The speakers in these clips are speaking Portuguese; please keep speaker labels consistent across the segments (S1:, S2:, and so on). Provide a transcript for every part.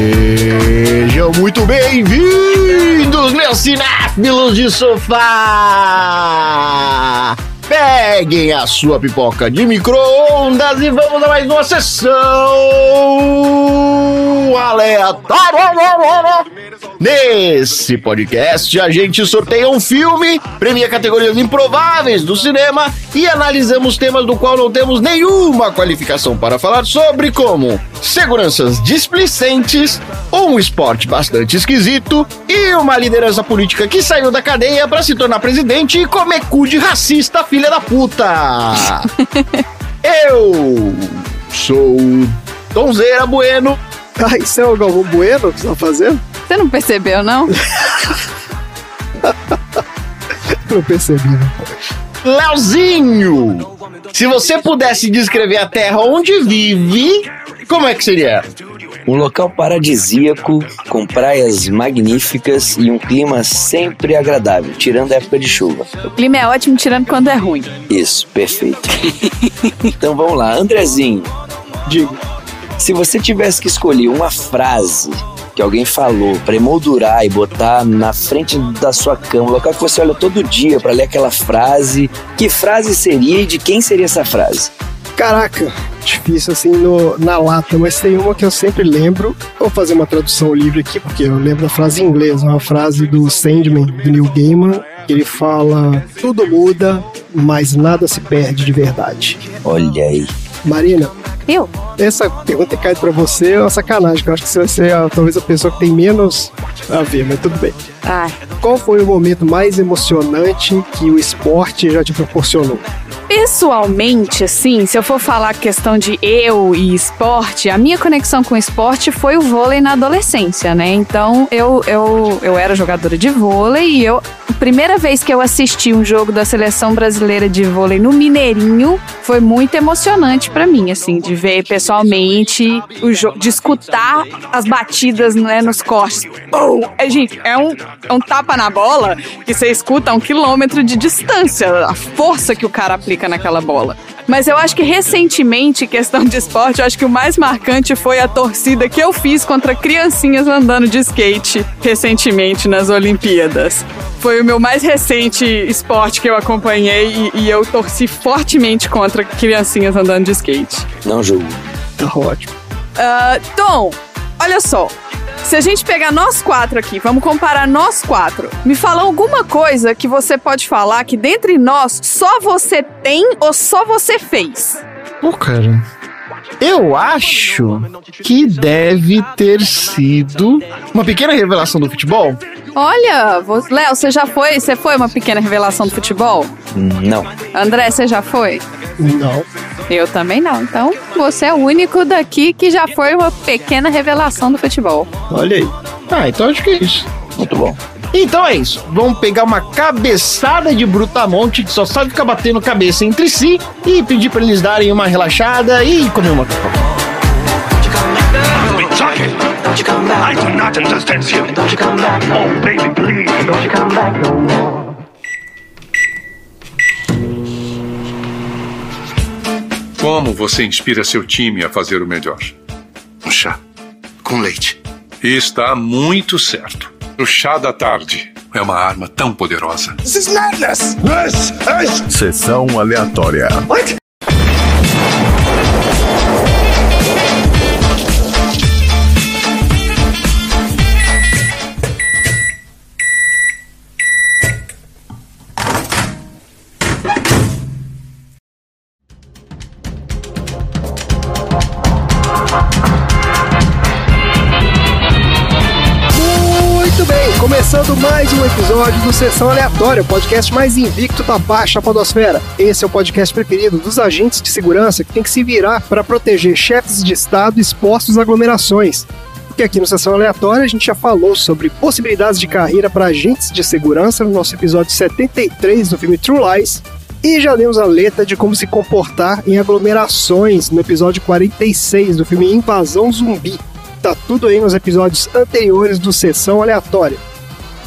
S1: Sejam muito bem-vindos, meus cinéfilos de sofá! Peguem a sua pipoca de micro-ondas e vamos a mais uma sessão aleatória! Nesse podcast, a gente sorteia um filme, premia categorias improváveis do cinema e analisamos temas do qual não temos nenhuma qualificação para falar sobre, como seguranças displicentes, um esporte bastante esquisito e uma liderança política que saiu da cadeia para se tornar presidente e comer cu de racista, filha da puta. Eu sou Donzeira Bueno.
S2: Ah, isso é o Galvão Bueno que você tá fazendo?
S3: Você não percebeu, não?
S2: Não percebi. né?
S1: Leozinho, se você pudesse descrever a terra onde vive, como é que seria?
S4: Um local paradisíaco, com praias magníficas e um clima sempre agradável, tirando a época de chuva.
S3: O clima é ótimo, tirando quando é ruim.
S4: Isso, perfeito. então vamos lá, Andrezinho,
S2: Digo,
S4: se você tivesse que escolher uma frase que alguém falou pra emoldurar e botar na frente da sua cama, um local que você olha todo dia pra ler aquela frase, que frase seria e de quem seria essa frase?
S2: caraca, difícil assim no, na lata, mas tem uma que eu sempre lembro. Vou fazer uma tradução livre aqui, porque eu lembro da frase em inglês, uma frase do Sandman, do Neil Gaiman, que ele fala: Tudo muda, mas nada se perde de verdade.
S4: Olha aí.
S2: Marina,
S3: Eu?
S2: essa pergunta que cai pra você é uma sacanagem, que eu acho que você vai ser ah, talvez a pessoa que tem menos a ver, mas tudo bem.
S3: Ai.
S2: Qual foi o momento mais emocionante que o esporte já te proporcionou?
S3: Pessoalmente, assim, se eu for falar questão de eu e esporte, a minha conexão com o esporte foi o vôlei na adolescência, né? Então, eu, eu, eu era jogadora de vôlei e eu. A primeira vez que eu assisti um jogo da seleção brasileira de vôlei no Mineirinho foi muito emocionante pra mim, assim, de ver pessoalmente, o jo- de escutar as batidas né, nos cortes. Pum! É, gente, é um, é um tapa na bola que você escuta a um quilômetro de distância, a força que o cara aplica naquela bola. Mas eu acho que recentemente, questão de esporte, eu acho que o mais marcante foi a torcida que eu fiz contra criancinhas andando de skate recentemente nas Olimpíadas. Foi o meu mais recente esporte que eu acompanhei e, e eu torci fortemente contra criancinhas andando de skate.
S4: Não julgo.
S2: Tá ótimo.
S3: Ah, Tom, olha só. Se a gente pegar nós quatro aqui, vamos comparar nós quatro. Me fala alguma coisa que você pode falar que dentre nós só você tem ou só você fez.
S1: Pô, cara, eu acho que deve ter sido uma pequena revelação do futebol.
S3: Olha, vo- Léo, você já foi? Você foi uma pequena revelação do futebol?
S4: Não.
S3: André, você já foi?
S2: Não.
S3: Eu também não. Então, você é o único daqui que já foi uma pequena revelação do futebol.
S2: Olha aí.
S1: Ah, então acho que é isso.
S4: Muito bom.
S1: Então é isso. Vamos pegar uma cabeçada de brutamonte que só sabe ficar batendo cabeça entre si e pedir pra eles darem uma relaxada e comer uma pipoca.
S5: been talking. I do not understand you. Don't you come back. Oh, baby, please. Don't you come back no more.
S6: Como você inspira seu time a fazer o melhor?
S7: Um chá. Com leite.
S6: Está muito certo. O chá da tarde é uma arma tão poderosa.
S8: Sessão aleatória.
S2: Muito bem, começando mais um episódio do Sessão Aleatória, o podcast mais invicto da baixa podosfera. Esse é o podcast preferido dos agentes de segurança que tem que se virar para proteger chefes de Estado expostos a aglomerações. Porque aqui no Sessão Aleatória a gente já falou sobre possibilidades de carreira para agentes de segurança no nosso episódio 73 do filme True Lies. E já demos a letra de como se comportar em aglomerações no episódio 46 do filme Invasão Zumbi. Tá tudo aí nos episódios anteriores do Sessão Aleatória.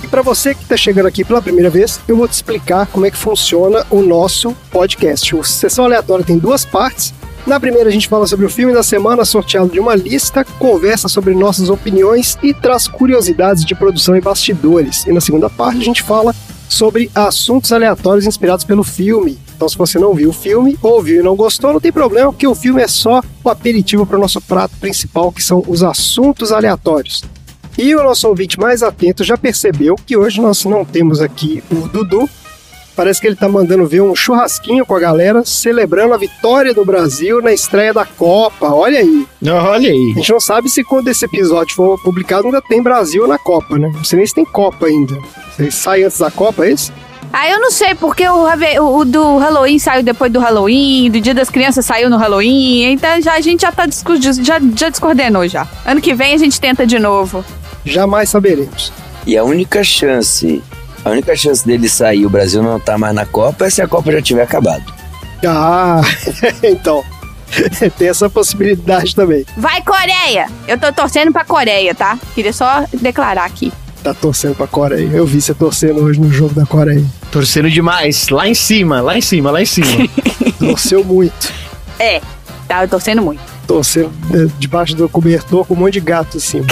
S2: E para você que está chegando aqui pela primeira vez, eu vou te explicar como é que funciona o nosso podcast. O Sessão Aleatória tem duas partes. Na primeira, a gente fala sobre o filme da semana, sorteado de uma lista, conversa sobre nossas opiniões e traz curiosidades de produção e bastidores. E na segunda parte, a gente fala sobre assuntos aleatórios inspirados pelo filme. Então, se você não viu o filme, ou viu e não gostou, não tem problema, porque o filme é só o aperitivo para o nosso prato principal, que são os assuntos aleatórios. E o nosso ouvinte mais atento já percebeu que hoje nós não temos aqui o Dudu. Parece que ele tá mandando ver um churrasquinho com a galera, celebrando a vitória do Brasil na estreia da Copa. Olha aí.
S1: Olha
S2: A
S1: aí.
S2: gente não sabe se quando esse episódio for publicado ainda tem Brasil na Copa, né? Não sei nem se tem Copa ainda. Você sai antes da Copa, é isso?
S3: Ah, eu não sei, porque o, Rave- o- o do Halloween saiu depois do Halloween, do Dia das Crianças saiu no Halloween, então já, a gente já tá discu- já, já descoordenou já. Ano que vem a gente tenta de novo.
S2: Jamais saberemos.
S4: E a única chance, a única chance dele sair e o Brasil não tá mais na Copa é se a Copa já tiver acabado.
S2: Ah, então. tem essa possibilidade também.
S3: Vai, Coreia! Eu tô torcendo pra Coreia, tá? Queria só declarar aqui.
S2: Tá torcendo pra Coreia. Eu vi você torcendo hoje no jogo da Coreia.
S1: Torcendo demais. Lá em cima, lá em cima, lá em cima.
S2: Torceu muito.
S3: É, tá, eu torcendo muito.
S2: torcer né, debaixo do cobertor com um monte de gato em cima.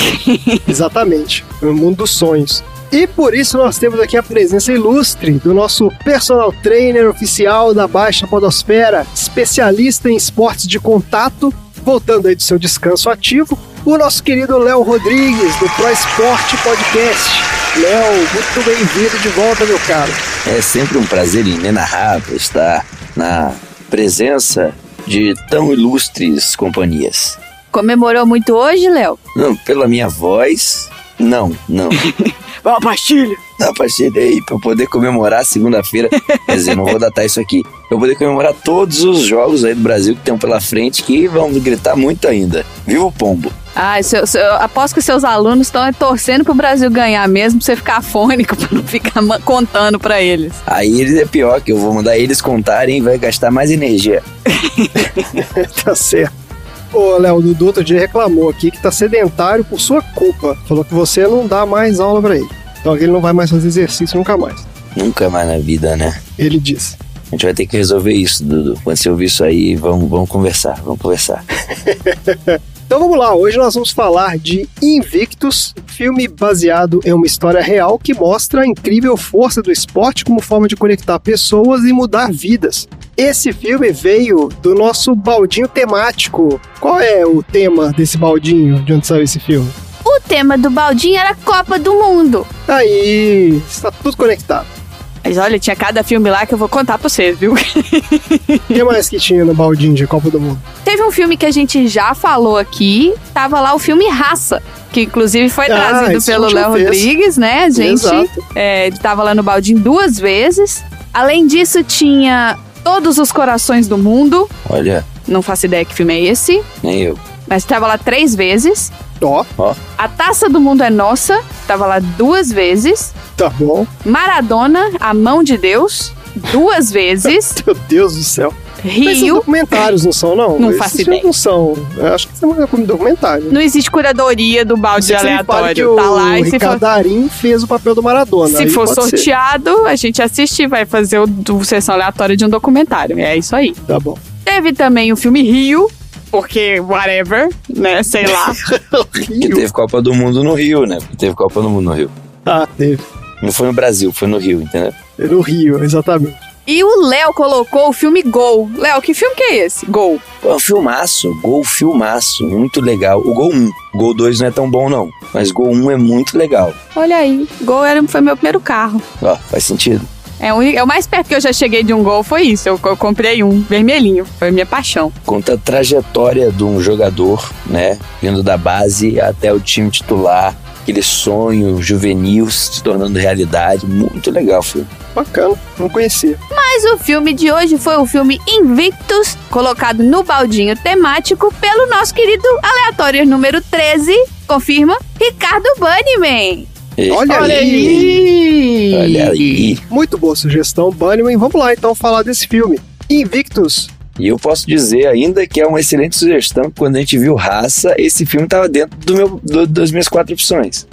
S2: Exatamente. É o mundo dos sonhos. E por isso nós temos aqui a presença ilustre do nosso personal trainer oficial da Baixa Podosfera, especialista em esportes de contato, voltando aí do seu descanso ativo, o nosso querido Léo Rodrigues, do Pro Esporte Podcast. Léo, muito bem-vindo de volta, meu caro.
S4: É sempre um prazer inenarrável estar na presença de tão ilustres companhias.
S3: Comemorou muito hoje, Léo?
S4: Não, pela minha voz, não, não.
S3: Ó, pastilha!
S4: Dá pra aí pra eu poder comemorar segunda-feira. Quer dizer, não vou datar isso aqui. Pra eu poder comemorar todos os jogos aí do Brasil que tem um pela frente que vão gritar muito ainda. Viva o pombo!
S3: Ah, seu, seu, eu aposto que seus alunos estão é, torcendo pro Brasil ganhar mesmo, pra você ficar afônico, pra não ficar ma- contando pra eles.
S4: Aí eles é pior, que eu vou mandar eles contarem e vai gastar mais energia.
S2: Tá certo. Ô, Léo, o Dudu outro dia reclamou aqui que tá sedentário por sua culpa. Falou que você não dá mais aula pra ele. Então ele não vai mais fazer exercício nunca mais.
S4: Nunca mais na vida, né?
S2: Ele disse.
S4: A gente vai ter que resolver isso, Dudu. Quando você ouvir isso aí, vamos, vamos conversar, vamos conversar.
S2: Então vamos lá, hoje nós vamos falar de Invictus, filme baseado em uma história real que mostra a incrível força do esporte como forma de conectar pessoas e mudar vidas. Esse filme veio do nosso baldinho temático. Qual é o tema desse baldinho? De onde saiu esse filme?
S3: O tema do Baldinho era Copa do Mundo.
S2: Aí, está tudo conectado.
S3: Mas olha, tinha cada filme lá que eu vou contar pra vocês, viu?
S2: O que mais que tinha no baldinho de Copa do Mundo?
S3: Teve um filme que a gente já falou aqui, tava lá o filme Raça, que inclusive foi
S2: Ah,
S3: trazido
S2: esse
S3: pelo
S2: a gente
S3: Léo
S2: fez.
S3: Rodrigues, né? A gente
S2: Exato.
S3: é, tava lá no Baldinho duas vezes. Além disso, tinha Todos os Corações do Mundo.
S4: Olha,
S3: Não faço ideia que filme é esse,
S4: nem eu.
S3: mas tava lá três vezes.
S2: Ó,
S3: A Taça do Mundo é Nossa, tava lá duas vezes.
S2: tá bom.
S3: Maradona, A Mão de Deus, duas vezes.
S2: Meu Deus do céu. Mas são
S3: Rio,
S2: documentários, não são, não?
S3: Não
S2: Esses
S3: faço
S2: filmes
S3: ideia.
S2: Não são. Eu acho que você manda como documentário.
S3: não existe curadoria do balde
S2: Você repara é que
S3: aleatório.
S2: o
S3: Tá lá e se for
S2: Ricardo Darim fez o papel do Maradona.
S3: Se
S2: aí
S3: for
S2: pode ser.
S3: sorteado, a gente assiste e vai fazer o do sessão aleatória de um documentário. É isso aí.
S2: Tá bom.
S3: Teve também o filme Rio, porque whatever, né? Sei lá.
S4: Porque teve Copa do Mundo no Rio, né? Porque teve Copa do Mundo no Rio.
S2: Ah, teve.
S4: Não foi no Brasil, foi no Rio, entendeu?
S2: No Rio, exatamente.
S3: e o Léo colocou o filme Gol. Léo, que filme que é esse? Gol.
S4: Pô, é um filmaço, gol filmaço, muito legal. O gol 1, gol 2 não é tão bom não, mas gol 1 é muito legal.
S3: Olha aí, Gol era, foi meu primeiro carro.
S4: Ó, faz sentido.
S3: É o, único- é o mais perto que eu já cheguei de um Gol foi isso. Eu, eu comprei um vermelhinho. Foi minha paixão.
S4: Conta a trajetória de um jogador, né, vindo da base até o time titular, aquele sonho juvenil se tornando realidade, muito legal o filme.
S2: Bacana. Não conhecia.
S3: Mas o filme de hoje foi o filme Invictus, colocado no baldinho temático pelo nosso querido aleatório número 13, confirma, Ricardo Bunnyman.
S4: E-
S2: Olha, aí.
S4: olha aí.
S2: Muito boa sugestão, Bunnyman. Vamos lá, então, falar desse filme. Invictus.
S4: E eu posso dizer ainda que é uma excelente sugestão, que quando a gente viu Raça, esse filme estava dentro do meu, do- das minhas quatro opções.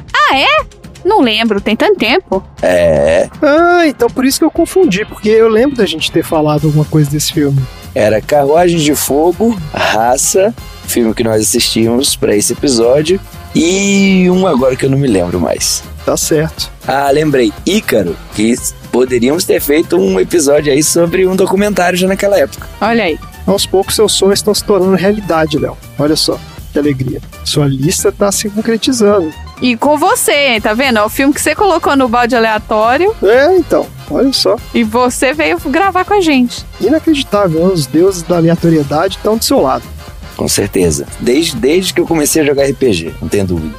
S3: Não lembro, tem tanto tempo.
S4: É,
S2: Ah, então por isso que eu confundi, porque eu lembro da gente ter falado alguma coisa desse filme.
S4: era Carruagem de Fogo, Raça, filme que nós assistimos pra esse episódio, e um agora que eu não me lembro mais.
S2: Tá certo.
S4: Ah, lembrei, Ícaro, que poderíamos ter feito um episódio aí sobre um documentário já naquela época.
S3: Olha aí.
S2: Aos poucos seus sonhos estão se tornando realidade, Léo. Olha só, que alegria. Sua lista tá se concretizando.
S3: E com você, tá vendo? É o filme que você colocou no balde aleatório
S2: É, então, olha só.
S3: e você veio gravar com a gente.
S2: Inacreditável, né? os deuses da aleatoriedade estão do seu lado.
S4: Com certeza. Desde, desde que eu comecei a jogar RPG, não tenho dúvida.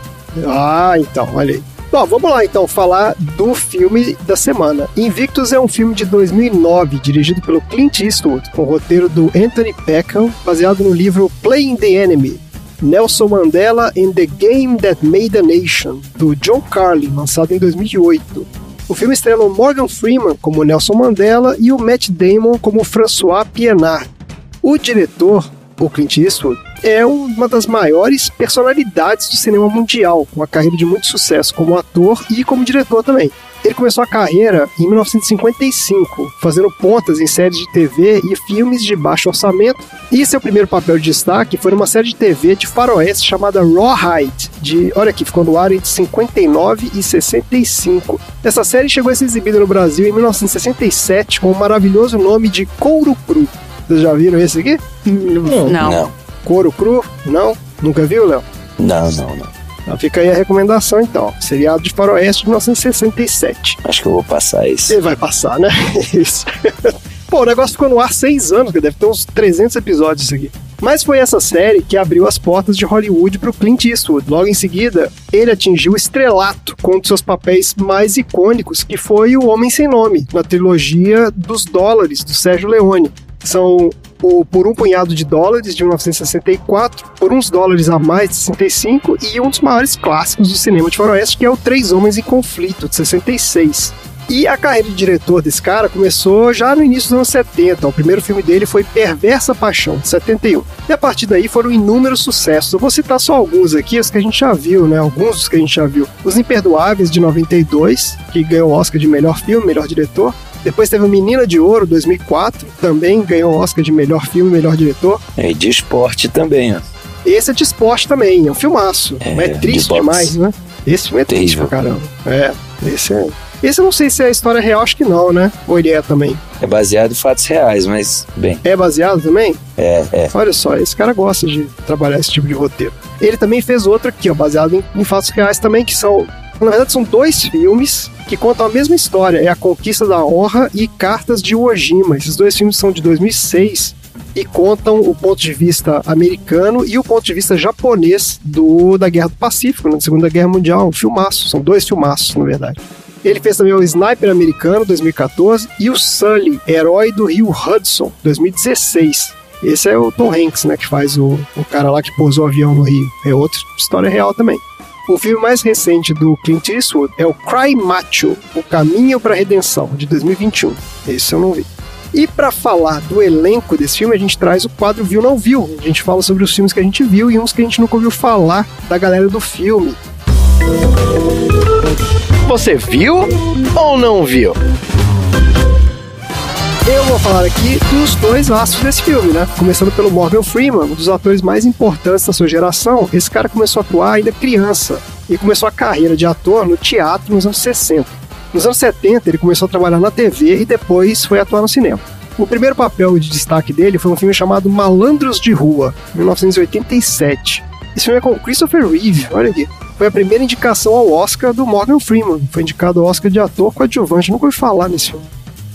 S2: Ah, então, olha aí. Bom, vamos lá então falar do filme da semana. Invictus é um filme de 2009, dirigido pelo Clint Eastwood, com o roteiro do Anthony Peckham, baseado no livro Playing the Enemy. Nelson Mandela in the Game That Made a Nation, do John Carlin, lançado em 2008. O filme estrela o Morgan Freeman como Nelson Mandela e o Matt Damon como François Pienaar. O diretor, o Clint Eastwood, é uma das maiores personalidades do cinema mundial, com uma carreira de muito sucesso como ator e como diretor também. Ele começou a carreira em 1955, fazendo pontas em séries de TV e filmes de baixo orçamento, e seu primeiro papel de destaque foi numa série de TV de faroeste chamada Rawhide, de, olha aqui, ficou no ar entre 59 e 65. Essa série chegou a ser exibida no Brasil em 1967 com o maravilhoso nome de Couro Cru. Vocês já viram esse aqui?
S3: Não.
S4: Não,
S2: Couro cru? Não? Nunca viu, Léo?
S4: não, não. não.
S2: Então Fica aí a recomendação, então. Seriado de faroeste de 1967.
S4: Acho que eu vou passar isso.
S2: Ele vai passar, né? Isso. Pô, o negócio ficou no ar seis anos, que deve ter uns 300 episódios isso aqui. Mas foi essa série que abriu as portas de Hollywood pro Clint Eastwood. Logo em seguida, ele atingiu o estrelato com um dos seus papéis mais icônicos, que foi o Homem Sem Nome, na trilogia dos dólares, do Sérgio Leone. São o Por um Punhado de Dólares, de 1964, Por uns Dólares a Mais, de 65, e um dos maiores clássicos do cinema de faroeste, que é o Três Homens em Conflito, de 66. E a carreira de diretor desse cara começou já no início dos anos 70. O primeiro filme dele foi Perversa Paixão, de 71. E a partir daí foram inúmeros sucessos. Eu vou citar só alguns aqui, os que a gente já viu, né? Alguns dos que a gente já viu. Os Imperdoáveis, de 92, que ganhou o Oscar de melhor filme, melhor diretor. Depois teve o Menina de Ouro, 2004, também ganhou o Oscar de melhor filme, melhor diretor.
S4: É, e de esporte também, ó.
S2: Esse é de esporte também, é um filmaço.
S4: É,
S2: É,
S4: de
S2: triste
S4: boxe.
S2: demais, né? Esse filme é triste pra
S4: Terrível.
S2: caramba. É, esse é. Esse eu não sei se é a história real, acho que não, né? Ou ele é também.
S4: É baseado em fatos reais, mas, bem,
S2: É baseado também?
S4: é, é.
S2: Olha só, esse cara gosta de trabalhar esse tipo de roteiro. Ele também fez outro aqui, ó, baseado em, em fatos reais também, que são. Na verdade, são dois filmes que contam a mesma história: é A Conquista da Honra e Cartas de Iwo Jima. Esses dois filmes são de 2006 e contam o ponto de vista americano e o ponto de vista japonês do, da Guerra do Pacífico, né, da Segunda Guerra Mundial. Um filmaço, são dois filmaços, na verdade. Ele fez também o Sniper Americano, 2014, e o Sully, Herói do Rio Hudson, 2016. Esse é o Tom Hanks, né, que faz o, o cara lá que pousou o avião no Rio. É outra história real também. O filme mais recente do Clint Eastwood é o Cry Macho, O Caminho para a Redenção, de 2021. Esse eu não vi. E pra falar do elenco desse filme, a gente traz o quadro Viu Não Viu. A gente fala sobre os filmes que a gente viu e uns que a gente nunca ouviu falar da galera do filme.
S1: Você viu ou não viu?
S2: Eu vou falar aqui dos dois astros desse filme, né? Começando pelo Morgan Freeman, um dos atores mais importantes da sua geração. Esse cara começou a atuar ainda criança e começou a carreira de ator no teatro nos anos 60. Nos anos 70, ele começou a trabalhar na TV e depois foi atuar no cinema. O primeiro papel de destaque dele foi um filme chamado Malandros de Rua, 1987. Esse filme é com Christopher Reeve, olha aqui. Foi a primeira indicação ao Oscar do Morgan Freeman. Foi indicado ao Oscar de ator coadjuvante. Nunca ouvi falar nesse filme.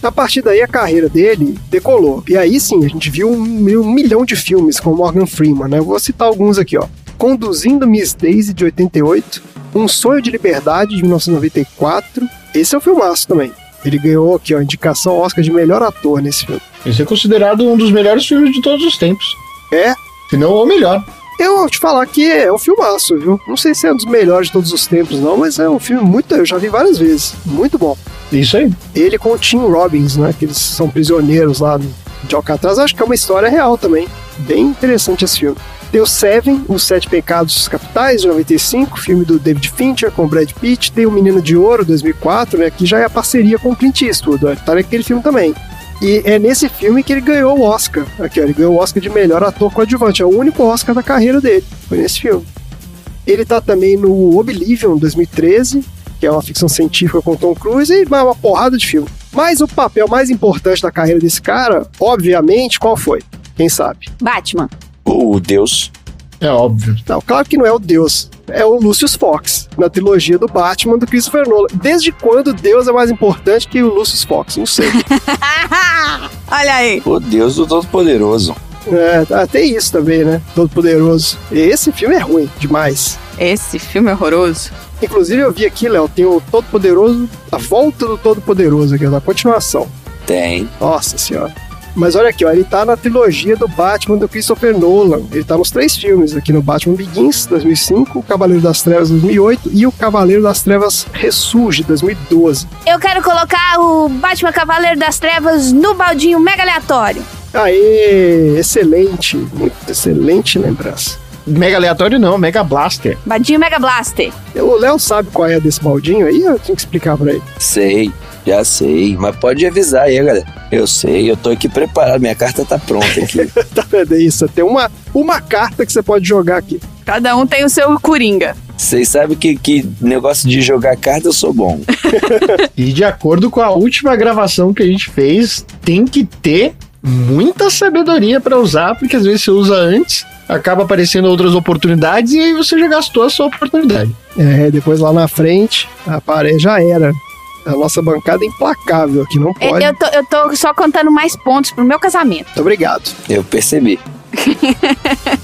S2: A partir daí a carreira dele decolou. E aí sim, a gente viu um, mil- um milhão de filmes com Morgan Freeman, né? Eu vou citar alguns aqui, ó. Conduzindo Miss Daisy de 88, Um Sonho de Liberdade de 1994. Esse é um filmaço também. Ele ganhou aqui, ó, indicação ao Oscar de melhor ator nesse filme.
S1: Esse é considerado um dos melhores filmes de todos os tempos.
S2: É,
S1: Se não o melhor.
S2: eu vou te falar que é um filmaço, viu? Não sei se é um dos melhores de todos os tempos, não, mas é um filme muito. Eu já vi várias vezes. Muito bom.
S1: Isso aí.
S2: ele com o Tim Robbins, né? Que eles são prisioneiros lá de Alcatraz. Acho que é uma história real também. Bem interessante esse filme. Tem o Seven, Os Sete Pecados Capitais, de 95, filme do David Fincher com o Brad Pitt. Tem o Menino de Ouro, 2004, né, que já é a parceria com o Clint Eastwood, ó, tá naquele filme também. E é nesse filme que ele ganhou o Oscar. Aqui, ó, ele ganhou o Oscar de melhor ator coadjuvante. É o único Oscar da carreira dele. Foi nesse filme. Ele tá também no Oblivion, 2013, que é uma ficção científica com Tom Cruise, e vai uma porrada de filme. Mas o papel mais importante da carreira desse cara, obviamente, qual foi? Quem sabe?
S3: Batman.
S4: O Deus.
S1: É óbvio.
S2: Não, claro que não é o Deus. É o Lucius Fox, na trilogia do Batman do Christopher Nolan. Desde quando Deus é mais importante que o Lucius Fox? Não sei.
S3: Olha aí.
S4: O Deus do Todo-Poderoso.
S2: É, tá, tem isso também, né? Todo Poderoso. Esse filme é ruim demais.
S3: Esse filme é horroroso.
S2: Inclusive, eu vi aqui, Léo, tem o Todo Poderoso, a volta do Todo Poderoso aqui, da continuação.
S4: Tem.
S2: Nossa senhora. Mas olha aqui, ó, ele tá na trilogia do Batman do Christopher Nolan. Ele tá nos três filmes aqui no Batman Begins, 2005, o Cavaleiro das Trevas, 2008 e o Cavaleiro das Trevas Ressurge, 2012.
S9: Eu quero colocar o Batman Cavaleiro das Trevas no baldinho mega aleatório.
S2: Aê, excelente, muito excelente lembrança.
S1: Mega aleatório não, Mega Blaster.
S3: Badinho Mega Blaster.
S2: O Léo sabe qual é desse baldinho aí? Eu tenho que explicar pra ele.
S4: Sei. Já sei. Mas pode avisar aí, galera. Eu sei, eu tô aqui preparado. Minha carta tá pronta aqui.
S2: Tá vendo isso? Tem uma, uma carta que você pode jogar aqui.
S3: Cada um tem o seu coringa.
S4: Vocês sabem que, que negócio de jogar carta eu sou bom.
S1: E de acordo com a última gravação que a gente fez, tem que ter muita sabedoria pra usar, porque às vezes você usa antes, acaba aparecendo outras oportunidades e aí você já gastou a sua oportunidade.
S2: É, depois lá na frente, a parede já era. A nossa bancada é implacável aqui, não
S9: É,
S3: É,
S9: Eu,
S2: pode.
S9: eu tô, eu tô só contando mais pontos pro meu casamento.
S2: Muito obrigado.
S4: Eu percebi.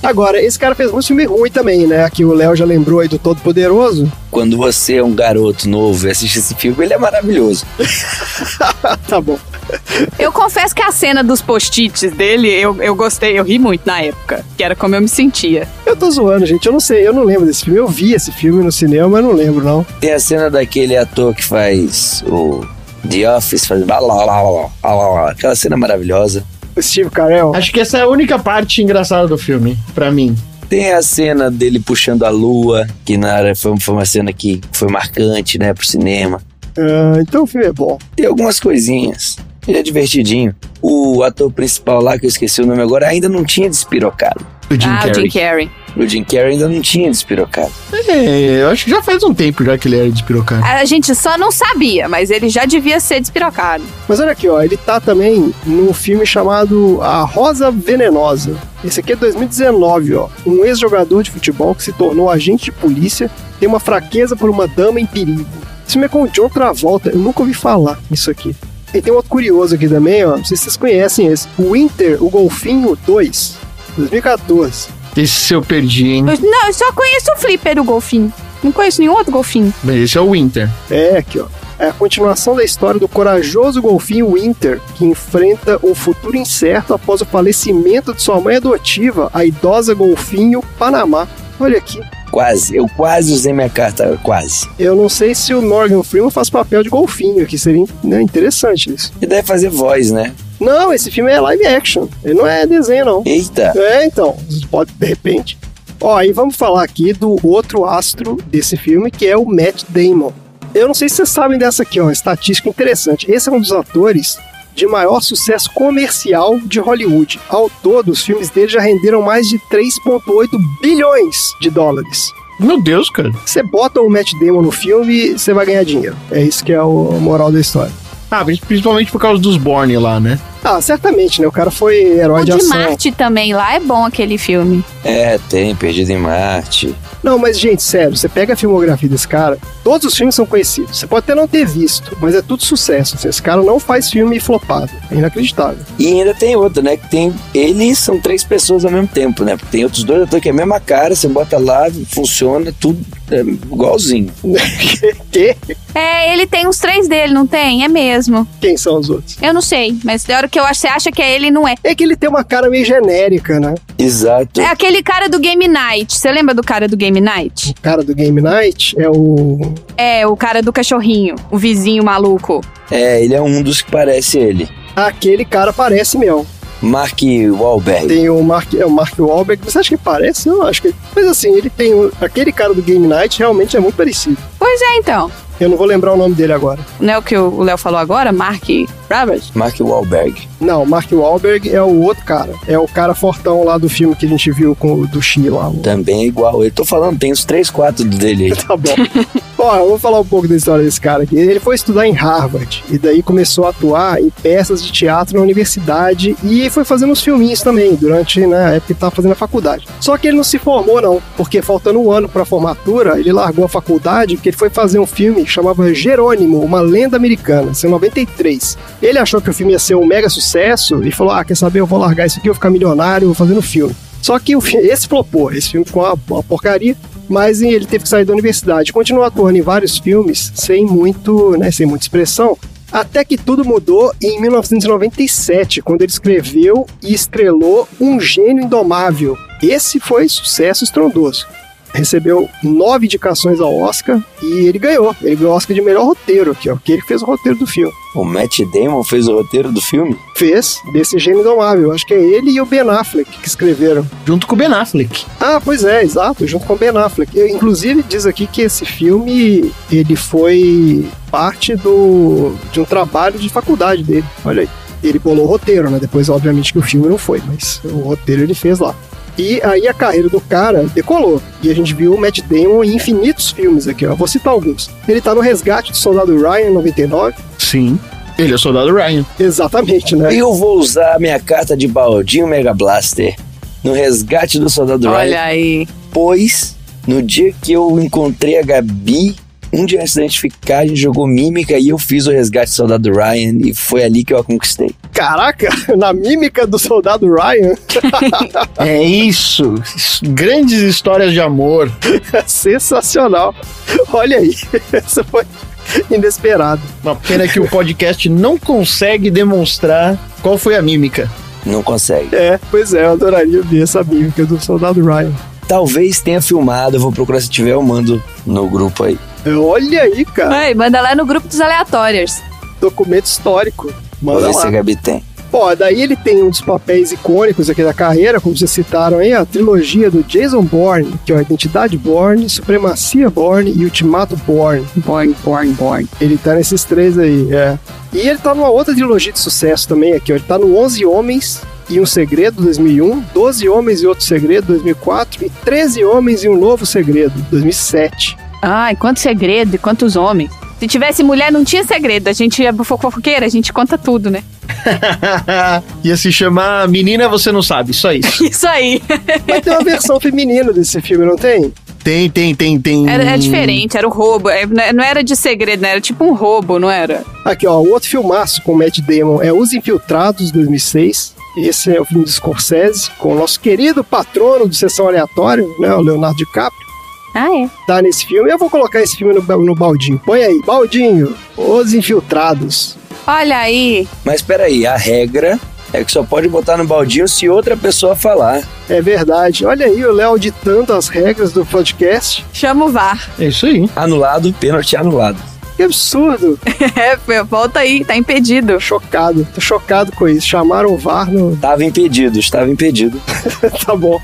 S2: Agora, esse cara fez muito filme ruim também, né? Aqui o Léo já lembrou aí do Todo Poderoso.
S4: Quando você é um garoto novo e assiste esse filme, ele é maravilhoso.
S2: tá bom.
S3: Eu confesso que a cena dos post-its dele, eu, eu gostei, eu ri muito na época. Que era como eu me sentia.
S2: Eu tô zoando, gente. Eu não sei, eu não lembro desse filme. Eu vi esse filme no cinema, mas não lembro, não.
S4: Tem a cena daquele ator que faz o The Office, fazendo. blá, blá, blá, blá, blá, blá, blá. Aquela cena maravilhosa.
S2: O Steve Carell.
S1: Acho que essa é a única parte engraçada do filme, pra mim.
S4: Tem a cena dele puxando a lua, que na área foi, foi uma cena que foi marcante, né, pro cinema.
S2: Ah, então o filme é bom.
S4: Tem algumas coisinhas. Ele é divertidinho. O ator principal lá, que eu esqueci o nome agora, ainda não tinha despirocado.
S1: O Jim
S3: ah, o
S1: Carrey.
S3: Jim Carrey.
S4: O Jim Carrey ainda não tinha despirocado.
S1: É, eu acho que já faz um tempo já que ele era despirocado.
S3: A gente só não sabia, mas ele já devia ser despirocado.
S2: Mas olha aqui, ó, ele tá também num filme chamado A Rosa Venenosa. Esse aqui é 2019, ó. Um ex-jogador de futebol que se tornou agente de polícia tem uma fraqueza por uma dama em perigo. Esse filme é com o John Travolta, eu nunca ouvi falar nisso aqui. E tem um outro curioso aqui também, ó. Não sei se vocês conhecem esse. O Winter, o Golfinho 2, 2014.
S1: Esse eu perdi, hein?
S9: Eu- não, eu só conheço o Flipper, o golfinho. Não conheço nenhum outro golfinho.
S1: Mas Esse é o Winter.
S2: É, aqui, ó. É a continuação da história do corajoso golfinho Winter, que enfrenta um futuro incerto após o falecimento de sua mãe adotiva, a idosa golfinho Panamá. Olha aqui,
S4: Quase. Eu quase usei minha carta. Quase.
S2: eu não sei se o Morgan Freeman faz papel de golfinho aqui, seria né, interessante isso.
S4: E deve fazer voz, né?
S2: Não, esse filme é live action, ele não é desenho, não.
S4: Eita.
S2: É, então, pode de repente. Ó, e vamos falar aqui do outro astro desse filme, que é o Matt Damon. Eu não sei se vocês sabem dessa aqui, ó, uma estatística interessante. Esse é um dos atores de maior sucesso comercial de Hollywood. Ao todo, os filmes dele já renderam mais de 3,8 bilhões de dólares.
S1: Meu Deus, cara.
S2: Você bota o Matt Damon no filme, você vai ganhar dinheiro. É isso que é o a moral da história.
S1: Ah, mas principalmente por causa dos Borne lá, né?
S2: Ah, certamente, né? O cara foi herói
S9: o
S2: de
S9: de
S2: ação.
S9: Marte também lá é bom aquele filme.
S4: É, tem. Perdido em Marte.
S2: Não, mas gente, sério, você pega a filmografia desse cara, todos os filmes são conhecidos. Você pode até não ter visto, mas é tudo sucesso. assim, Esse cara não faz filme flopado. É inacreditável.
S4: E ainda tem outro, né? Que tem. Eles são três pessoas ao mesmo tempo, né? Porque tem outros dois atores que é a mesma cara, você bota lá, funciona, tudo é, igualzinho.
S2: Que?
S9: É, ele tem os três dele, não tem? É mesmo.
S2: Quem são os outros?
S9: Eu não sei, mas da hora que eu acho, você acha que é ele, não é.
S2: É que ele tem uma cara meio genérica, né?
S4: Exato.
S9: É aquele cara do Game Night. Você lembra do cara do Game Night?
S2: O cara do Game Night é o.
S9: É, o cara do cachorrinho, o vizinho maluco.
S4: É, ele é um dos que parece ele.
S2: Aquele cara parece meu.
S4: Mark Wahlberg.
S2: Tem o Mark, é o Mark Wahlberg. Você acha que parece? Eu acho que. Mas assim, ele tem. o- Aquele cara do Game Night realmente é muito parecido.
S3: Pois é, então.
S2: Eu não vou lembrar o nome dele agora.
S3: Não é o que o Léo falou agora? Mark Roberts?
S4: Mark Wahlberg.
S2: Não, Mark Wahlberg é o outro cara. É o cara fortão lá do filme que a gente viu com o- do Xi lá. o-
S4: Também é igual. Eu tô falando, tem os três, quatro dele aí.
S2: Tá bom. Ó, eu vou falar um pouco da história desse cara aqui. Ele foi estudar em Harvard e daí começou a atuar em peças de teatro na universidade e foi fazendo uns filminhos também durante né, a época que estava fazendo a faculdade. Só que ele não se formou não, porque faltando um ano para a formatura, ele largou a faculdade porque ele foi fazer um filme que chamava Jerônimo, uma lenda americana, isso é em 93. Ele achou que o filme ia ser um mega sucesso e falou: "Ah, quer saber, eu vou largar isso aqui, eu vou ficar milionário, vou fazer no filme". Só que o fi- esse flopou, esse filme ficou uma, uma porcaria, mas ele teve que sair da universidade. Continuou atuando em vários filmes, sem muito, né, sem muita expressão. Até que tudo mudou em 1997, quando ele escreveu e estrelou Um Gênio Indomável. Esse foi sucesso estrondoso. Recebeu nove indicações ao Oscar e ele ganhou. Ele ganhou o Oscar de melhor roteiro, que é o que ele fez o roteiro do filme
S4: O Matt Damon fez o roteiro do filme?
S2: fez desse gênio indomável. Acho que é ele e o Ben Affleck que escreveram.
S1: Junto com o Ben Affleck.
S2: Ah, pois é, exato, junto com o Ben Affleck. Eu, inclusive diz aqui que esse filme ele foi parte do de um trabalho de faculdade dele. Olha aí. Ele bolou o roteiro, né? Depois, obviamente, que o filme não foi, mas o roteiro ele fez lá. E aí a carreira do cara decolou. E a gente viu o Matt Damon em infinitos filmes aqui, ó. Vou citar alguns. Ele tá no Resgate do Soldado Ryan, em 99.
S1: Sim. Ele é o soldado Ryan.
S2: Exatamente, né?
S4: Eu vou usar minha carta de Baldinho Mega Blaster no resgate do Soldado Ryan,
S3: Olha aí.
S4: pois no dia que eu encontrei a Gabi, um dia antes da gente ficar, a gente jogou mímica e eu fiz o resgate do Soldado Ryan e foi ali que eu a conquistei.
S2: Caraca, na mímica do soldado Ryan,
S1: É isso. Isso- Grandes histórias de amor.
S2: sensacional. Olha aí, essa foi inesperada.
S1: Uma pena que o podcast não consegue demonstrar qual foi a mímica.
S4: Não consegue.
S2: É, pois é, eu adoraria ver essa mímica do soldado Ryan.
S4: Talvez tenha filmado, eu vou procurar se tiver, eu mando no grupo aí.
S2: Olha aí, cara,
S3: Vai, manda lá no grupo dos aleatórios.
S2: documento histórico.
S4: Vou
S2: Manda
S4: ver se a
S2: lá.
S4: Gabi tem.
S2: Pô, daí ele tem um dos papéis icônicos aqui da carreira, como vocês citaram aí, a trilogia do Jason Bourne, que é a Identidade Bourne, Supremacia Bourne e Ultimato Bourne.
S3: Born, born, born.
S2: Ele tá nesses três aí, é. E ele tá numa outra trilogia de sucesso também aqui, ó. Ele tá no 11 Homens e um Segredo, 2001, 12 Homens e Outro Segredo, 2004, e 13 Homens e um Novo Segredo, 2007.
S3: Ai, quanto segredo e quantos homens. Se tivesse mulher, não tinha segredo. A gente é fofoqueira, a gente conta tudo, né?
S1: Ia se chamar Menina Você Não Sabe, só isso.
S3: Isso aí.
S2: Mas tem uma versão feminina desse filme, não tem?
S1: Tem, tem, tem, tem.
S3: Era, era diferente, era o roubo. É, n- Não era de segredo, né? Era tipo um roubo, não era?
S2: Aqui, ó, o outro filmaço com o Matt Damon é Os Infiltrados, 2006. Esse é o filme de Scorsese, com o nosso querido patrono do Sessão Aleatória, né, o Leonardo DiCaprio.
S3: Ah, é?
S2: tá nesse filme. Eu vou colocar esse filme no, ba- no baldinho. Põe aí, baldinho, Os Infiltrados.
S3: Olha aí.
S4: Mas peraí, a regra é que só pode botar no baldinho se outra pessoa falar.
S2: É verdade. Olha aí o Léo ditando as regras do podcast.
S3: Chama o VAR.
S1: É isso aí.
S4: Anulado, pênalti anulado.
S2: Que absurdo.
S3: É, pô, volta aí, tá impedido.
S2: Tô chocado. Tô chocado com isso. Chamaram o VAR no...
S4: Tava impedido, estava impedido.
S2: tá bom.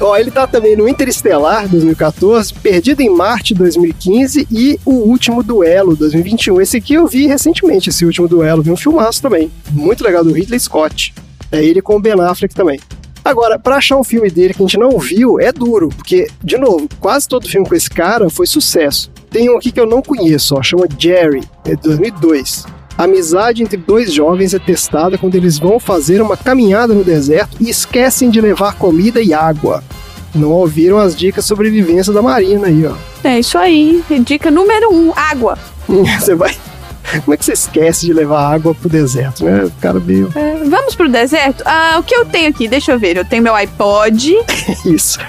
S2: Ó, ele tá também no Interestelar 2014, Perdido em Marte 2015 e O Último Duelo 2021. Esse aqui eu vi recentemente, esse Último Duelo, vi um filmaço também. Muito legal, do Ridley Scott. É ele com o Ben Affleck também. Agora, pra achar um filme dele que a gente não viu, é duro, porque, de novo, quase todo filme com esse cara foi sucesso. Tem um aqui que eu não conheço, ó, chama Jerry, é de 2002. A amizade entre dois jovens é testada quando eles vão fazer uma caminhada no deserto e esquecem de levar comida e água. Não ouviram as dicas de sobrevivência da Marina aí, ó.
S3: É isso aí. Dica número um: água.
S2: Você vai. Como é que você esquece de levar água pro deserto, né? O cara meio.
S3: É, vamos pro deserto? Ah, o que eu tenho aqui? Deixa eu ver. Eu tenho meu iPod,
S2: Isso.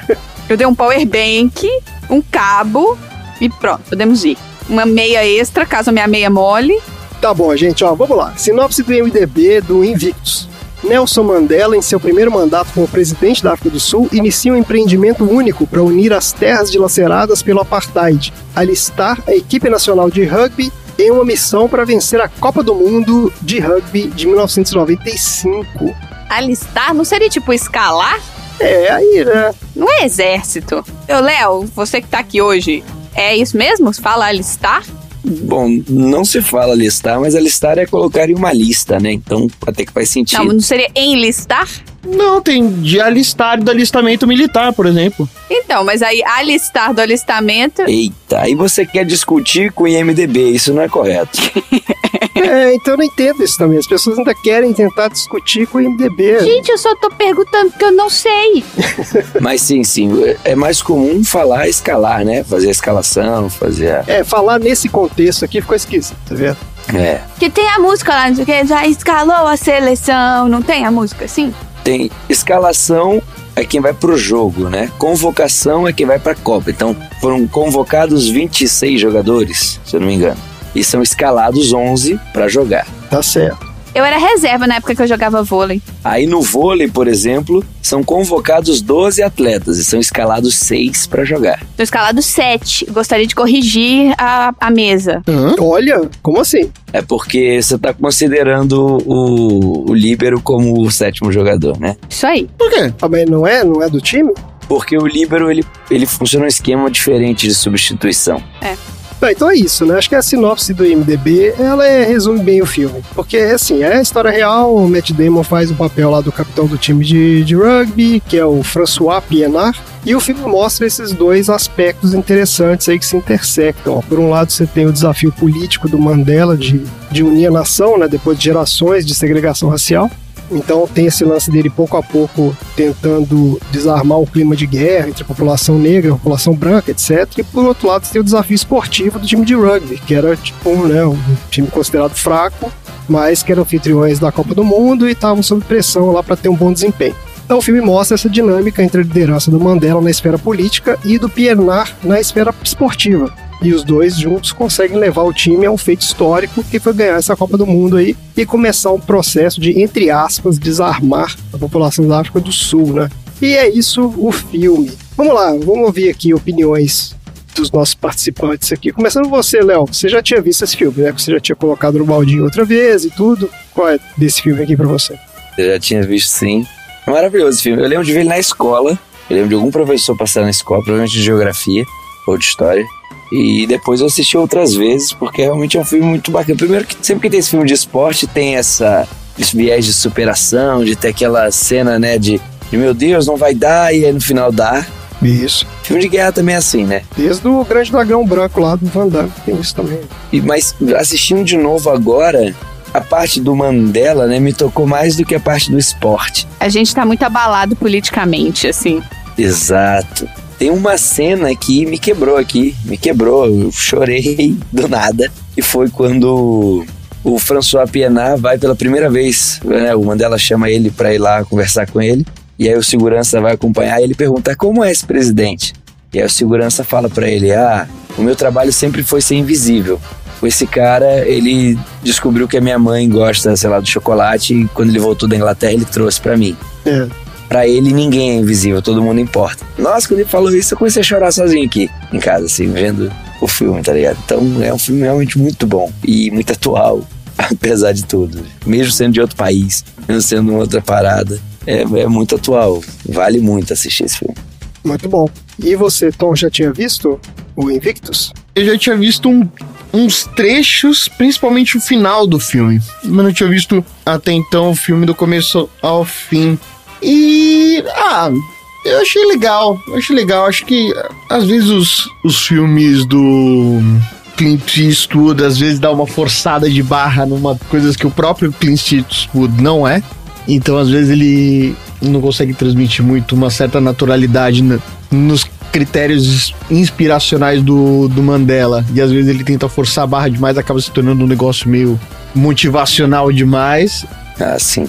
S3: eu tenho um power bank, um cabo e pronto, podemos ir. Uma meia extra, caso a minha meia mole.
S2: Tá bom, gente, ó, vamos lá. Sinopse do MDB do Invictus. Nelson Mandela, em seu primeiro mandato como presidente da África do Sul, inicia um empreendimento único para unir as terras dilaceradas pelo apartheid, alistar a equipe nacional de rugby em uma missão para vencer a Copa do Mundo de Rugby de 1995.
S3: Alistar não seria tipo escalar?
S2: É, aí, né?
S3: Não é exército. Ô, Léo, você que tá aqui hoje, é isso mesmo? Fala alistar?
S4: Bom, não se fala listar, mas alistar é colocar em uma lista, né? Então até que faz
S3: Não,
S4: sentido.
S3: não seria enlistar?
S1: Não, tem de alistar do alistamento militar, por exemplo.
S3: Então, mas aí alistar do alistamento.
S4: Eita, aí você quer discutir com o IMDB, isso não é correto.
S2: É, então eu não entendo isso também. As pessoas ainda querem tentar discutir com o MDB.
S9: Gente, eu só tô perguntando porque eu não sei.
S4: Mas sim, sim, é mais comum falar escalar, né? Fazer a escalação, fazer a...
S2: É, falar nesse contexto aqui ficou esquisito, tá vendo?
S4: É,
S9: Que tem a música lá, não sei o que, já escalou a seleção, não tem a música assim?
S4: tem escalação é quem vai pro jogo, né? Convocação é quem vai pra Copa. Então, foram convocados 26 jogadores, se eu não me engano. E são escalados 11 pra jogar.
S2: Tá certo.
S3: Eu era reserva na época que eu jogava vôlei.
S4: Aí no vôlei, por exemplo, são convocados 12 atletas e são escalados 6 pra jogar.
S3: Tô escalado 7. Gostaria de corrigir a, a mesa.
S2: Olha, como assim?
S4: É porque você tá considerando o, o líbero como o sétimo jogador, né?
S3: Isso aí.
S1: Por quê?
S2: Ah, mas não é? Não é do time?
S4: Porque o líbero ele, ele funciona um esquema diferente de substituição.
S2: Tá, então é isso, né? Acho que a sinopse do IMDB, ela é- resume bem o filme. Porque, assim, é a história real, o Matt Damon faz o papel lá do capitão do time de, de rugby, que é o François Pienaar, e o filme mostra esses dois aspectos interessantes aí que se intersectam. ó. Por um lado, você tem o desafio político do Mandela de, de unir a nação, né? Depois de gerações de segregação racial. Então tem esse lance dele pouco a pouco tentando desarmar o clima de guerra entre a população negra, a população branca, etc. E por outro lado você tem o desafio esportivo do time de rugby, que era tipo um, né, um time considerado fraco, mas que eram anfitriões da Copa do Mundo e estavam sob pressão lá para ter um bom desempenho. Então o filme mostra essa dinâmica entre a liderança do Mandela na esfera política e do Pienaar na esfera esportiva. E os dois juntos conseguem levar o time a um feito histórico que foi ganhar essa Copa do Mundo aí e começar um processo de, entre aspas, desarmar a população da África do Sul, né? E é isso o filme. Vamos lá, vamos ouvir aqui opiniões dos nossos participantes aqui. Começando você, Léo. Você já tinha visto esse filme, né? Você já tinha colocado no baldinho outra vez e tudo. Qual é desse filme aqui pra você?
S4: Eu já tinha visto sim. É maravilhoso esse filme. Eu lembro de ver ele na escola. Eu lembro de algum professor passar na escola, provavelmente de geografia ou de história. E depois eu assisti outras vezes, porque realmente é um filme muito bacana. Primeiro que sempre que tem esse filme de esporte, tem essa esse viés de superação, de ter aquela cena, né, de, de meu Deus, não vai dar, e aí no final dá.
S2: Isso.
S4: Filme de guerra também é assim, né?
S2: Desde o Grande Dragão Branco lá do Van Damme, tem isso também.
S4: E, mas assistindo de novo agora, a parte do Mandela, né, me tocou mais do que a parte do esporte.
S3: A gente tá muito abalado politicamente, assim.
S4: Exato. Tem uma cena que me quebrou aqui, me quebrou, eu chorei do nada. E foi quando o François Pienaar vai pela primeira vez, né, o Mandela chama ele pra ir lá conversar com ele, e aí o segurança vai acompanhar e ele pergunta como é esse presidente. E aí o segurança fala pra ele: "Ah, o meu trabalho sempre foi ser invisível. Com Esse cara, ele descobriu que a minha mãe gosta, sei lá, do chocolate e quando ele voltou da Inglaterra, ele trouxe pra mim."
S2: É.
S4: Pra ele ninguém é invisível, todo mundo importa. Nossa, quando ele falou isso, eu comecei a chorar sozinho aqui, em casa, assim, vendo o filme, tá ligado? Então é um filme realmente muito bom e muito atual, apesar de tudo. Mesmo sendo de outro país, mesmo sendo uma outra parada, é, é muito atual. Vale muito assistir esse filme.
S2: Muito bom. E você, Tom, já tinha visto o Invictus?
S1: Eu já tinha visto um- uns trechos, principalmente o final do filme. Mas não tinha visto até então o filme do começo ao fim. E. Ah, eu achei legal. Eu achei legal. Acho que às vezes os, os filmes do. Clint Eastwood às vezes dá uma forçada de barra numa coisas que o próprio Clint Eastwood não é. Então às vezes ele não consegue transmitir muito uma certa naturalidade na- nos critérios inspiracionais do, do Mandela. E às vezes ele tenta forçar a barra demais, acaba se tornando um negócio meio motivacional demais.
S4: Assim,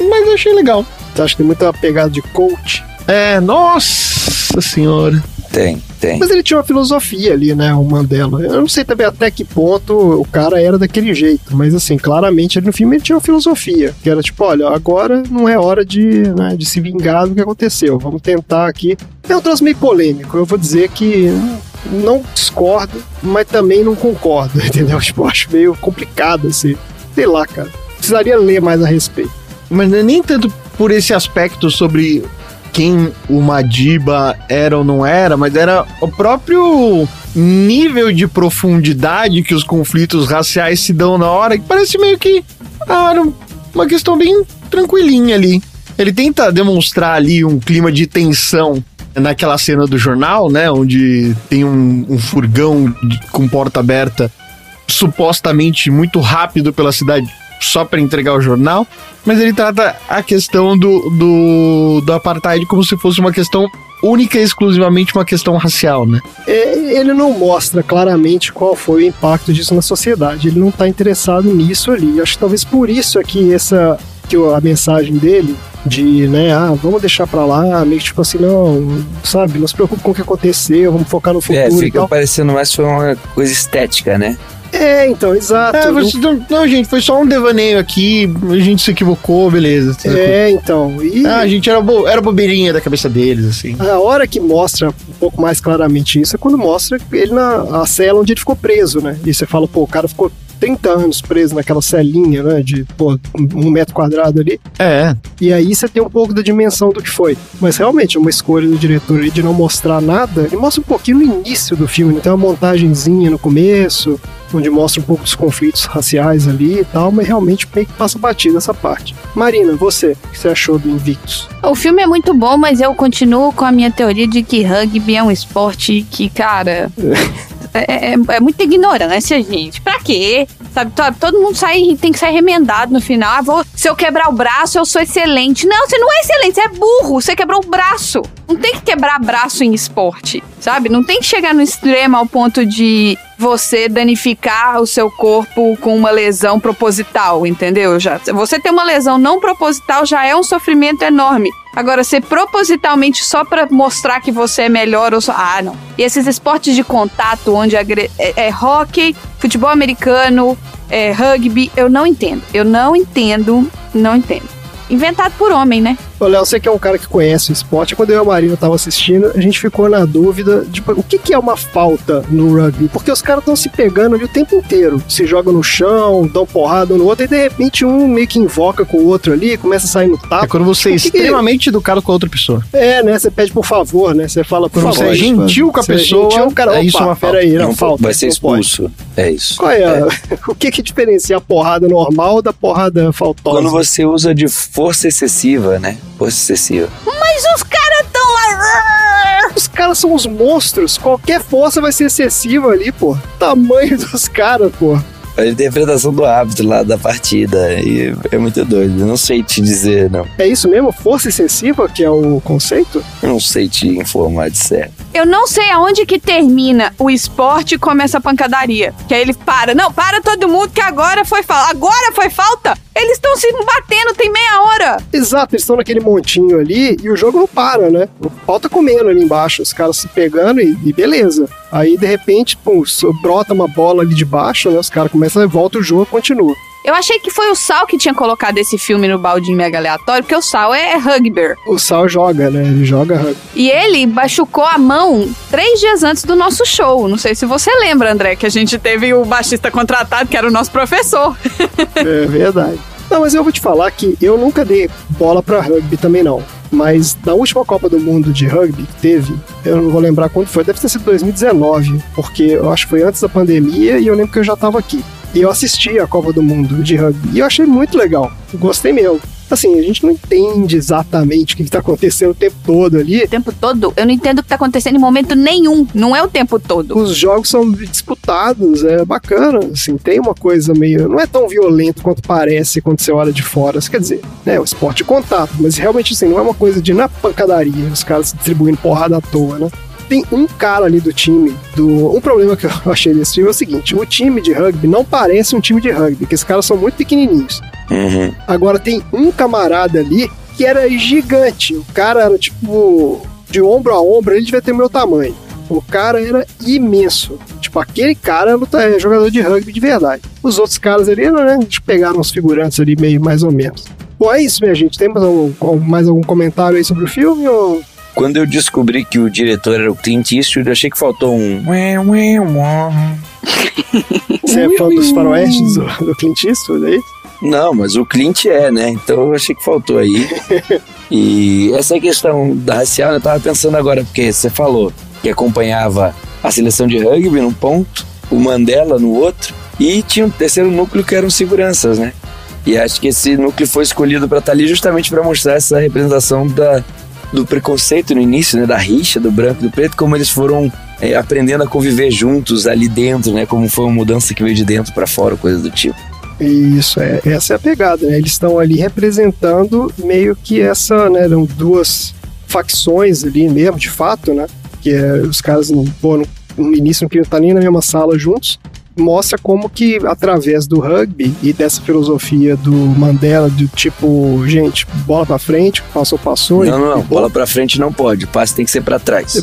S1: Mas eu achei legal.
S2: Você acha que tem muita pegada de coach?
S1: É, nossa senhora.
S4: tem, tem.
S2: Mas ele tinha uma filosofia ali, né, o Mandela. Eu não sei também até que ponto o cara era daquele jeito, mas assim, claramente ali no filme ele tinha uma filosofia, que era tipo, olha, agora não é hora de, né, de se vingar do que aconteceu, vamos tentar aqui. É um troço meio polêmico, eu vou dizer que hum, não discordo, mas também não concordo, entendeu? Tipo, eu acho meio complicado, assim. Sei lá, cara. Precisaria ler mais a respeito.
S1: Mas não é nem tanto por esse aspecto sobre quem o Madiba era ou não era, mas era o próprio nível de profundidade que os conflitos raciais se dão na hora, que parece meio que ah, era uma questão bem tranquilinha ali. Ele tenta demonstrar ali um clima de tensão naquela cena do jornal, né, onde tem um, um furgão de- com porta aberta supostamente muito rápido pela cidade só para entregar o jornal, mas ele trata a questão do, do, do apartheid como se fosse uma questão única e exclusivamente uma questão racial, né?
S2: É, ele não mostra claramente qual foi o impacto disso na sociedade. Ele não está interessado nisso ali. Acho que talvez por isso é que essa que o- a mensagem dele de, né, ah, vamos deixar pra lá, meio que tipo assim, não, sabe, não se preocupe com o que aconteceu, vamos focar no
S4: É,
S2: futuro então. e
S4: fica
S2: tal.
S4: parecendo mais foi uma coisa estética, né?
S2: É, então, exato.
S1: É,
S2: Não-
S1: você- não, não, gente, foi só um devaneio aqui, a gente se equivocou, beleza. tá
S2: é, então. E
S1: Ah, a gente era, bo era bobeirinha da cabeça deles, assim.
S2: A hora que mostra um pouco mais claramente isso é quando mostra ele na a cela onde ele ficou preso, né? E você fala, pô, o cara ficou 30 anos preso naquela celinha, né? De, pô, um metro quadrado ali.
S1: É,
S2: E aí você tem um pouco da dimensão do que foi. Mas realmente é uma escolha do diretor ali de não mostrar nada. Ele mostra um pouquinho no início do filme, né? tem uma montagenzinha no começo, onde mostra um pouco dos conflitos raciais ali e tal, mas realmente meio que passa batida essa parte. Marina, você, o que você achou do Invictus?
S3: O filme é muito bom, mas eu continuo com a minha teoria de que rugby é um esporte que, cara. É, é, é muita ignorância, gente. Pra quê? Sabe, to- todo mundo sai, tem que sair remendado no final. Ah, vou- se eu quebrar o braço, eu sou excelente. Não, você não é excelente, você é burro. Você quebrou o braço. Não tem que quebrar braço em esporte, sabe? Não tem que chegar no extremo ao ponto de você danificar o seu corpo com uma lesão proposital, entendeu? Já, você ter uma lesão não proposital já é um sofrimento enorme. Agora, ser propositalmente só pra mostrar que você é melhor ou só. Ah, não. E esses esportes de contato, onde agre- é, é hockey, futebol americano, é rugby, eu não entendo. Eu não entendo, não entendo. Inventado por homem, né?
S2: Ô, Léo, você que é um cara que conhece o esporte, quando eu e a Marina tava assistindo, a gente ficou na dúvida de pô, o que, que é uma falta no rugby. Porque os caras estão se pegando ali o tempo inteiro. Se jogam no chão, dão porrada um no outro, e de repente um meio que invoca com o outro ali, começa a sair no
S1: é
S2: tapa. Tipo,
S1: quando você é
S2: O que que-
S1: extremamente educado com a outra pessoa.
S2: É, né? Você pede por favor, né? Você fala por
S1: Quando
S2: favor.
S1: você é gentil com a
S2: Você é
S1: pessoa,
S2: gentil, o cara,
S1: é
S2: opa,
S1: isso uma falta.
S2: Peraí, não,
S4: Não,
S2: falta.
S4: um
S2: né?
S4: vai ser
S2: não pode.
S4: expulso. É isso.
S2: Qual é? a- o que que diferencia a porrada normal da porrada faltosa?
S4: Quando você usa de força excessiva, né? Força excessiva.
S3: Mas os caras tão lá.
S2: Os caras são os monstros. Qualquer força vai ser excessiva ali, pô. Tamanho dos caras, pô.
S4: A interpretação do árbitro lá da partida. E é muito doido. Eu não sei te dizer, não.
S2: É isso mesmo? Força excessiva, que é o conceito?
S4: Eu não sei te informar de certo.
S3: Eu não sei aonde que termina o esporte e começa a pancadaria. Que aí ele para. Não, para todo mundo que agora foi falta. Agora foi falta? Eles estão se batendo, tem meia hora.
S2: Exato, eles estão naquele montinho ali e o jogo não para, né? O pau tá comendo ali embaixo, os caras se pegando e, e beleza. Aí, de repente, pum, so- brota uma bola ali de baixo, né? Os caras começam, volta o jogo, continua.
S3: Eu achei que foi o Sal que tinha colocado esse filme no baldinho mega aleatório, porque o Sal é rugby.
S2: O Sal joga, né? Ele joga rugby.
S3: E ele machucou a mão três dias antes do nosso show. Não sei se você lembra, André, que a gente teve o baixista contratado, que era o nosso professor.
S2: É verdade. Não, mas eu vou te falar que eu nunca dei bola pra rugby também não. Mas na última Copa do Mundo de rugby que teve, eu não vou lembrar quando foi, deve ter sido 2019, porque eu acho que foi antes da pandemia e eu lembro que eu já tava aqui. E eu assisti a Copa do Mundo de rugby e eu achei muito legal. Gostei mesmo. Assim, a gente não entende exatamente o que, que tá acontecendo o tempo todo ali.
S3: O tempo todo, eu não entendo o que tá acontecendo em momento nenhum. Não é o tempo todo.
S2: Os jogos são disputados, é bacana, assim, tem uma coisa meio. Não é tão violento quanto parece quando você olha de fora. Quer dizer, né, o esporte de contato, mas realmente assim, não é uma coisa de ir na pancadaria, os caras se distribuindo porrada à toa, né? Tem um cara ali do time, do. Um problema que eu achei desse time é o seguinte: o time de rugby não parece um time de rugby, porque esses caras são muito pequenininhos.
S4: Uhum.
S2: Agora tem um camarada ali que era gigante. O cara era tipo de ombro a ombro, ele devia ter o meu tamanho. O cara era imenso. Tipo, aquele cara é luta- é jogador de rugby de verdade. Os outros caras ali, né? Eles pegaram uns figurantes ali, meio mais ou menos. Bom, é isso, minha gente. Temos algum- mais algum comentário aí sobre o filme? Ou
S4: Quando eu descobri que o diretor era o Clint Eastwood, eu achei que faltou um. ué, ué, ué.
S2: Você é fã dos faroestes do, do Clint Eastwood, é isso?
S4: Não, mas o Clint é, né? Então eu achei que faltou aí. e essa questão da racial, eu tava pensando agora, porque você falou que acompanhava a seleção de rugby num ponto, o Mandela no outro, e tinha um terceiro núcleo que eram seguranças, né? E acho que esse núcleo foi escolhido para estar ali justamente para mostrar essa representação da, do preconceito no início, né? Da rixa, do branco e do preto, como eles foram eh, aprendendo a conviver juntos ali dentro, né? Como foi uma mudança que veio de dentro para fora, coisa do tipo.
S2: Isso, é, essa é a pegada, né? Eles estão ali representando meio que essa, né? Eram duas facções ali mesmo, de fato, né? Que é, os caras, pô, no, no início não queriam estar nem na mesma sala juntos. Mostra como que, através do rugby e dessa filosofia do Mandela, do tipo, gente, bola pra frente, passou, passou. e-
S4: Não, não,
S2: e
S4: não.
S2: bola-
S4: Bola pra frente não pode. O passe tem que ser pra trás.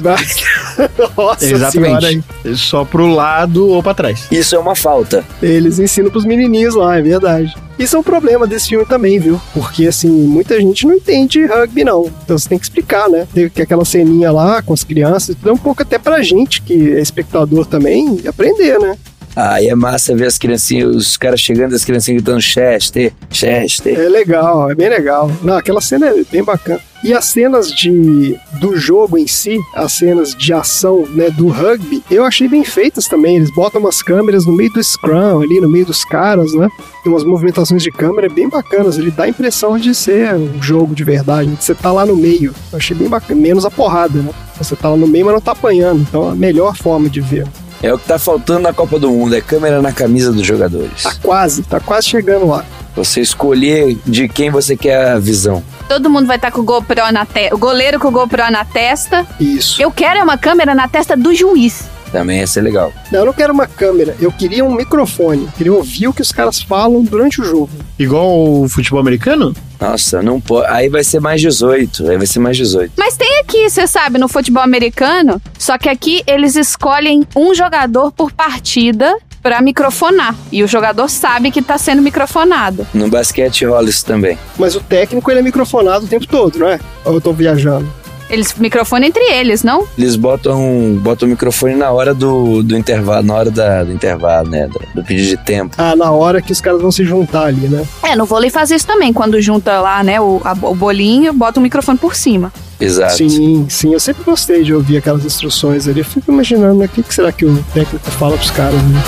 S2: Nossa senhora, hein?
S1: Exatamente. É Só pro lado ou pra trás.
S4: Isso é uma falta.
S2: Eles ensinam pros menininhos lá, é verdade. Isso é um problema desse filme também, viu? Porque, assim, muita gente não entende rugby, não. Então você tem que explicar, né? Teve que aquela ceninha lá com as crianças, dá um pouco até pra gente, que é espectador também, aprender, né?
S4: Ah, e é massa ver as criancinhas, os caras chegando, as criancinhas gritando Chester, Chester.
S2: É legal, é bem legal. Não, aquela cena é bem bacana. E as cenas de, do jogo em si, as cenas de ação né, do rugby, eu achei bem feitas também. Eles botam umas câmeras no meio do scrum, ali no meio dos caras, né? Tem umas movimentações de câmera bem bacanas. Ele dá a impressão de ser um jogo de verdade, né, de você tá lá no meio. Eu achei bem bacana, menos a porrada, né? Você tá lá no meio, mas não tá apanhando. Então, é a melhor forma de ver.
S4: É o que tá faltando na Copa do Mundo, é câmera na camisa dos jogadores.
S2: Tá quase, tá quase chegando lá.
S4: Você escolher de quem você quer a visão.
S3: Todo mundo vai estar com o GoPro na testa. O goleiro com o GoPro na testa.
S2: Isso.
S3: Eu quero é uma câmera na testa do juiz.
S4: Também ia ser legal.
S2: Não, eu não quero uma câmera, eu queria um microfone. Eu queria ouvir o que os caras falam durante o jogo.
S1: Igual o futebol americano?
S4: Nossa, não pode. Aí vai ser mais 18. Aí vai ser mais 18.
S3: Mas tem aqui, você sabe, no futebol americano. Só que aqui eles escolhem um jogador por partida pra microfonar. E o jogador sabe que tá sendo microfonado.
S4: No basquete rola isso também.
S2: Mas o técnico ele é microfonado o tempo todo, não é? Ou eu tô viajando?
S3: Eles microfonam entre eles, não?
S4: Eles botam, botam o microfone na hora do, do intervalo, na hora da, do intervalo, né? Do, do pedido de tempo.
S2: Ah, na hora que os caras vão se juntar ali, né?
S3: É, no vôlei faz isso também. Quando junta lá, né, o, a- o bolinho, bota o microfone por cima.
S4: Exato.
S2: Sim, sim. Eu sempre gostei de ouvir aquelas instruções ali. Eu fico imaginando, né? O que, que será que o técnico fala pros caras, né?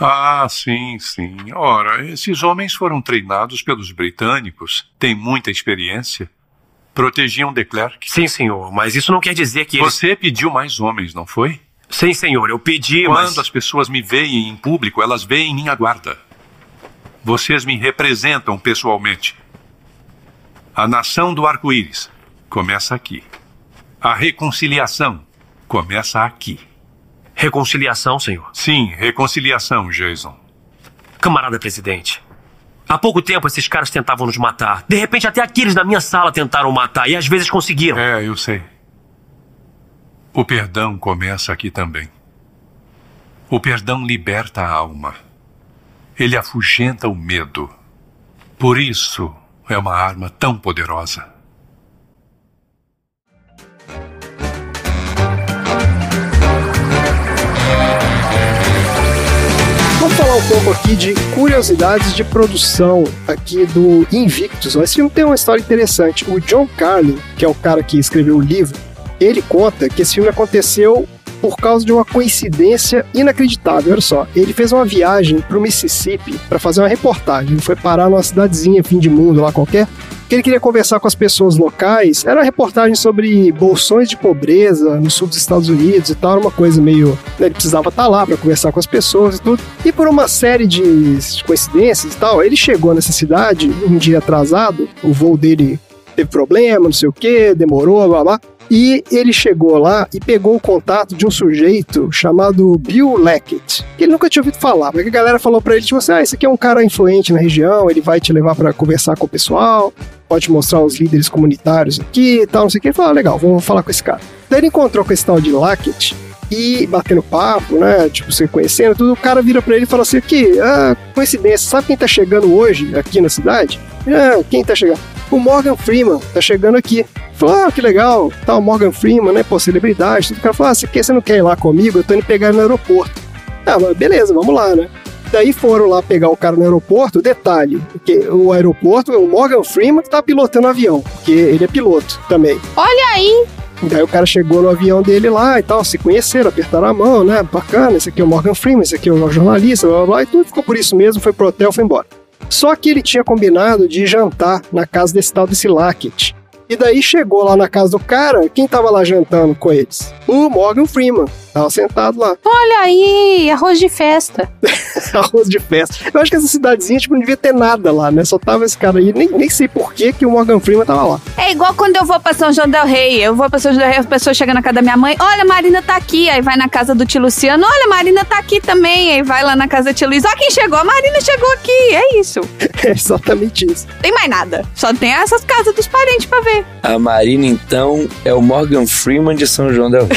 S6: Ah, sim, sim. Ora, esses homens foram treinados pelos britânicos, têm muita experiência. Protegiam de Klerk.
S5: Sim, senhor, mas isso não quer dizer que eles...
S6: Você pediu mais homens, não foi?
S5: Sim, senhor, eu pedi,
S6: Quando
S5: mas...
S6: as pessoas me veem em público, elas veem minha guarda. Vocês me representam pessoalmente. A nação do arco-íris começa aqui. A reconciliação começa aqui.
S5: Reconciliação, senhor.
S6: Sim, reconciliação, Jason.
S5: Camarada presidente, há pouco tempo esses caras tentavam nos matar. De repente, até aqueles da minha sala tentaram matar e às vezes conseguiram.
S6: É, eu sei. O perdão começa aqui também. O perdão liberta a alma. Ele afugenta o medo. Por isso é uma arma tão poderosa.
S2: Vamos falar um pouco aqui de curiosidades de produção aqui do Invictus. Esse filme tem uma história interessante. O John Carlin, que é o cara que escreveu o livro, ele conta que esse filme aconteceu por causa de uma coincidência inacreditável. Olha só, ele fez uma viagem pro Mississippi para fazer uma reportagem. Ele foi parar numa cidadezinha, fim de mundo lá qualquer, que ele queria conversar com as pessoas locais. Era uma reportagem sobre bolsões de pobreza no sul dos Estados Unidos e tal, era uma coisa meio. né, ele precisava estar lá para conversar com as pessoas e tudo. E por uma série de coincidências e tal, ele chegou nessa cidade um dia atrasado, o voo dele teve problema, não sei o que, demorou, blá blá. E ele chegou lá e pegou o contato de um sujeito chamado Bill Leckett, que ele nunca tinha ouvido falar, porque a galera falou pra ele, tipo assim, ah, esse aqui é um cara influente na região, ele vai te levar pra conversar com o pessoal, pode mostrar os líderes comunitários aqui e tal, não sei o que. Ele falou, ah, legal, vou falar com esse cara. Daí ele encontrou com esse tal de Lackett, e batendo papo, né? Tipo, se conhecendo, tudo. O cara vira pra ele e fala assim: aqui, ah, coincidência, sabe quem tá chegando hoje aqui na cidade? Ah, quem tá chegando? O Morgan Freeman tá chegando aqui. Falou, ah, que legal, tá o Morgan Freeman, né? Pô, celebridade. Tudo. O cara falou: ah, você, quer, você não quer ir lá comigo? Eu tô indo pegar ele no aeroporto. Ah, mas beleza, vamos lá, né? Daí foram lá pegar o cara no aeroporto. Detalhe: que o aeroporto, o Morgan Freeman tá pilotando avião, porque ele é piloto também.
S9: Olha aí,
S2: Daí o cara chegou no avião dele lá e tal, se conheceram, apertaram a mão, né? Bacana, esse aqui é o Morgan Freeman, esse aqui é o jornalista, blá blá, blá e tudo ficou por isso mesmo, foi pro hotel, foi embora. Só que ele tinha combinado de jantar na casa desse tal desse Lackett. E daí chegou lá na casa do cara, quem tava lá jantando com eles? O Morgan Freeman. Tava sentado lá.
S3: Olha aí, arroz de festa.
S2: arroz de festa. Eu acho que essa cidadezinha, tipo, não devia ter nada lá, né? Só tava esse cara aí. Nem, nem sei por que que o Morgan Freeman tava lá.
S9: É igual quando eu vou pra São João del Rei. Eu vou pra São João del Rei, as pessoas chegam na casa da minha mãe. Olha, Marina tá aqui. Aí vai na casa do tio Luciano. Olha, Marina tá aqui também. Aí vai lá na casa do tio Luiz. Ó quem chegou. A Marina chegou aqui. É isso.
S2: É exatamente isso.
S9: Não tem mais nada. Só tem essas casas dos parentes pra ver.
S4: A Marina, então, é o Morgan Freeman de São João da Rei.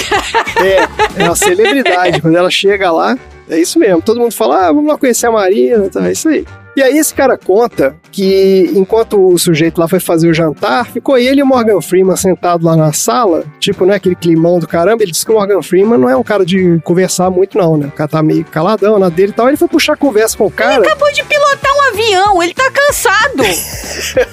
S2: É, é uma celebridade. Quando ela chega lá, é isso mesmo. Todo mundo fala, ah, vamos lá conhecer a Marina, tá, é isso aí. E aí esse cara conta que enquanto o sujeito lá foi fazer o jantar, ficou ele e o Morgan Freeman sentado lá na sala, tipo, né, aquele climão do caramba. Ele disse que o Morgan Freeman não é um cara de conversar muito não, né? O cara tá meio caladão na dele e tal. Ele foi puxar a conversa com o cara.
S9: Acabou de pilotar um avião. Ele tá cansado.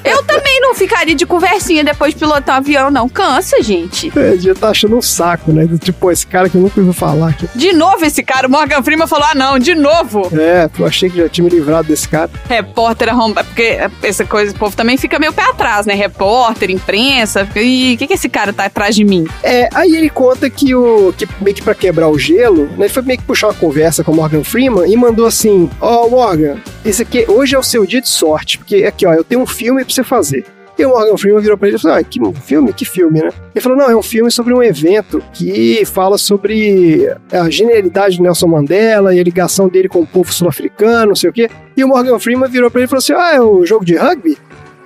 S9: eu também não ficaria de conversinha depois de pilotar um avião, não. Cansa, gente.
S2: É, já tá achando um saco, né? Tipo, "Pô, esse cara que eu nunca ouvi falar aqui.
S3: De novo esse cara, o Morgan Freeman falou: ah, não, de novo.
S2: É, eu achei que já tinha me livrado desse cara.
S3: Repórter arromba. Porque essa coisa, o povo também fica meio pé atrás, né? Repórter, imprensa. Fica, Ih, o que, que esse cara tá atrás de mim?
S2: É, aí ele conta que o que meio que pra quebrar o gelo, né, ele foi meio que puxar uma conversa com o Morgan Freeman e mandou assim: "Ó, Morgan, esse aqui hoje é o seu dia de sorte, porque aqui, ó, eu tenho um filme pra você fazer". E o Morgan Freeman virou pra ele e falou: "Ah, que filme? Que filme, né?". Ele falou: "Não, é um filme sobre um evento que fala sobre a genialidade do Nelson Mandela e a ligação dele com o povo sul-africano, não sei o quê". E o Morgan Freeman virou pra ele e falou assim: "Ah, é o jogo de rugby?".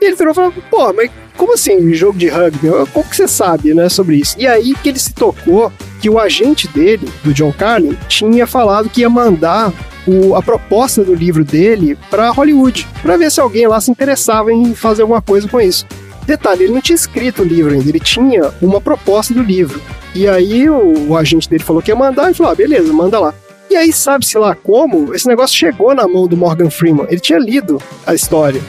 S2: E ele virou e falou: pô, mas como assim jogo de rugby? Como que você sabe, né, sobre isso? E aí que ele se tocou que o agente dele, do John Carlin, tinha falado que ia mandar o- a proposta do livro dele pra Hollywood, pra ver se alguém lá se interessava em fazer alguma coisa com isso. Detalhe, ele não tinha escrito o livro ainda, ele tinha uma proposta do livro. E aí o, o agente dele falou que ia mandar e falou: ah, beleza, manda lá. E aí, sabe-se lá como, esse negócio chegou na mão do Morgan Freeman. Ele tinha lido a história.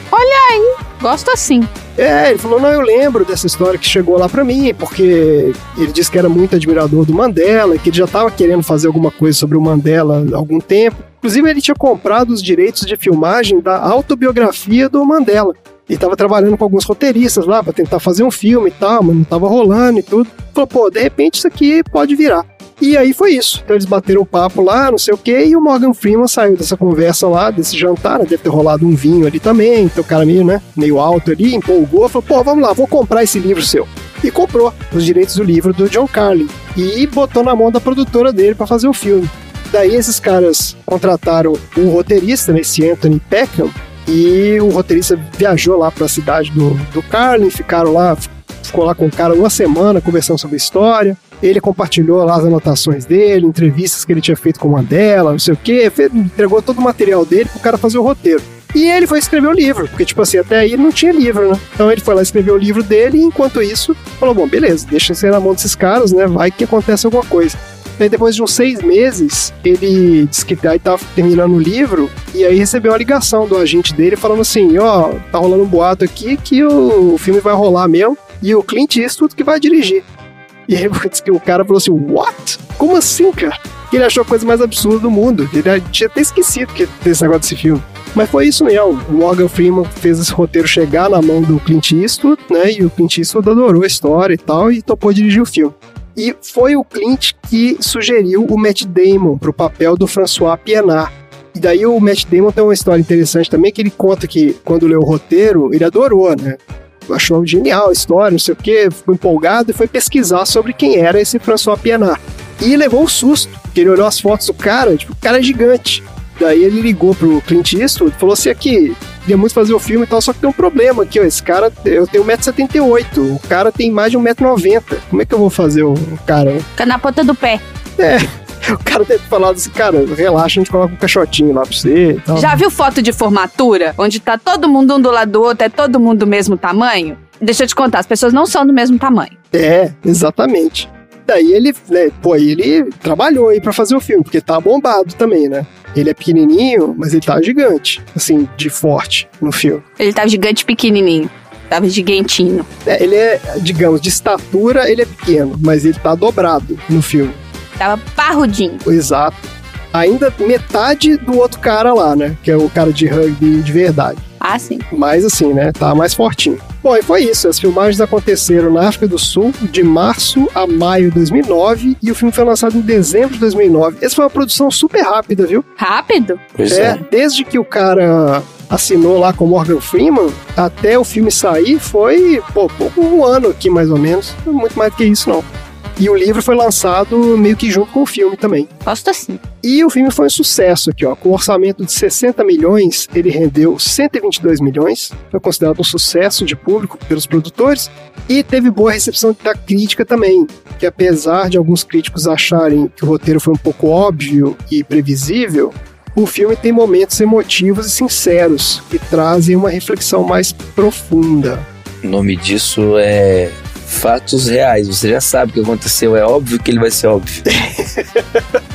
S3: Gosto assim.
S2: É, ele falou, não, eu lembro dessa história que chegou lá pra mim, porque ele disse que era muito admirador do Mandela, que ele já tava querendo fazer alguma coisa sobre o Mandela há algum tempo. Inclusive, ele tinha comprado os direitos de filmagem da autobiografia do Mandela. E tava trabalhando com alguns roteiristas lá pra tentar fazer um filme e tal, mas não tava rolando e tudo. Falou, pô, de repente isso aqui pode virar. E aí foi isso. Então eles bateram o papo lá, não sei o quê, e o Morgan Freeman saiu dessa conversa lá, desse jantar, né? Deve ter rolado um vinho ali também, então o cara meio, né, meio alto ali, empolgou, falou, pô, vamos lá, vou comprar esse livro seu. E comprou os direitos do livro do John Carlin. E botou na mão da produtora dele pra fazer o filme. Daí esses caras contrataram um roteirista, né, esse Anthony Peckham, e o roteirista viajou lá pra cidade do, do Carlin, ficaram lá, ficou lá com o cara uma semana conversando sobre a história. Ele compartilhou lá as anotações dele, entrevistas que ele tinha feito com o Mandela, não sei o quê, fe- entregou todo o material dele pro cara fazer o roteiro. E ele foi escrever o livro, porque, tipo assim, até aí não tinha livro, né? Então ele foi lá escrever o livro dele e, enquanto isso, falou: bom, beleza, deixa isso aí na mão desses caras, né? Vai que acontece alguma coisa. Aí depois de uns seis meses, ele disse que aí tava terminando o livro, e aí recebeu uma ligação do agente dele falando assim, ó, tá rolando um boato aqui que o, o filme vai rolar mesmo, e o Clint Eastwood que vai dirigir. E aí disse que o cara falou assim, what? Como assim, cara? Que ele achou a coisa mais absurda do mundo. Ele tinha até esquecido que tem esse negócio desse filme. Mas foi isso mesmo. O Morgan Freeman fez esse roteiro chegar na mão do Clint Eastwood, né? E o Clint Eastwood adorou a história e tal, e topou dirigir o filme. E foi o Clint que sugeriu o Matt Damon pro papel do François Pienaar. E daí o Matt Damon tem uma história interessante também, que ele conta que quando leu o roteiro, ele adorou, né? Achou genial a história, não sei o quê, ficou empolgado e foi pesquisar sobre quem era esse François Pienaar. E levou um susto, porque ele olhou as fotos do cara, tipo, o cara é gigante. Daí ele ligou pro Clint Eastwood, falou assim, aqui, queria muito fazer o filme e tal, só que tem um problema aqui, ó, esse cara, eu tenho 1,78m, o cara tem mais de 1,90m, como é que eu vou fazer o o cara,
S9: Fica na ponta do pé.
S2: É. O cara deve ter falado assim, cara, relaxa, a gente coloca um caixotinho lá pra você e tal.
S9: Já viu foto de formatura? Onde tá todo mundo um do lado do outro, é todo mundo do mesmo tamanho? Deixa eu te contar, as pessoas não são do mesmo tamanho.
S2: É, exatamente. Daí ele, né, pô, aí ele trabalhou aí pra fazer o filme, porque tá bombado também, né? Ele é pequenininho, mas ele tá gigante, assim, de forte no filme.
S9: Ele tava gigante pequenininho. Tava gigantinho.
S2: É, ele é, digamos, de estatura ele é pequeno, mas ele tá dobrado no filme.
S9: Tava parrudinho.
S2: Exato. Ainda metade do outro cara lá, né? Que é o cara de rugby de verdade.
S9: Ah, sim.
S2: Mas assim, né? Tá mais fortinho. Bom, e foi isso. As filmagens aconteceram na África do Sul de março a maio de 2009 e o filme foi lançado em dezembro de 2009. Essa foi uma produção super rápida, viu?
S9: Rápido?
S4: Pois
S2: É,
S4: é.
S2: desde que o cara assinou lá com Morgan Freeman, até o filme sair foi, pô, pouco um ano aqui mais ou menos, Não é muito mais do que isso não. E o livro foi lançado meio que junto com o filme também.
S9: Gosto assim.
S2: E o filme foi um sucesso aqui, ó. Com um orçamento de 60 milhões, ele rendeu 122 milhões. Foi considerado um sucesso de público pelos produtores e teve boa recepção da crítica também. Que apesar de alguns críticos acharem que o roteiro foi um pouco óbvio e previsível, o filme tem momentos emotivos e sinceros que trazem uma reflexão mais profunda.
S4: O nome disso é fatos reais. Você já sabe o que aconteceu. É óbvio que ele vai ser óbvio.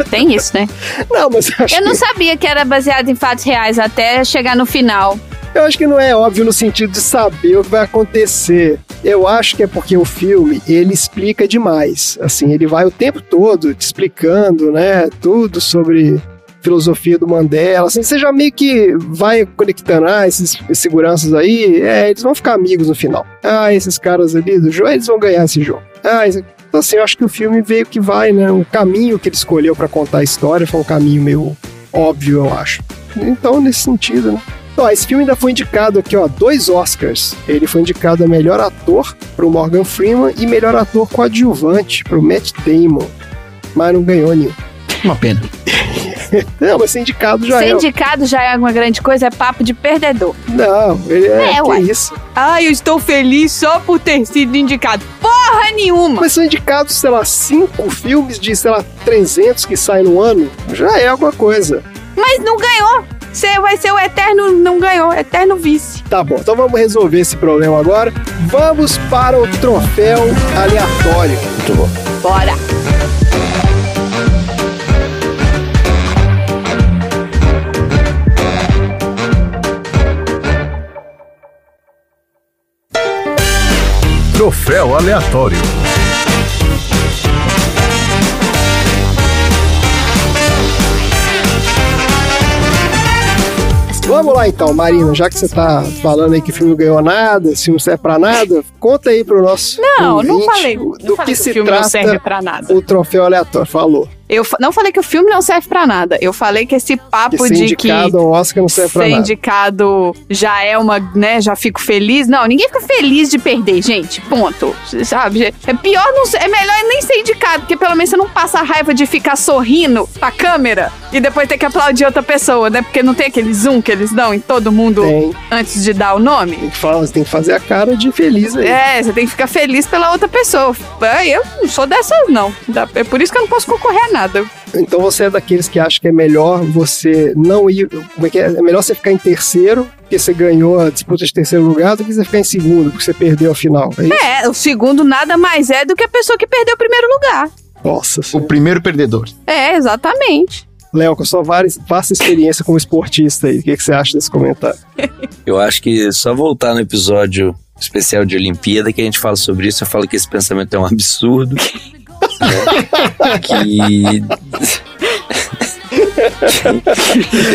S9: Tem isso, né?
S2: Não, mas eu acho,
S9: Eu não sabia que era baseado em fatos reais até chegar no final.
S2: que, eu acho que não é óbvio no sentido de saber o que vai acontecer. Eu acho que é porque o filme, ele explica demais. Assim, ele vai o tempo todo te explicando, né, tudo sobre filosofia do Mandela, assim, você já meio que vai conectando, ah, esses seguranças aí, é, eles vão ficar amigos no final. Ah, esses caras ali do jogo, eles vão ganhar esse jogo. Ah, esse... Então, assim, eu acho que o filme veio que vai, né, o caminho que ele escolheu pra contar a história foi um caminho meio óbvio, eu acho. Então, nesse sentido, né? Ó, esse filme ainda foi indicado aqui, ó, dois Oscars. Ele foi indicado a melhor ator pro Morgan Freeman e melhor ator coadjuvante pro Matt Damon. Mas não ganhou nenhum.
S1: Uma pena.
S2: Não, mas ser indicado já
S9: Ser
S2: é.
S9: indicado já é alguma grande coisa, é papo de perdedor.
S2: Não, ele
S9: É,
S2: é, que
S9: ué.
S2: isso.
S9: Ah, eu estou feliz só por ter sido indicado. Porra nenhuma!
S2: Mas são indicados, sei lá, cinco filmes de, sei lá, 300 que saem no ano. Já é alguma coisa.
S9: Mas não ganhou! Você vai ser o eterno, não ganhou, eterno vice.
S2: Tá bom, então vamos resolver esse problema agora. Vamos para o troféu aleatório.
S4: Muito bom.
S9: Bora!
S8: Troféu aleatório.
S2: Vamos lá então, Marina, já que você tá falando aí que o filme não ganhou nada, esse filme não serve pra nada, conta aí pro nosso.
S3: Não, não
S2: ouvinte
S3: falei- não
S2: o-
S3: falei
S2: Do que
S3: que o
S2: se
S3: filme não
S2: trata
S3: serve pra nada.
S2: o troféu aleatório. Falou.
S3: Eu fa- não falei que o filme não serve pra nada. Eu falei que esse
S2: Que
S3: papo
S2: ser
S3: de que
S2: indicado ao Oscar não serve pra
S3: ser
S2: nada.
S3: indicado já é uma, né, já fico feliz. Não, ninguém fica feliz de perder, gente. Ponto. Sabe? É pior não ser, é melhor nem ser indicado, porque pelo menos você não passa a raiva de ficar sorrindo pra câmera e depois ter que aplaudir outra pessoa, né? Porque não tem aquele zoom que eles dão em todo mundo
S2: Tem,
S3: antes de dar o nome.
S2: tem que falar, você tem que fazer a cara de feliz aí.
S3: É, você tem que ficar feliz pela outra pessoa. Ah, Eu não sou dessas, não. Dá- É por isso que eu não posso concorrer a nada.
S2: Então você é daqueles que acha que é melhor você não ir. Como é que é? É melhor você ficar em terceiro, porque você ganhou a disputa de terceiro lugar, do que você ficar em segundo, porque você perdeu a final. É isso?
S9: É, o segundo nada mais é do que a pessoa que perdeu o primeiro lugar.
S2: É. Nossa
S1: O
S2: senhora.
S1: primeiro perdedor.
S9: É, exatamente.
S2: Léo, com a sua várias- vasta experiência como esportista aí, o que, que você acha desse comentário?
S4: Eu acho que só voltar no episódio especial de Olimpíada que a gente fala sobre isso, eu falo que esse pensamento é um absurdo. né? que tem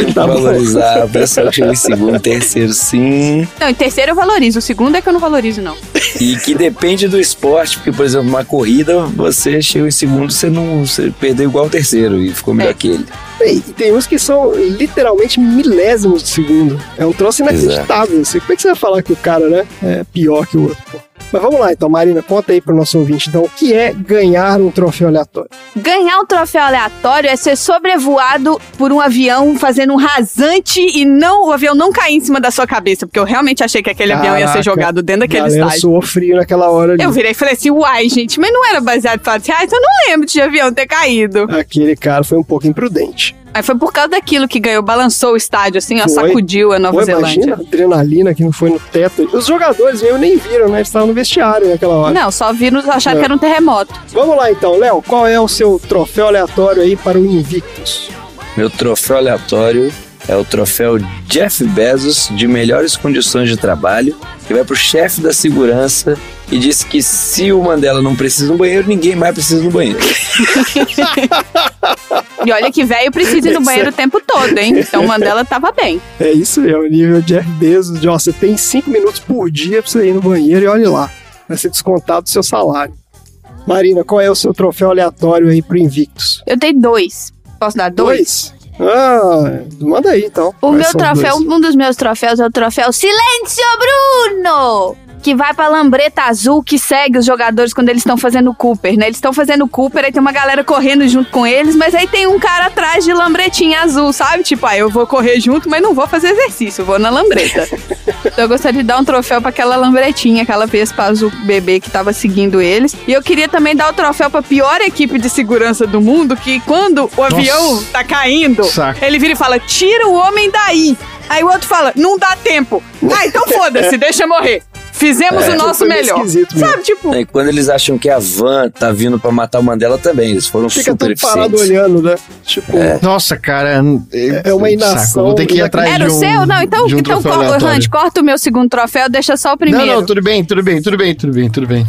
S4: que
S2: Tá bom.
S4: valorizar a pessoa que chega em segundo, terceiro, sim.
S9: Não, em terceiro eu valorizo, o segundo é que eu não valorizo, não.
S4: E que depende do esporte, porque, por exemplo, uma corrida, você chega em segundo, você não você perdeu igual o terceiro e ficou melhor
S9: É.
S4: que ele.
S2: Bem, e tem uns que são literalmente milésimos de segundo. É um troço inacreditável. Assim. Como é que você vai falar que o cara, né, é pior que o outro? pô? Mas vamos lá então, Marina, conta aí pro nosso ouvinte então o que é ganhar um troféu aleatório.
S3: Ganhar um troféu aleatório é ser sobrevoado por um avião fazendo um rasante e não o avião não cair em cima da sua cabeça, porque eu realmente achei que aquele avião é ia ser
S2: Caraca.
S3: jogado dentro daquele
S2: Galera,
S3: estágio.
S2: suou frio naquela hora ali.
S3: Eu virei e falei assim, uai, gente, mas não era baseado em fatos reais, eu não lembro de avião ter caído.
S2: Aquele cara foi um pouco imprudente.
S3: Aí foi por causa daquilo que ganhou, balançou o estádio, assim, ó,
S2: Foi.
S3: sacudiu a Nova
S2: Pô, imagina
S3: Zelândia.
S2: a adrenalina que não foi no teto. Os jogadores mesmo nem viram, né? Eles estavam no vestiário naquela hora.
S3: Não, só viram, acharam
S2: Não.
S3: que era um terremoto.
S2: Vamos lá então, Léo, qual é o seu troféu aleatório aí para o Invictus?
S4: Meu troféu aleatório é o troféu Jeff Bezos de melhores condições de trabalho, que vai pro chefe da segurança e diz que se o Mandela não precisa no banheiro, ninguém mais precisa no banheiro.
S3: E olha que velho precisa ir no banheiro o tempo todo, hein? Então o Mandela tava bem.
S2: É isso aí, é o nível de Bezos de ó, você tem 5 minutos por dia pra você ir no banheiro e olhe lá. Vai ser descontado do seu salário. Marina, qual é o seu troféu aleatório aí pro Invictus?
S3: Eu dei dois. Posso dar dois?
S2: Dois? Ah, manda aí então.
S3: O
S2: Quais
S3: meu
S2: são os
S3: troféu,
S2: dois?
S3: um dos meus troféus é o troféu Silêncio Bruno! Que vai pra lambreta azul que segue os jogadores quando eles estão fazendo o Cooper, né? Eles estão fazendo o Cooper, aí tem uma galera correndo junto com eles, mas aí tem um cara atrás de lambretinha azul, sabe? Tipo, ah, eu vou correr junto, mas não vou fazer exercício, eu vou na lambreta. Então eu gostaria de dar um troféu pra aquela lambretinha, aquela Vespa azul bebê que tava seguindo eles. E eu queria também dar o troféu pra pior equipe de segurança do mundo, que quando o avião tá caindo,
S1: Saco.
S3: ele vira e fala: tira o homem daí. Aí o outro fala: não dá tempo. Ah, então foda-se, deixa eu morrer.
S1: É,
S3: Fizemos o nosso
S2: Foi meio
S3: melhor.
S2: esquisito mesmo.
S3: Sabe, tipo,
S4: E quando eles acham que a van tá vindo pra matar o Mandela também, eles foram
S2: Fica
S4: super
S2: tudo parado
S4: eficientes.
S2: olhando, né? Tipo,
S1: Nossa, cara.
S2: É uma inação
S1: saco, Vou ter que ir atrás
S3: era
S1: de
S3: o
S1: um-
S3: seu? Não, então,
S1: de um
S3: então
S1: troféu
S3: co-
S1: aleatório.
S3: Hunt, corta o meu segundo troféu, deixa só o primeiro.
S1: Não, não, tudo bem, tudo bem, tudo bem, tudo bem, tudo bem.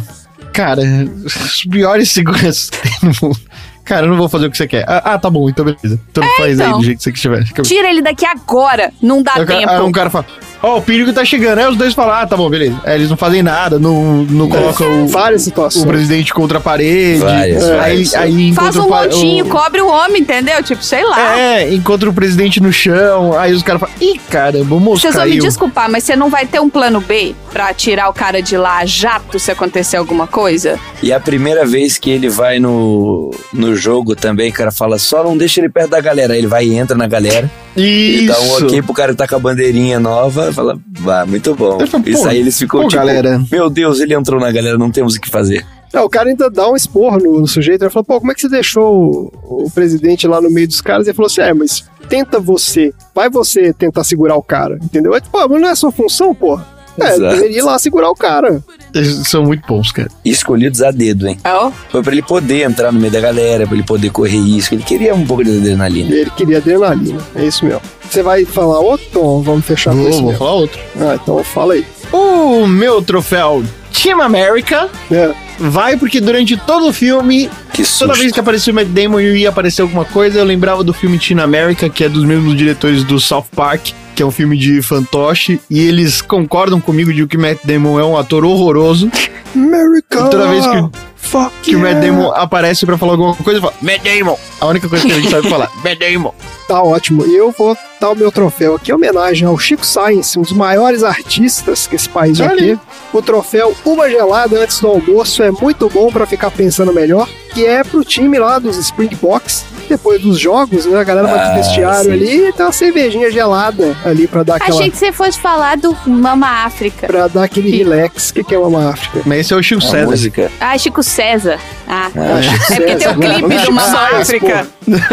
S1: Cara, os piores seguranças que tem no mundo. Cara, eu não vou fazer o que você quer. Ah, ah, tá bom, então beleza. Então faz aí
S3: então.
S1: do jeito que você quiser. Fica-
S3: Tira ele daqui agora, não dá
S1: Aí o cara-
S3: tempo.
S1: aí um cara fala, ó, o perigo tá chegando. Aí os dois falam, ah, tá bom, beleza. Aí eles não fazem nada, não, não colocam o,
S2: várias situações.
S1: o presidente contra a parede. é,
S4: Várias,
S1: aí,
S4: várias.
S1: aí
S3: Faz
S1: encontra
S3: um
S1: o pa-
S3: montinho,
S1: o-
S3: cobre o homem, entendeu? Tipo, sei lá.
S1: É, encontra o presidente no chão. Aí os caras falam, ih, caramba, o moço
S3: Vocês vão me
S1: caiu.
S3: desculpar, mas você não vai ter um plano B pra tirar o cara de lá a jato se acontecer alguma coisa?
S4: E a primeira vez que ele vai no, no jogo também, o cara fala, só não deixa ele perto da galera. Aí ele vai e entra na galera
S1: Isso.
S4: e dá um ok pro cara que tá com a bandeirinha nova. Fala, vá, muito bom.
S1: Eu falo, pô,
S4: Isso aí eles ficam
S1: pô,
S4: tipo,
S1: galera.
S4: meu Deus, ele entrou na galera, não temos o que fazer.
S2: Não, o cara ainda dá um esporro no, no sujeito. Ele fala, pô, como é que você deixou o, o presidente lá no meio dos caras? Ele falou assim, é, mas tenta você. Vai você tentar segurar o cara, entendeu? É, pô, mas não é sua função, pô. É,
S4: Exato.
S2: deveria ir lá segurar o cara.
S1: Eles são muito bons, cara.
S4: E escolhidos a dedo, hein?
S3: É, ó.
S4: Foi pra ele poder entrar no meio da galera, pra ele poder correr isso. Ele queria um pouco de adrenalina.
S2: Ele queria adrenalina, é isso mesmo. Você vai falar outro, Tom? Vamos fechar com
S1: Vou,
S2: Tá isso
S1: vou
S2: mesmo.
S1: falar outro.
S2: Ah, então fala aí.
S1: O meu troféu Team America
S2: É,
S1: vai porque durante todo o filme,
S4: Que
S1: toda
S4: susto.
S1: vez que aparecia o Matt Damon e ia aparecer alguma coisa, eu lembrava do filme Team America, que é dos mesmos diretores do South Park, que é um filme de fantoche, e eles concordam comigo de que o Matt Damon é um ator horroroso.
S2: America!
S1: Toda vez que o-
S2: Fuck
S1: Que é? o Matt
S2: yeah.
S1: Damon aparece pra falar alguma coisa, fala Matt Damon. A única coisa que a gente sabe falar, Matt Damon.
S2: Tá ótimo. E eu vou dar o meu troféu aqui em homenagem ao Chico Sainz, um dos maiores artistas que esse país já
S1: Olha aí.
S2: teve. O troféu Uma Gelada antes do almoço é muito bom pra ficar pensando melhor, que é pro time lá dos Springboks. Depois dos jogos, né? A galera vai
S4: Ah,
S2: pro vestiário
S4: sim.
S2: ali e tem uma cervejinha gelada ali pra dar aquela.
S3: Achei que você fosse falar do Mama África.
S2: Pra dar aquele relax. O que, que é uma África?
S1: Mas esse é o Chico
S4: A
S1: César.
S4: música.
S3: Ah, Chico César. Ah.
S4: Ah,
S3: É porque tem o
S2: né?
S3: clipe do Mama
S2: Sainz,
S3: África,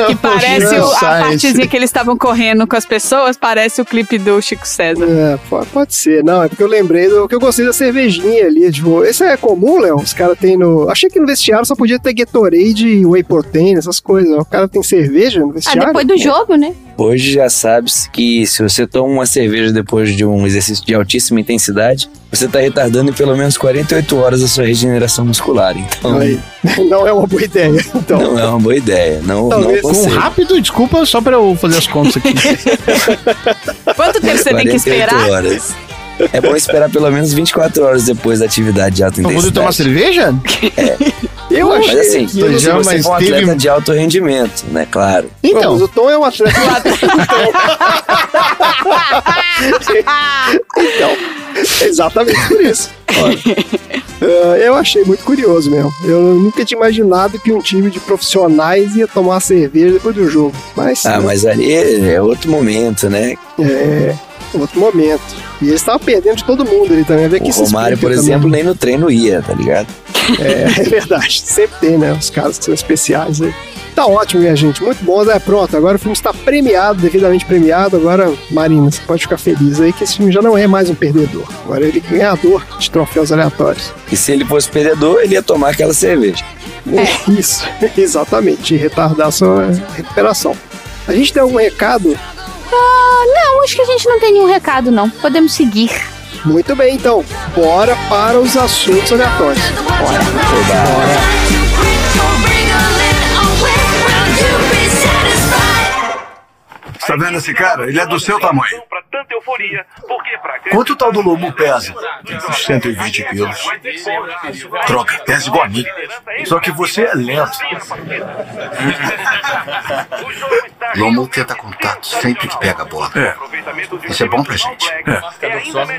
S3: que parece
S1: Chico
S3: o- a
S1: Sainz.
S3: partezinha que eles estavam correndo com as pessoas, parece o clipe do Chico César.
S2: É, po- pode ser. Não, é porque eu lembrei do que eu gostei da cervejinha ali. Tipo, esse é comum, Léo? Os caras têm no. Achei que no vestiário só podia ter Gatorade e Whey Protein, essas coisas. né? O cara tem cerveja no
S3: Ah,
S2: vestiário?
S3: depois do jogo, né?
S4: Hoje já sabe-se que se você toma uma cerveja depois de um exercício de altíssima intensidade, você tá retardando em pelo menos 48 horas a sua regeneração muscular. Então,
S2: Aí. Não é uma boa ideia. Então,
S4: não é uma boa ideia. Não, não
S2: Talvez.
S1: Com
S4: aconselho.
S1: rápido, desculpa, só pra eu fazer as contas aqui.
S3: Quanto tempo você tem que
S4: 48
S3: esperar?
S4: horas. É bom esperar pelo menos 24 horas depois da atividade de
S1: Eu
S4: alta
S1: Então, vou
S4: intensidade.
S1: tomar cerveja?
S2: eu
S4: Mas
S2: achei.
S4: assim,
S2: que-
S1: dois
S4: se
S1: já,
S4: você
S1: mas
S2: é
S4: for um atleta
S1: teve-
S4: de alto rendimento, né? Claro.
S2: Pô,
S1: Então,
S2: mas o Tom é um atleta. então, então, exatamente por isso. Olha. Ah, eu achei muito curioso mesmo. Eu nunca tinha imaginado que um time de profissionais ia tomar cerveja depois do jogo. Mas,
S4: Ah,
S2: né,
S4: mas ali é outro momento, né?
S2: é, outro momento. E eles estavam perdendo de todo mundo ali também. Vê que
S4: O
S2: esses
S4: Romário, por
S2: pica também-
S4: exemplo, nem no treino ia, tá ligado?
S2: É, é verdade. Sempre tem, né? Os casos que são especiais aí. Tá ótimo, minha gente. Muito bom. É pronto. Agora o filme está premiado, devidamente premiado. Agora, Marina, você pode ficar feliz aí que esse filme já não é mais um perdedor. Agora ele é ganhador de troféus aleatórios.
S4: E se ele fosse perdedor, ele ia tomar aquela cerveja.
S2: É. Isso, exatamente. E retardar a sua recuperação. A gente tem algum recado?
S9: Ah, não, acho que a gente não tem nenhum recado, não. Podemos seguir.
S2: Muito bem, então. Bora para os assuntos aleatórios.
S10: Tá vendo esse cara? Ele é do seu tamanho.
S5: Quanto o tal do lobo pesa?
S10: Uns 120 quilos. Troca, pesa igual a mim. Só que você é lento.
S7: Lomo tenta contato sempre que pega a bola.
S6: É.
S10: Isso é bom pra gente.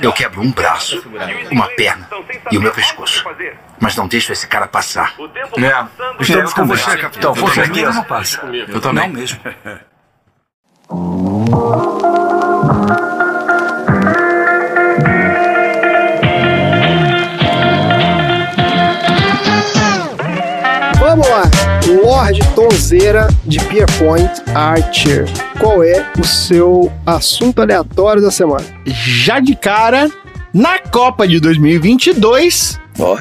S7: Eu quebro um braço, uma perna e o meu pescoço. Mas não deixo esse cara passar.
S10: É.
S6: Estamos com você, capitão.
S10: Com certeza.
S6: Não passa.
S10: Eu também. Não mesmo.
S2: Vamos lá! Lorde Tonzeira de Pierpoint Archer. Qual é o seu assunto aleatório da semana?
S1: Já de cara, na Copa de 2022,
S4: Ó,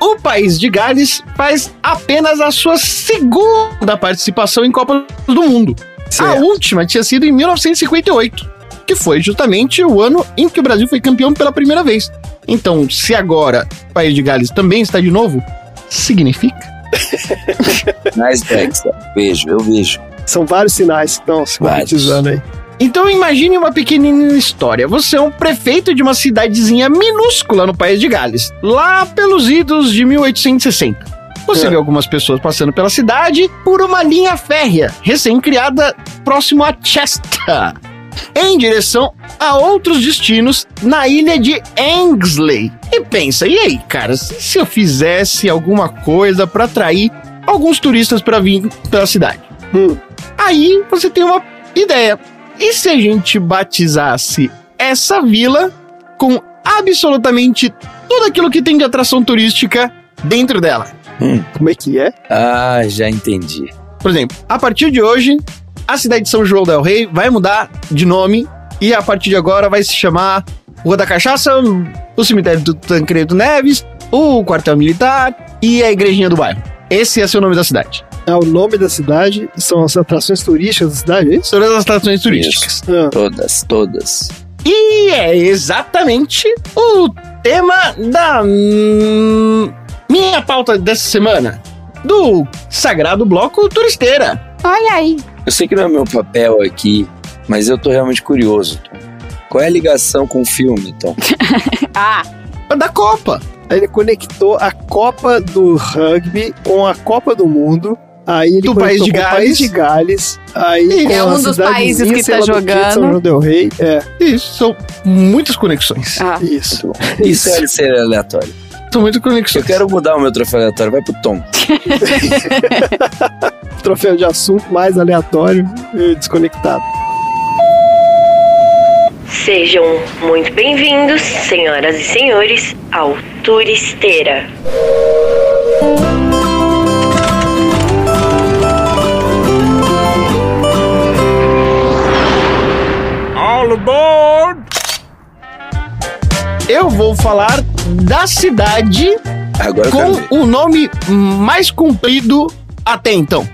S1: o país de Gales faz apenas a sua segunda participação em Copas do Mundo. A última tinha sido em 1958, que foi justamente o ano em que o Brasil foi campeão pela primeira vez. Então, se agora o país de Gales também está de novo, significa
S4: nice bags. Vejo, eu vejo.
S2: São vários sinais que estão se
S4: Vários.
S2: concretizando aí.
S1: Então imagine uma pequenina história. Você é um prefeito de uma cidadezinha minúscula no país de Gales, lá pelos idos de 1860. Você
S2: É.
S1: vê algumas pessoas passando pela cidade por uma linha férrea recém-criada próximo a Chester, em direção a outros destinos na ilha de Angsley. E pensa, e aí, cara, se se eu fizesse alguma coisa para atrair alguns turistas para vir pela cidade?
S2: Hum.
S1: Aí você tem uma ideia. E se a gente batizasse essa vila com absolutamente tudo aquilo que tem de atração turística dentro dela?
S2: Como é que é?
S4: Ah, já entendi.
S1: Por exemplo, a partir de hoje, a cidade de São João del Rei vai mudar de nome e a partir de agora vai se chamar Rua da Cachaça, o cemitério do Tancredo Neves, o quartel militar e a igrejinha do bairro. Esse ia ser o nome da cidade.
S2: É o nome da cidade? São as atrações turísticas da cidade, é isso?
S1: Todas as atrações turísticas.
S2: Ah,
S4: Todas, todas.
S1: E é exatamente o tema da hum, minha pauta dessa semana, do Sagrado Bloco Turisteira.
S9: Olha aí.
S4: Eu sei que não é meu papel aqui, mas eu tô realmente curioso, Tom. Qual é a ligação com o filme, Tom?
S9: Ah,
S1: Da Copa.
S2: Ah, ele conectou a Copa do Rugby com a Copa do Mundo. Aí ele
S1: Do
S2: conectou
S1: país de
S2: com o
S1: Gales.
S2: país de Gales. Aí
S1: É
S2: com a
S9: um dos
S2: cidade
S9: países que
S2: Ínsula
S9: tá
S2: do Quinto,
S9: jogando.
S2: São João del Rei. É,
S1: Isso, são muitas conexões.
S9: ah.
S2: isso.
S4: Isso é ser aleatório.
S1: São muitas conexões.
S4: Eu quero mudar o meu troféu aleatório, vai pro Tom.
S2: Troféu de assunto mais aleatório e desconectado.
S11: Sejam muito bem-vindos, senhoras e senhores, ao Turisteira.
S1: Eu vou falar da cidade
S4: Agora eu quero ver.
S1: com o nome mais comprido até então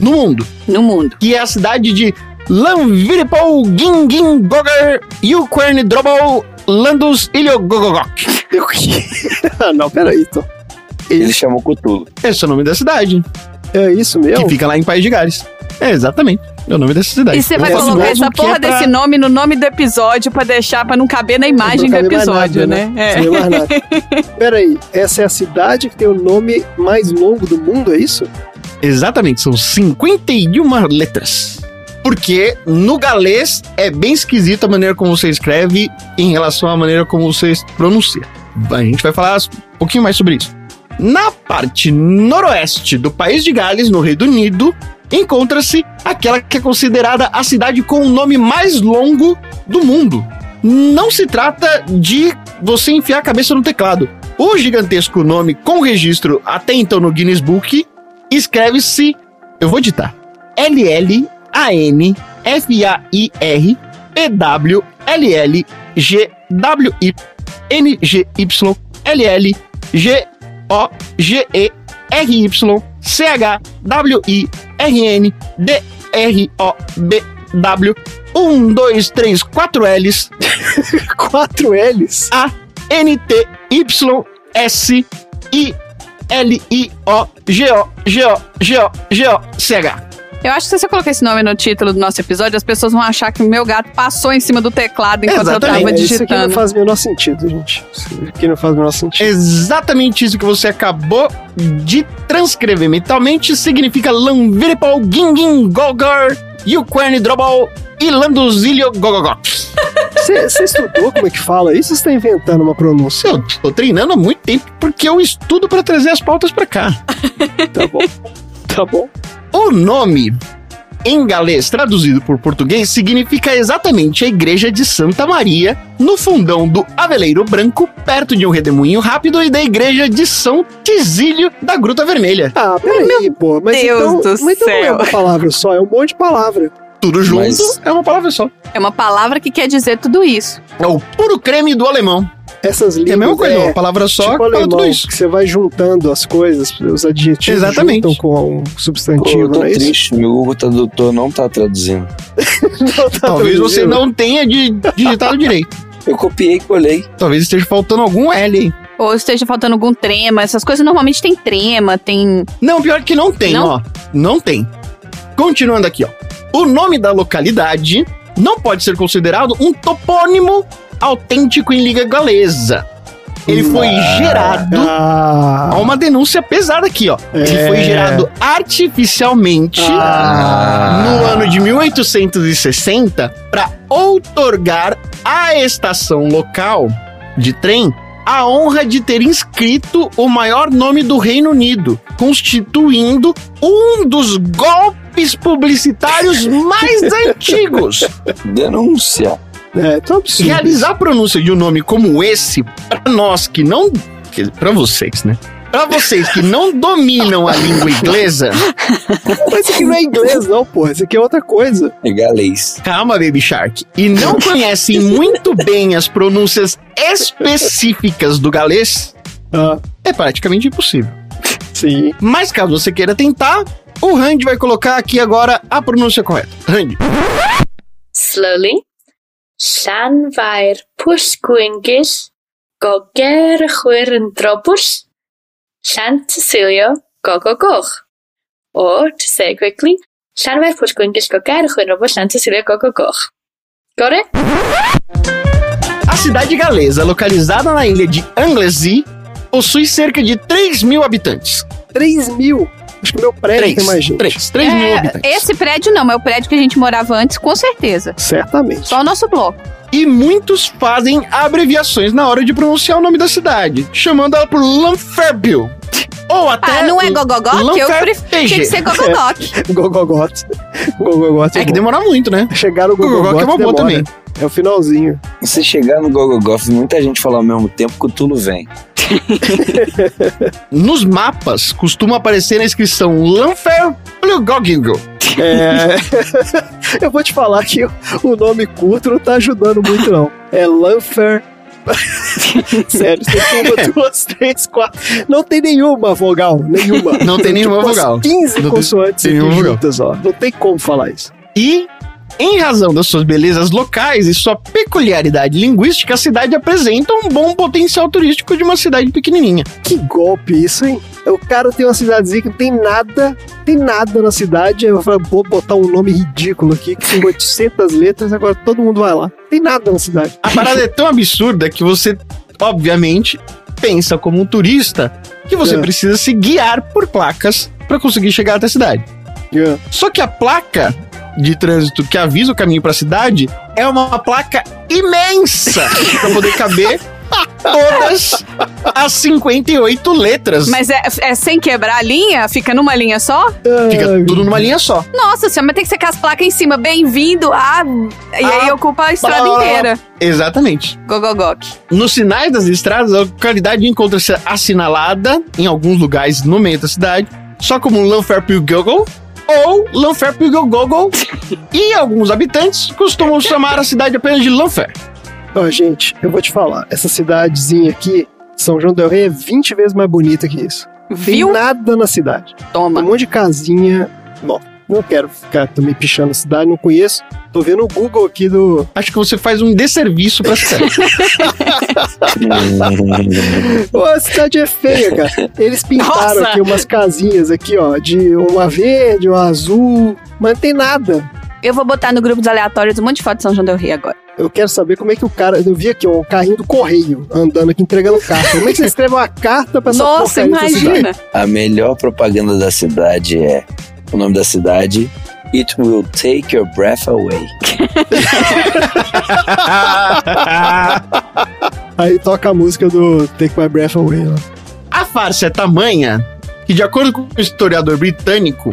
S1: no mundo,
S9: no mundo.
S1: que é a cidade de Lanviripol Gingingoger Yukern Drobol Landus Ilhogogok.
S2: Eu que. Ah, não, peraí, então.
S4: Ele chamou Cutulo.
S1: Esse é o nome da cidade,
S2: É isso mesmo?
S1: que fica lá em País de Gales. É, exatamente. É o nome dessa cidade.
S9: E você vai
S2: Eu
S1: faço
S9: colocar
S1: mais
S9: essa
S1: do que é
S9: porra
S1: pra-
S9: desse nome no nome do episódio pra deixar, pra não caber na imagem do
S2: Não cabe mais
S9: episódio,
S2: nada,
S9: né? É.
S2: Não cabe mais nada. Peraí, essa é a cidade que tem o nome mais longo do mundo, é isso?
S1: Exatamente, são 51 letras. Porque no galês é bem esquisita a maneira como você escreve em relação à maneira como você pronuncia. A gente vai falar um pouquinho mais sobre isso. Na parte noroeste do país de Gales, no Reino Unido, encontra-se aquela que é considerada a cidade com o nome mais longo do mundo. Não se trata de você enfiar a cabeça no teclado. O gigantesco nome com registro até então no Guinness Book escreve-se, eu vou ditar, L L A N F A I R P W L L G W I N G Y L L G O G E R Y C H W I R N D R O B W 1 2 3 4 L's
S2: 4 L's
S1: A N T Y S I L I O G O G O G O G O C H
S3: Eu acho que se eu colocar esse nome no título do nosso episódio, as pessoas vão achar que o meu gato passou em cima do teclado enquanto eu tava
S2: É, Isso aqui não
S3: digitando.
S2: faz o menor sentido, gente. Isso aqui não faz o menor sentido.
S1: Exatamente isso que você acabou de transcrever mentalmente significa Lanviripol Gingin Gogor Yuquern Drobol e Landuzilio Gogogops.
S2: Você você estudou como é que fala isso? ou Você tá inventando uma pronúncia?
S1: Eu tô treinando há muito tempo porque eu estudo pra trazer as pautas pra cá.
S2: Tá bom. Tá bom.
S1: O nome em galês traduzido por português significa exatamente a igreja de Santa Maria no fundão do Aveleiro Branco, perto de um redemoinho rápido e da igreja de São Tisílio da Gruta Vermelha.
S2: Ah, peraí, pô. Mas
S3: Deus
S2: então,
S3: do
S2: mas então não é
S3: céu.
S2: uma palavra só, é um monte de palavra.
S1: Tudo junto
S4: Mas-
S1: é uma palavra só.
S3: É uma palavra que quer dizer tudo isso.
S1: É o puro creme do alemão.
S2: Essas línguas.
S1: É a mesma coisa,
S2: é,
S1: uma palavra só
S2: tipo
S1: fala
S2: alemão,
S1: tudo isso.
S2: que você vai juntando as coisas, os adjetivos
S1: Exatamente.
S2: juntam com um
S4: Pô, eu
S2: substantivo,
S4: tô
S2: não é isso?
S4: triste, meu Google Tradutor não tá traduzindo.
S2: Não, tá
S1: Talvez
S2: tranquilo.
S1: você não tenha di- digitado direito.
S4: Eu copiei e colei.
S1: Talvez esteja faltando algum L, hein?
S3: Ou esteja faltando algum trema. Essas coisas normalmente tem trema, tem.
S1: Não, pior que não tem,
S3: Não?
S1: ó. Não tem. Continuando aqui, ó. O nome da localidade não pode ser considerado um topônimo autêntico em língua galesa. Ele foi gerado
S2: Ah,
S1: a uma denúncia pesada aqui, ó. Ele foi
S2: É.
S1: gerado artificialmente
S2: Ah.
S1: no ano de 1860 para outorgar à estação local de trem a honra de ter inscrito o maior nome do Reino Unido, constituindo um dos golpes publicitários mais antigos.
S4: Denúncia.
S2: é, tão absurdo.
S1: Realizar a pronúncia de um nome como esse, para nós que não. quer dizer, Pra vocês, né? Pra vocês que não dominam a língua inglesa,
S2: Mas isso aqui não é inglês, não, porra. Isso aqui é outra coisa.
S4: É galês.
S1: Calma, Baby Shark. E não conhecem muito bem as pronúncias específicas do galês,
S2: Ah,
S1: é praticamente impossível.
S2: sim.
S1: Mas caso você queira tentar, o Randy vai colocar aqui agora a pronúncia correta. Randy.
S11: Slowly. Llanfair pwsgwyngis, goger chwyr yn drobws, llant silio gogogoch. Or, to say it quickly, llanfair pwsgwyngis, goger chwyr yn drobws, llant silio gogogoch. Got it?
S1: A cidade galesa, localizada na ilha de Anglesey, possui cerca de 3 mil habitantes.
S2: 3 mil. Acho que meu prédio
S1: 3,
S2: tem mais gente.
S1: 3, 3 mil
S3: É,
S1: habitantes.
S3: esse prédio não, é o prédio que a gente morava antes, com certeza.
S2: Certamente.
S3: Só o nosso bloco.
S1: E muitos fazem abreviações na hora de pronunciar o nome da cidade, chamando ela por Lanferbil. Ou até um-
S3: Ah, não é Gogogoc? Eu
S1: Lanfer
S3: prefiro.
S1: PG.
S3: Tinha que ser Gogogoc.
S2: Gogogot. Gogogot.
S1: É que demora muito, né?
S2: Chegar no
S1: Gogogoc
S2: Gogogot
S1: é uma boa
S2: demora. É o finalzinho.
S4: Se chegar no Google Golf e muita gente falar ao mesmo tempo, Cutulo vem.
S1: Nos mapas costuma aparecer a inscrição Lanfer Plugogingl.
S2: É. eu vou te falar que o nome curto não tá ajudando muito, não. É Lanfer. Sério, você
S1: É.
S2: tem uma, duas, três, quatro. Não tem nenhuma vogal, nenhuma.
S1: Não tem nenhuma
S2: tipo,
S1: vogal.
S2: As 15
S1: Não tem
S2: consoantes aqui
S1: nenhuma vogal.
S2: juntas, ó. Não tem como falar isso.
S1: E, em razão das suas belezas locais e sua peculiaridade linguística, a cidade apresenta um bom potencial turístico de uma cidade pequenininha.
S2: Que golpe isso, hein? É, O cara tem uma cidadezinha que não tem nada, tem nada na cidade. Aí eu falo, vou botar um nome ridículo aqui, que tem 800 letras, agora todo mundo vai lá. Tem nada na cidade.
S1: A parada é tão absurda que você, obviamente, pensa como um turista que você
S2: É.
S1: precisa se guiar por placas para conseguir chegar até a cidade. É.
S2: Yeah.
S1: Só que a placa de trânsito que avisa o caminho para a cidade é uma placa imensa para poder caber todas as 58 letras.
S3: Mas é, é sem quebrar a linha? Fica numa linha só?
S1: Fica tudo numa linha só.
S3: Nossa senhora, mas tem que ser com as placas em cima. Bem-vindo a. E
S2: Ah,
S3: aí ocupa a estrada
S1: Blá, blá, blá, blá.
S3: inteira.
S1: Exatamente.
S3: Gogogok.
S1: Nos sinais das estradas, a localidade encontra-se assinalada em alguns lugares no meio da cidade, só como Lanferpil-Gogol ou Lanferpil-Gogol, e alguns habitantes costumam chamar a cidade apenas de Lanfer.
S2: Ó, gente, eu vou te falar. Essa cidadezinha aqui, São João del Rei, é 20 vezes mais bonita que isso.
S3: Viu?
S2: Tem nada na cidade.
S3: Toma.
S2: Um monte de casinha. Bom, não quero ficar também pichando a cidade, não conheço. Tô vendo o Google aqui do.
S1: Acho que você faz um desserviço pra cidade.
S2: Ô, a cidade é feia, cara. Eles pintaram
S3: Nossa!
S2: aqui umas casinhas aqui, ó, de uma verde, uma azul, mas não tem nada.
S9: Eu vou botar no grupo dos aleatórios um monte de foto de São João Del Rei agora.
S2: Eu quero saber como é que o cara. Eu vi aqui, ó, um carrinho do correio andando aqui entregando carta. Como é que você escreve uma carta pra essa
S3: Nossa,
S2: porcaria dessa cidade?
S3: imagina.
S4: A melhor propaganda da cidade é o nome da cidade. It will take your breath away.
S2: Aí toca a música do Take My Breath Away lá.
S1: A farsa é tamanha que, de acordo com o historiador britânico,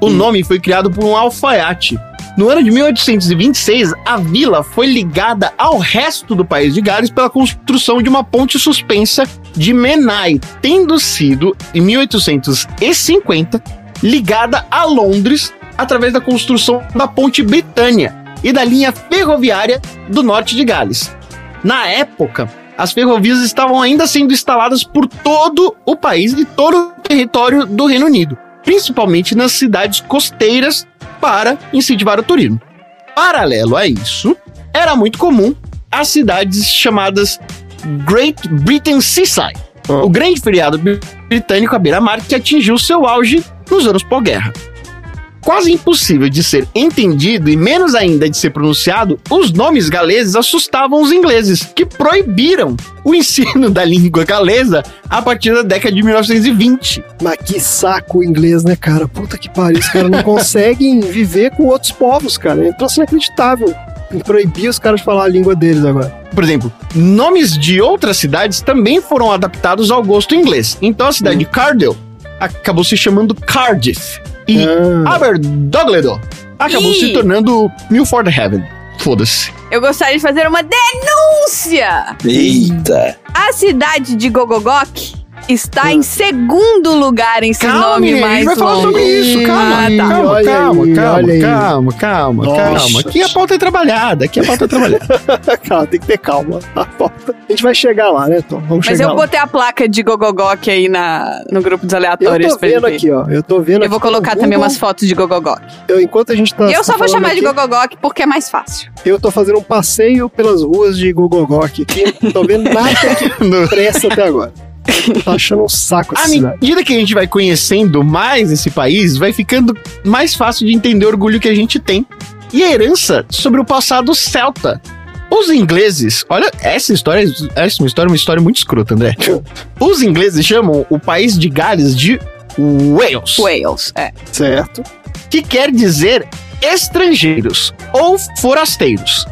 S1: o nome foi criado por um alfaiate. No ano de 1826, a vila foi ligada ao resto do país de Gales pela construção de uma ponte suspensa de Menai, tendo sido, em 1850, ligada a Londres através da construção da Ponte Britânia e da linha ferroviária do norte de Gales. Na época, as ferrovias estavam ainda sendo instaladas por todo o país e todo o território do Reino Unido, principalmente nas cidades costeiras, para incentivar o turismo. Paralelo a isso, era muito comum as cidades chamadas Great Britain Seaside, o grande feriado br- britânico à beira-mar que atingiu seu auge nos anos pós-guerra. Quase impossível de ser entendido e menos ainda de ser pronunciado, os nomes galeses assustavam os ingleses, que proibiram o ensino da língua galesa a partir da década de 1920.
S2: Mas que saco o inglês, né, cara? Puta que pariu. Os caras não conseguem viver com outros povos, cara. É um troço inacreditável. Tem que proibir os caras de falar a língua deles agora.
S1: Por exemplo, nomes de outras cidades também foram adaptados ao gosto inglês. Então a cidade de Cardiff acabou se chamando Cardiff e
S2: Ah,
S1: Aberdougledo acabou
S3: Ih.
S1: se tornando Milford Haven. Foda-se.
S9: Eu gostaria de fazer uma denúncia!
S4: Eita!
S9: A cidade de Gogogok
S2: Ah.
S9: está em segundo lugar em seu nome
S1: menina,
S9: mais longo.
S1: isso.
S9: Ah, tá.
S1: Calma,
S2: Olha
S1: calma,
S2: aí,
S1: calma,
S2: olha aí.
S1: calma, calma,
S2: Nossa.
S1: calma. Aqui a pauta é trabalhada, aqui a pauta é trabalhada.
S2: Ah, cara, tem que ter calma. A falta- a gente vai chegar lá, né, Tom? Vamos
S3: Mas
S2: chegar
S3: eu
S2: lá.
S3: botei a placa de Gogogok aí na, no grupo dos
S2: Eu
S3: aleatórios
S2: tô
S3: pra ele
S2: vendo
S3: ver.
S2: aqui, ó. Eu tô vendo
S3: Eu vou
S2: aqui no
S3: colocar também
S2: Google.
S3: umas fotos de Gogogok.
S2: Eu, enquanto a gente tá.
S3: eu só vou
S2: falando
S3: chamar de
S2: aqui,
S3: Gogogok porque é mais fácil.
S2: Eu tô fazendo um passeio pelas ruas de Gogogó aqui. que Tô vendo nada que
S1: No- Ah,
S2: presta até agora. Tô achando um saco essa
S1: À
S2: cidade.
S1: medida que a gente vai conhecendo mais esse país, vai ficando mais fácil de entender o orgulho que a gente tem e a herança sobre o passado celta. Os ingleses, olha, essa história, essa é uma história, uma história muito escrota, André. Os ingleses chamam o país de Gales de Wales.
S3: Wales, é.
S2: Certo.
S1: que quer dizer estrangeiros ou forasteiros.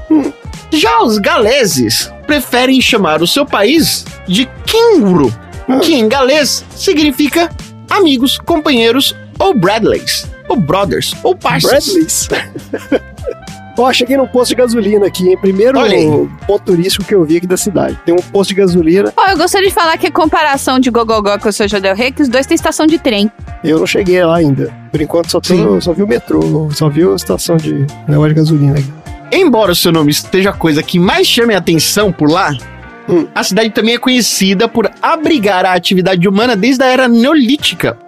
S1: Já os galeses preferem chamar o seu país de Kinro, que em galês significa amigos, companheiros ou Bradleys, ou brothers, ou parceiros.
S2: Bradleys. Ó, cheguei num posto de gasolina aqui, hein? Primeiro
S1: Olha aí.
S2: ponto turístico que eu vi aqui da cidade. Tem um posto de gasolina,
S9: Ó, eu gostaria de falar que a comparação de Gogogok com o São João Del Rey é que os dois têm estação de trem.
S2: eu não cheguei lá ainda. Por enquanto só, tô, só vi o metrô, só vi a estação de negócio de gasolina aqui.
S1: Embora o seu nome esteja a coisa que mais chame a atenção por lá,
S2: Hum.
S1: a cidade também é conhecida por abrigar a atividade humana desde a era neolítica,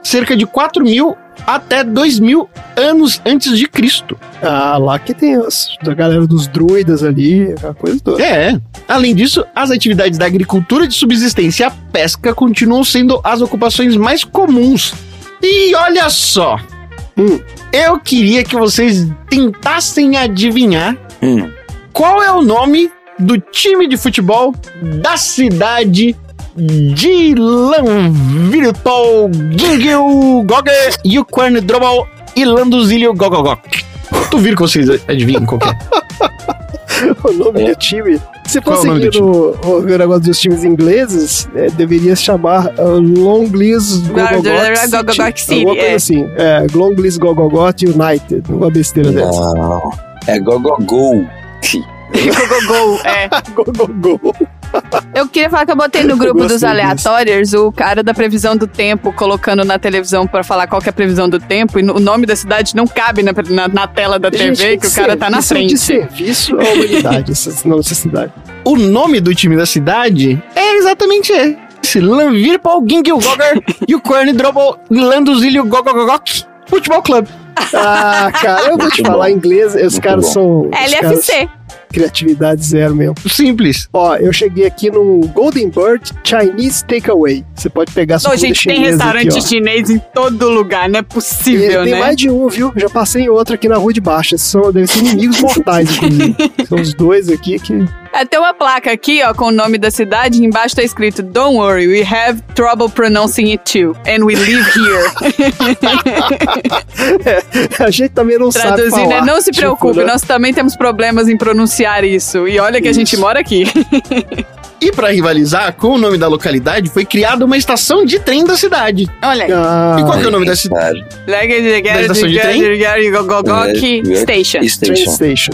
S1: cerca de 4 mil até 2 mil anos antes de Cristo.
S2: Ah, lá que tem as, da galera dos druidas ali, aquela coisa toda.
S1: É. Além disso, as atividades da agricultura de subsistência e a pesca continuam sendo as ocupações mais comuns. E olha só!
S2: Hum.
S1: Eu queria que vocês tentassem adivinhar
S4: Hum.
S1: qual é o nome do time de futebol da cidade de Lanvirtol, Gigil, Goga, Yukern, Drobal e Landuzilio Gogogok. Duvido que vocês adivinhem qual que é.
S2: o nome do time. Se
S1: Qual é o
S2: fosse
S1: nome do
S2: seguir o, o, o negócio dos times ingleses, é, deveria se chamar uh, Longlis Gogogot
S3: Gogogot City,
S2: City. Alguma coisa
S3: é.
S2: assim. É, Longlis Gogogot United. Uma besteira dessa.
S4: Não. É gogogol.
S3: Gogogol, é.
S2: Gogogol.
S3: Eu queria falar que eu botei no
S2: Eu
S3: grupo
S2: gostei
S3: dos
S2: disso.
S3: aleatórios o cara da previsão do tempo colocando na televisão pra falar qual que é a previsão do tempo e no- o nome da cidade não cabe na, na- na tela da TV que o cara tá na
S2: isso
S3: frente.
S2: É de serviço à humanidade, essa necessidade.
S1: O nome do time da cidade é exatamente esse. Lanvir Paul Gogor e o Corny Drobol Landuzilho Gogogogok Futebol Club.
S2: Ah, cara, eu vou te falar em inglês, os caras são. os
S3: LFC.
S2: caras- criatividade zero mesmo.
S1: Simples.
S2: Ó, eu cheguei aqui no Golden Bird Chinese Takeaway. Você pode pegar
S3: Não,
S2: sua comida
S3: gente, tem
S2: chinesa
S3: restaurante
S2: aqui, ó.
S3: chinês em todo lugar, não é possível,
S2: Tem
S3: né?
S2: mais de um, viu? Já passei em outro aqui na Rua de Baixo. Esses são devem ser inimigos mortais, inclusive. São os dois aqui que.
S3: É, Tem uma placa aqui, ó, com o nome da cidade e embaixo tá escrito Don't worry, we have trouble pronouncing it too. And we live here.
S2: A gente também não sabe.
S3: Traduzindo
S2: falar.
S3: é não se
S2: Tipo,
S3: preocupe,
S2: né?
S3: nós também temos problemas em pronunciar isso. E olha que a gente mora aqui.
S1: E pra rivalizar com o nome da localidade, foi criada uma estação de trem da cidade.
S3: Olha aí.
S2: Ah,
S1: e qual que é o nome da cidade? Da
S2: tá
S1: estação de trem?
S4: né?
S2: É,
S3: Gogogoki Station.
S2: Train Station.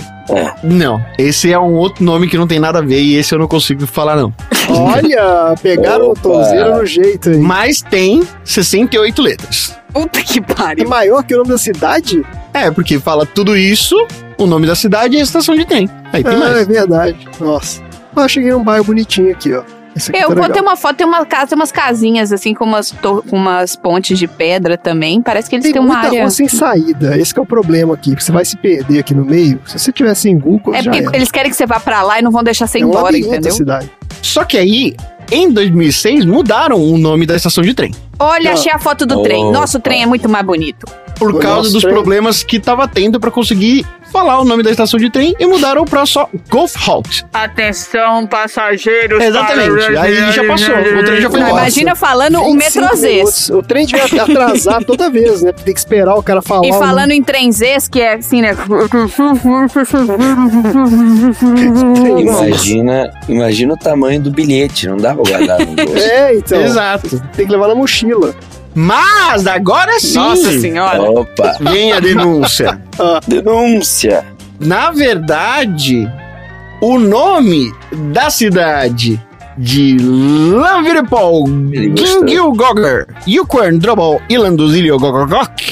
S1: Não, esse é um outro nome que não tem nada a ver e esse eu não consigo falar, não.
S2: Olha, pegaram o tonzeiro no jeito aí.
S1: Mas tem 68 letras.
S3: Puta que
S2: É
S3: pariu.
S2: maior que o nome da cidade?
S1: É, porque fala tudo isso, o nome da cidade e a estação de trem. Aí tem
S2: ah, é
S1: mais.
S2: verdade. Nossa. Ah, cheguei num bairro bonitinho aqui, ó. Esse aqui
S3: Eu
S2: tá
S3: vou
S2: legal.
S3: ter um- uma foto, tem uma casa, tem umas casinhas assim com umas, tor- com umas pontes de pedra também. Parece que eles
S2: Tem
S3: têm uma
S2: muita
S3: área.
S2: rua sem saída. Esse que é o problema aqui. Porque você vai se perder aqui no meio. Se você tiver sem Google,
S3: É
S2: já
S3: porque
S2: era.
S3: eles querem que você vá pra lá e não vão deixar você
S2: é um
S3: embora,
S2: labirinto a
S3: entendeu?
S2: cidade.
S1: Só que aí, em 2006, mudaram o nome da estação de trem.
S2: Tá.
S3: Olha, achei a foto do trem.
S1: Opa.
S3: Nosso trem é muito mais bonito.
S1: Por
S2: O
S1: causa
S2: nosso
S1: dos
S2: trem.
S1: problemas que tava tendo pra conseguir falar o nome da estação de trem e mudaram pra só Golf Hawks.
S3: Atenção, passageiros.
S1: Exatamente. Aí já passou. O trem já foi
S3: Não, é
S1: embora.
S2: assim,
S3: imagina falando o
S2: 25
S3: metrô
S2: minutos.
S3: Z.
S2: O trem devia atrasar toda vez, né? Porque tem que esperar o cara falar.
S3: E
S2: o
S3: falando em trem Zs, que é assim, né?
S2: nome.
S4: Imagina, imagina o tamanho do bilhete, não dá pra guardar no bolso.
S2: É,
S3: um.
S2: então.
S1: Exato.
S2: Tem que levar na mochila.
S1: Mas agora sim.
S3: Nossa senhora.
S4: Opa,
S1: Vem a denúncia.
S4: denúncia.
S1: Na verdade, o nome da cidade de Lanviripol,
S4: gostou.
S1: Gingilgogor, Yukern, Drobol e Landuzilio Gogogok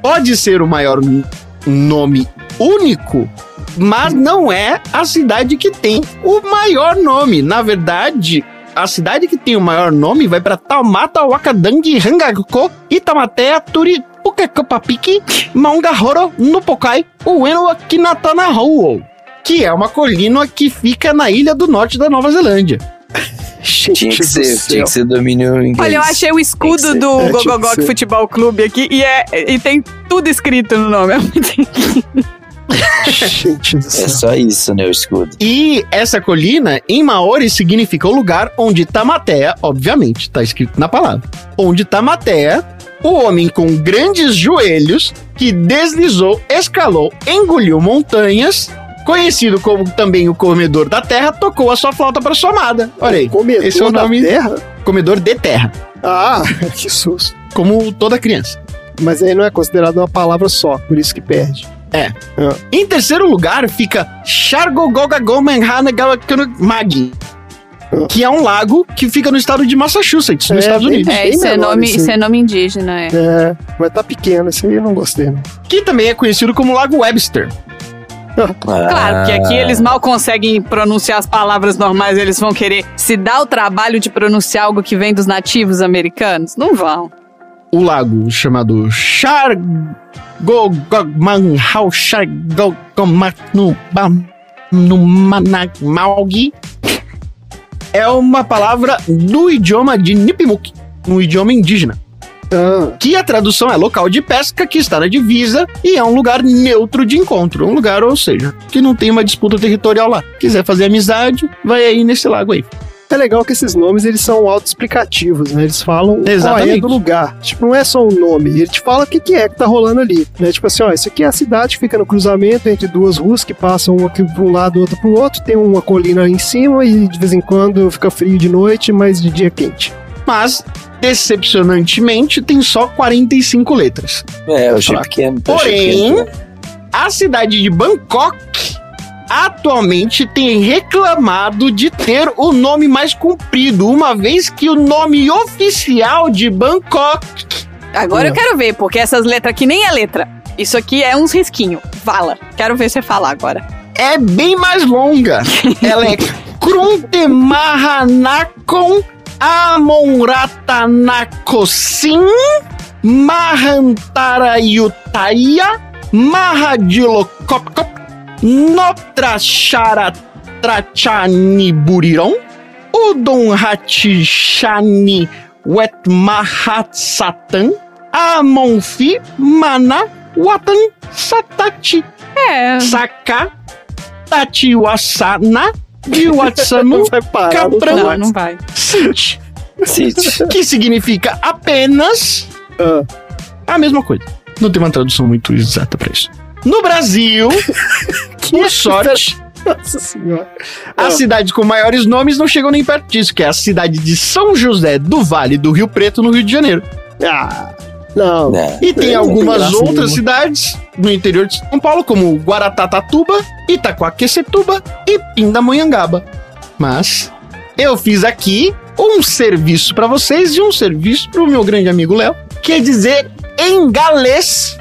S1: pode ser o maior n- nome único, mas não é a cidade que tem o maior nome. Na verdade, a cidade que tem o maior nome vai para Taumata, Wakadang, Hangako, Itamatea, Turi, Pukekopapique, Maungahoro, Nupokai, Uenoa, Kinatanahou, que é uma colina que fica na ilha do norte da Nova Zelândia.
S2: Gente
S4: Tinha que
S2: do
S4: ser,
S2: céu.
S4: tinha que ser domínio inglês.
S3: Olha, eu achei o
S4: Tem
S3: escudo
S4: que ser.
S3: do
S2: É, tinha que
S3: Gogogog
S2: ser.
S3: Futebol Clube aqui e, é, e tem tudo escrito no nome.
S2: Gente do
S4: É
S2: céu.
S4: só isso, né, o escudo.
S1: E essa colina, em Maori, significa o lugar onde Tamatea, obviamente, tá escrito na palavra, onde Tamatea, o homem com grandes joelhos, que deslizou, escalou, engoliu montanhas, conhecido como também o comedor da terra, tocou a sua flauta para sua amada. Olha aí,
S2: Comedor
S1: esse é o
S2: da
S1: nome,
S2: terra?
S1: comedor de terra,
S2: Ah, que susto.
S1: como toda criança.
S2: Mas aí não é considerado uma palavra só, por isso que perde.
S1: Em terceiro lugar fica Mag, que é um lago que fica no estado de Massachusetts, nos
S2: É,
S1: Estados
S2: bem
S1: Unidos.
S2: É, isso é menor, isso aí.
S3: nome indígena, é.
S2: É, mas tá pequeno, esse aí eu não gostei, não.
S1: que também é conhecido como Lago Webster.
S3: Claro, que
S4: Ah,
S3: aqui eles mal conseguem pronunciar as palavras normais, eles vão querer se dar o trabalho de pronunciar algo que vem dos nativos americanos? Não vão.
S1: O lago chamado Chargogmanhau Chargogomanumanamalgi é uma palavra do idioma de Nipmuc, um idioma indígena,
S2: Ah,
S1: que a tradução é local de pesca que está na divisa e é um lugar neutro de encontro, um lugar, ou seja, que não tem uma disputa territorial lá. Quiser fazer amizade, vai aí nesse lago aí.
S2: É legal que esses nomes eles são autoexplicativos, né? Eles falam Exatamente. qual é do lugar. Tipo, não é só o um nome, ele te fala o que, que é que tá rolando ali, né? Tipo assim, ó, isso aqui é a cidade que fica no cruzamento entre duas ruas que passam uma aqui para um lado, outra para o outro, tem uma colina ali em cima e de vez em quando fica frio de noite, mas de dia é quente.
S1: Mas decepcionantemente tem só 45 letras.
S4: É, eu achei pequeno.
S1: Porém, a cidade de Bangkok atualmente tem reclamado de ter o nome mais comprido, uma vez que o nome oficial de Bangkok.
S3: Agora é. eu quero ver, porque essas letras aqui nem é letra. Isso aqui é uns risquinhos. Vala. Quero ver você falar agora.
S1: É bem mais longa. Ela é Kruntemahanakom Amonratanakosin Mahantarayutaya Mahadilokopkop Notracharatrachaniburiron Udonhatichani Wetmahatsatan Amonfi Mana Watan Satati
S3: É.
S1: Saka Tatiwasana Diwatsanu Capran
S3: Não, não vai.
S1: Sit Que significa apenas
S2: Ah,
S1: a mesma coisa. Não tem uma tradução muito exata pra isso. No Brasil, por sorte,
S2: nossa senhora. Ah.
S1: as cidades com maiores nomes não chegam nem perto disso, que é a cidade de São José do Vale do Rio Preto, no Rio de Janeiro.
S2: Ah, não.
S4: Né?
S1: E tem
S2: Não tem
S1: algumas
S2: graça
S1: outras
S2: nenhuma.
S1: cidades no interior de São Paulo, como Guaratatatuba, Itaquaquecetuba e Pindamonhangaba. Mas eu fiz aqui um serviço pra vocês e um serviço pro meu grande amigo Léo, que é dizer em galês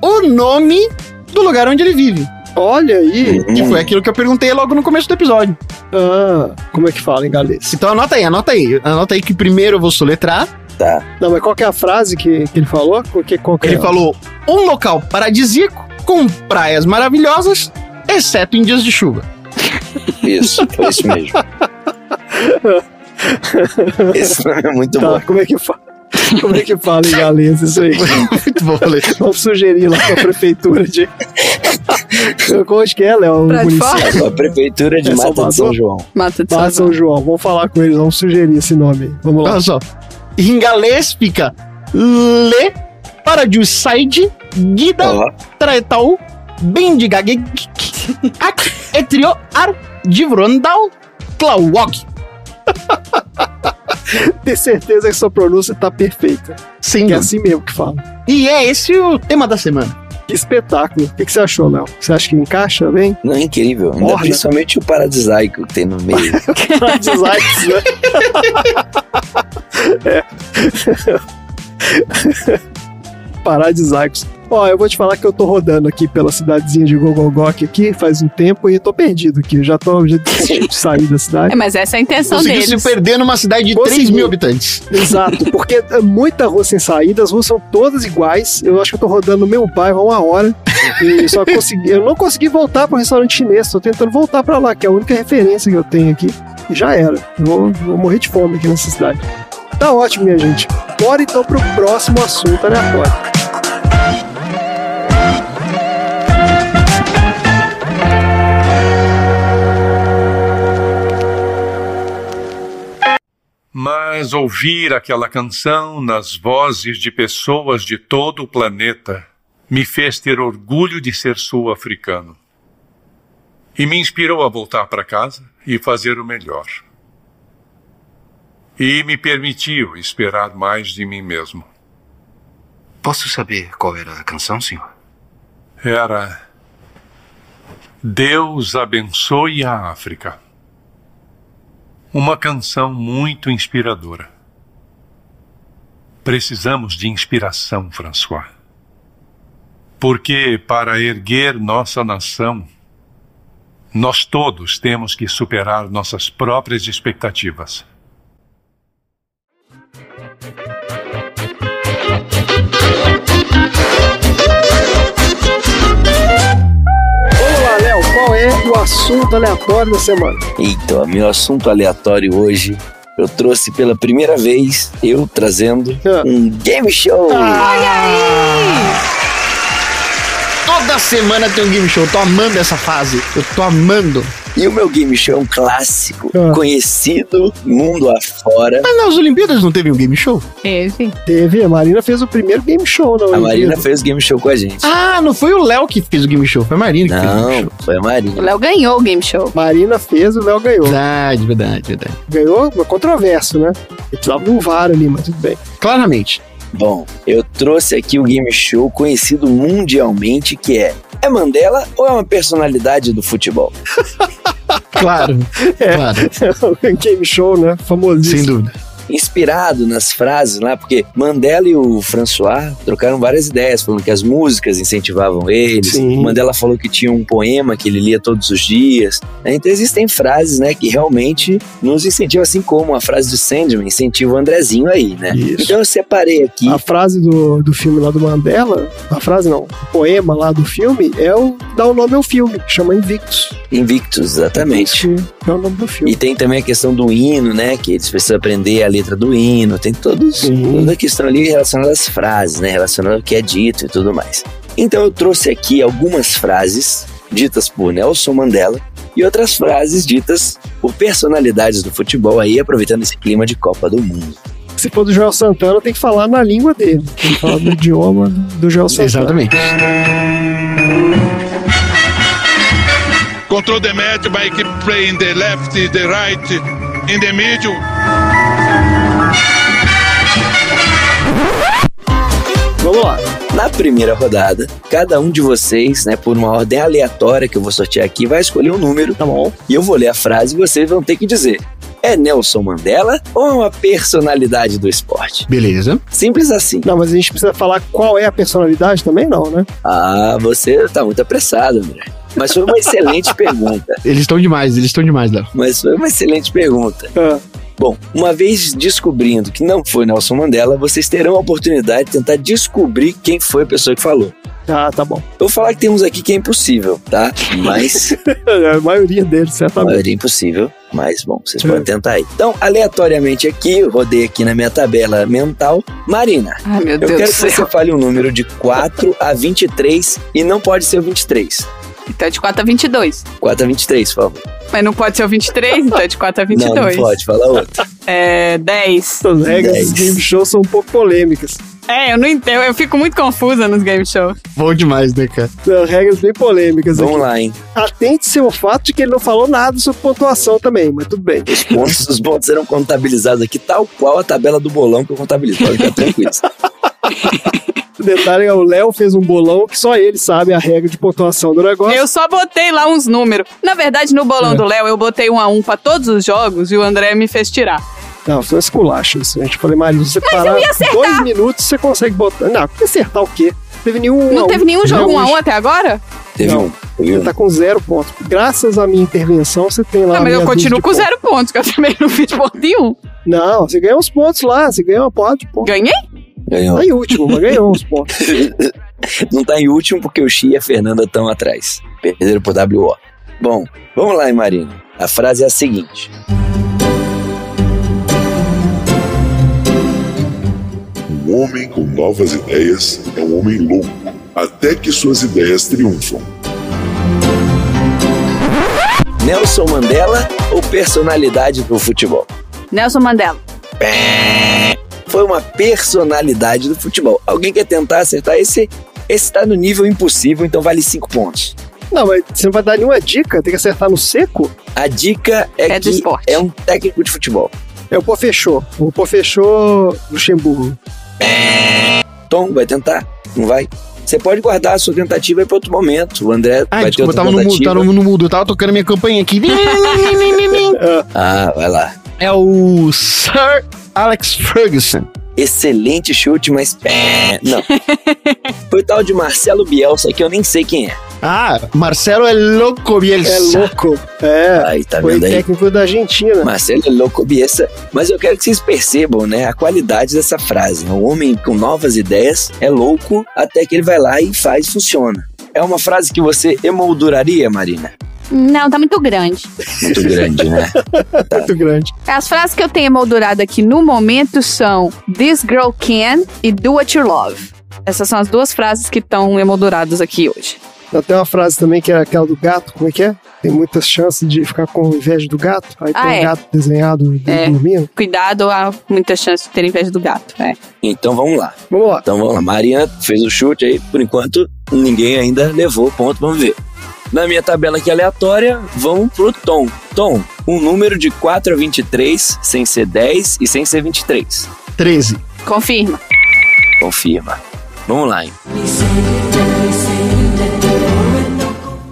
S1: o nome do lugar onde ele vive.
S2: Olha aí.
S1: Que foi aquilo que eu perguntei logo no começo do episódio.
S2: Ah, como é que fala em galês?
S1: Então anota aí, anota aí. Anota aí que primeiro eu vou soletrar.
S4: Tá.
S2: Não, mas qual que é a frase que, que ele falou? Porque qual que
S1: Ele
S2: é?
S1: falou: um local paradisíaco com praias maravilhosas, exceto em dias de chuva.
S4: Isso, foi isso mesmo. Esse nome é muito bom.
S2: Tá, como é que fala? Como é que fala em galês isso aí?
S1: Muito bom, Ale.
S2: Vamos sugerir lá pra prefeitura de. Onde que é, Léo? o
S3: Pra de
S2: município?
S3: fora?
S4: A prefeitura de
S2: É
S4: Mata de São
S2: Salvador?
S4: João.
S3: Mata de
S2: Lá
S4: um
S2: São João. Vamos falar com eles, vamos sugerir esse nome. aí. Vamos lá.
S1: Olha só. Em galês fica Le Paradiside
S4: Olha
S1: Guida
S4: lá.
S1: Traetau Bendigageg Ac Etrio Ar Divrondal Clauok.
S2: Ter certeza que sua pronúncia tá perfeita.
S1: Sim.
S2: Que é assim mesmo que fala.
S1: E é esse o tema da semana.
S2: Que espetáculo. O que, que você achou, Léo? Você acha que encaixa bem?
S4: Não, é incrível. Ainda
S2: Orna.
S4: principalmente o paradisaico que tem no meio.
S2: Designs, né? é. Paradisíacos. Ó, eu vou te falar que eu tô rodando aqui pela cidadezinha de Gogogok aqui faz um tempo e tô perdido aqui. Eu já tô já desisti de sair da cidade.
S3: É, mas essa é a intenção
S1: Conseguiu
S3: deles.
S1: se perder numa cidade de
S2: Conseguiu.
S1: 3 mil habitantes.
S2: Exato, porque é muita rua sem saída, as ruas são todas iguais. Eu acho que eu tô rodando no meu bairro há uma hora. E só consegui, eu não consegui voltar pro restaurante chinês, tô tentando voltar pra lá, que é a única referência que eu tenho aqui. E já era. Eu Vou, vou morrer de fome aqui nessa cidade. Tá ótimo, minha gente. Bora então pro próximo assunto aleatório.
S6: Mas ouvir aquela canção nas vozes de pessoas de todo o planeta me fez ter orgulho de ser sul-africano. E me inspirou a voltar para casa e fazer o melhor. E me permitiu esperar mais de mim mesmo.
S10: Posso saber qual era a canção, senhor?
S6: Era. Deus abençoe a África. Uma canção muito inspiradora. Precisamos de inspiração, François. Porque para erguer nossa nação, nós todos temos que superar nossas próprias expectativas.
S2: Vamos lá, Léo, qual é o assunto aleatório da semana?
S4: Então, meu assunto aleatório hoje, eu trouxe pela primeira vez, eu trazendo
S2: Ah.
S4: um game show.
S2: Olha aí!
S12: Toda semana tem um game show. Eu tô amando essa fase. Eu tô amando.
S4: E o meu game show é um clássico, ah. conhecido mundo afora.
S12: Mas nas Olimpíadas não teve um game show?
S3: Teve.
S2: Teve, a Marina fez o primeiro game show na
S4: A Marina fez o game show com a gente.
S12: Ah, não foi o Léo que fez o game show, foi a Marina que fez o game
S4: Não,
S12: show.
S4: foi a Marina.
S3: O Léo ganhou o game show.
S2: Marina fez, o Léo ganhou.
S12: Verdade, verdade, verdade.
S2: Ganhou uma controvérsia, né? Ele precisava de um VAR ali, mas tudo bem.
S12: Claramente.
S4: Bom, eu trouxe aqui o game show conhecido mundialmente que é é Mandela ou é uma personalidade do futebol?
S12: Claro, claro.
S2: É um game show, né? Famosíssimo.
S12: Sem dúvida.
S4: Inspirado nas frases lá, porque Mandela e o François trocaram várias ideias, falando que as músicas incentivavam eles.
S2: Sim.
S4: O Mandela falou que tinha um poema que ele lia todos os dias. né? Então existem frases, né, que realmente nos incentivam, assim como a frase do Sandman incentiva o Andrezinho aí, né?
S2: Isso. Ah.
S4: Então eu separei aqui.
S2: A frase do, do filme lá do Mandela, a frase não, o poema lá do filme é o dá o nome ao filme, chama Invictus.
S4: Invictus, exatamente.
S2: Esse É o nome do filme.
S4: E tem também a questão do hino, né? Que eles precisam aprender a letra do hino. Tem todos,
S2: Sim.
S4: toda a questão ali relacionada às frases, né? Relacionada ao que é dito e tudo mais. Então eu trouxe aqui algumas frases ditas por Nelson Mandela e outras frases ditas por personalidades do futebol aí, aproveitando esse clima de Copa do Mundo.
S2: Se for do Joel Santana, tem que falar na língua dele. Tem que falar do idioma do Joel Santana.
S12: Exatamente.
S10: Control the match by keep playing the left, the right, in the middle.
S2: Vamos lá.
S4: Na primeira rodada, cada um de vocês, né, por uma ordem aleatória que eu vou sortear aqui, vai escolher um número. Tá bom. E eu vou ler a frase e vocês vão ter que dizer: é Nelson Mandela ou é uma personalidade do esporte?
S12: Beleza.
S4: Simples assim.
S2: Não, mas a gente precisa falar qual é a personalidade também, não, né?
S4: Ah, você tá muito apressado, André. Mas foi uma excelente pergunta.
S12: Eles estão demais, eles estão demais, Léo.
S4: Mas foi uma excelente pergunta.
S2: Ah,
S4: Bom, uma vez descobrindo que não foi Nelson Mandela, vocês terão a oportunidade de tentar descobrir quem foi a pessoa que falou.
S2: tá, tá bom.
S4: Eu vou falar que tem uns aqui que é impossível, tá? Mas
S2: A maioria deles,
S4: A
S2: certamente.
S4: maioria impossível, mas bom, vocês
S2: É.
S4: podem tentar aí. Então, aleatoriamente aqui, eu rodei aqui na minha tabela mental. Marina,
S3: Ai, meu
S4: eu
S3: Deus do
S4: quero que
S3: céu.
S4: você fale um número de 4 a 23 e não pode ser o 23.
S3: Então é de 4 a 22.
S4: 4 a 23, por favor.
S3: Mas não pode ser o 23, então é de 4 a 22.
S4: Não, não pode, fala outro.
S3: É 10.
S2: Essas regras
S4: Dez.
S2: dos game show são um pouco polêmicas.
S3: É, eu não entendo. Eu fico muito confusa nos game shows.
S12: Bom demais, né, cara?
S2: São regras bem polêmicas.
S4: Vamos
S2: aqui.
S4: lá, hein?
S2: Atente-se ao fato de que ele não falou nada sobre pontuação também, mas tudo bem.
S4: Os pontos, os pontos serão contabilizados aqui, tal qual a tabela do bolão que eu contabilizo. Pode ficar tranquilo.
S2: O detalhe é o Léo fez um bolão que só ele sabe a regra de pontuação do negócio.
S3: Eu só botei lá uns números. Na verdade, no
S4: É.
S3: bolão do Léo, eu botei um a um pra todos os jogos e o André me fez tirar.
S2: Não, foi um esculacho isso. A gente falei, Marinho, se você parar
S3: ia acertar!
S2: dois minutos, você consegue botar. Não, acertar o quê? Não teve nenhum. um a
S3: Não
S2: um.
S3: teve nenhum jogo
S2: Não,
S3: um a um até agora?
S4: Teve
S2: Não.
S4: um. Teve
S2: Você
S4: um.
S2: tá com zero pontos. Graças à minha intervenção, você tem lá.
S3: Não, mas eu
S2: meia dúzia
S3: continuo
S2: de
S3: com
S2: pontos.
S3: zero pontos, que eu também não fiz ponto nenhum.
S2: Não, você ganhou uns pontos lá, você ganhou uma porrada de pontos.
S3: Ganhei?
S4: Ganhou.
S2: Tá em último, mas ganhou uns pontos.
S4: Não tá em último porque o Xi e a Fernanda estão atrás. Perderam por WO. Bom, vamos lá, hein, Marina. A frase é a seguinte:
S10: Um homem com novas ideias é um homem louco, até que suas ideias triunfam.
S4: Nelson Mandela ou personalidade do futebol?
S3: Nelson Mandela.
S4: Foi uma personalidade do futebol. Alguém quer tentar acertar esse? Esse tá no nível impossível, então vale 5 pontos.
S2: Não, mas você não vai dar nenhuma dica, tem que acertar no seco.
S4: A dica é,
S3: É do
S4: que
S3: esporte.
S4: é um técnico de futebol.
S2: É o Pô Fechou. O Pô Fechou Luxemburgo.
S4: Tom, vai tentar? Não vai? Você pode guardar a sua tentativa para outro momento. O André
S12: Ai,
S4: vai
S12: Ah, desculpa, eu
S4: ter outra
S12: tava no mudo,
S4: tentativa.
S12: tava no mudo. Eu tava tocando minha campainha aqui.
S4: Ah, vai lá.
S12: É o Sir Alex Ferguson.
S4: Excelente chute, mas. Não. Foi o tal de Marcelo Bielsa que eu nem sei quem é.
S12: Ah, Marcelo é louco, Bielsa.
S2: É louco. É.
S4: Aí, tá
S2: Foi
S4: vendo aí?
S2: técnico da Argentina.
S4: Marcelo é louco, Bielsa. Mas eu quero que vocês percebam, né, a qualidade dessa frase. né? O homem com novas ideias é louco até que ele vai lá e faz funciona. É uma frase que você emolduraria, Marina?
S9: Não, tá muito grande.
S4: Muito grande, né?
S12: tá.
S2: Muito grande.
S3: As frases que eu tenho emoldurado aqui no momento são This Girl Can e Do What You Love. Essas são as duas frases que estão emolduradas aqui hoje.
S2: Eu tenho uma frase também que é aquela do gato, como é que é? Tem muitas chances de ficar com inveja do gato. Aí
S3: Ah,
S2: tem
S3: é.
S2: um gato desenhado de-
S3: É.
S2: dormindo.
S3: Cuidado, há muita chance de ter inveja do gato. É.
S4: Então vamos lá.
S2: Vamos lá.
S4: Então vamos lá. Mariana fez o chute aí, por enquanto ninguém ainda levou o ponto, vamos ver. Na minha tabela aqui aleatória, vamos pro Tom. Tom, um número de 4 a 23, sem ser 10 e sem ser 23.
S12: 13.
S3: Confirma.
S4: Confirma. Vamos lá, hein?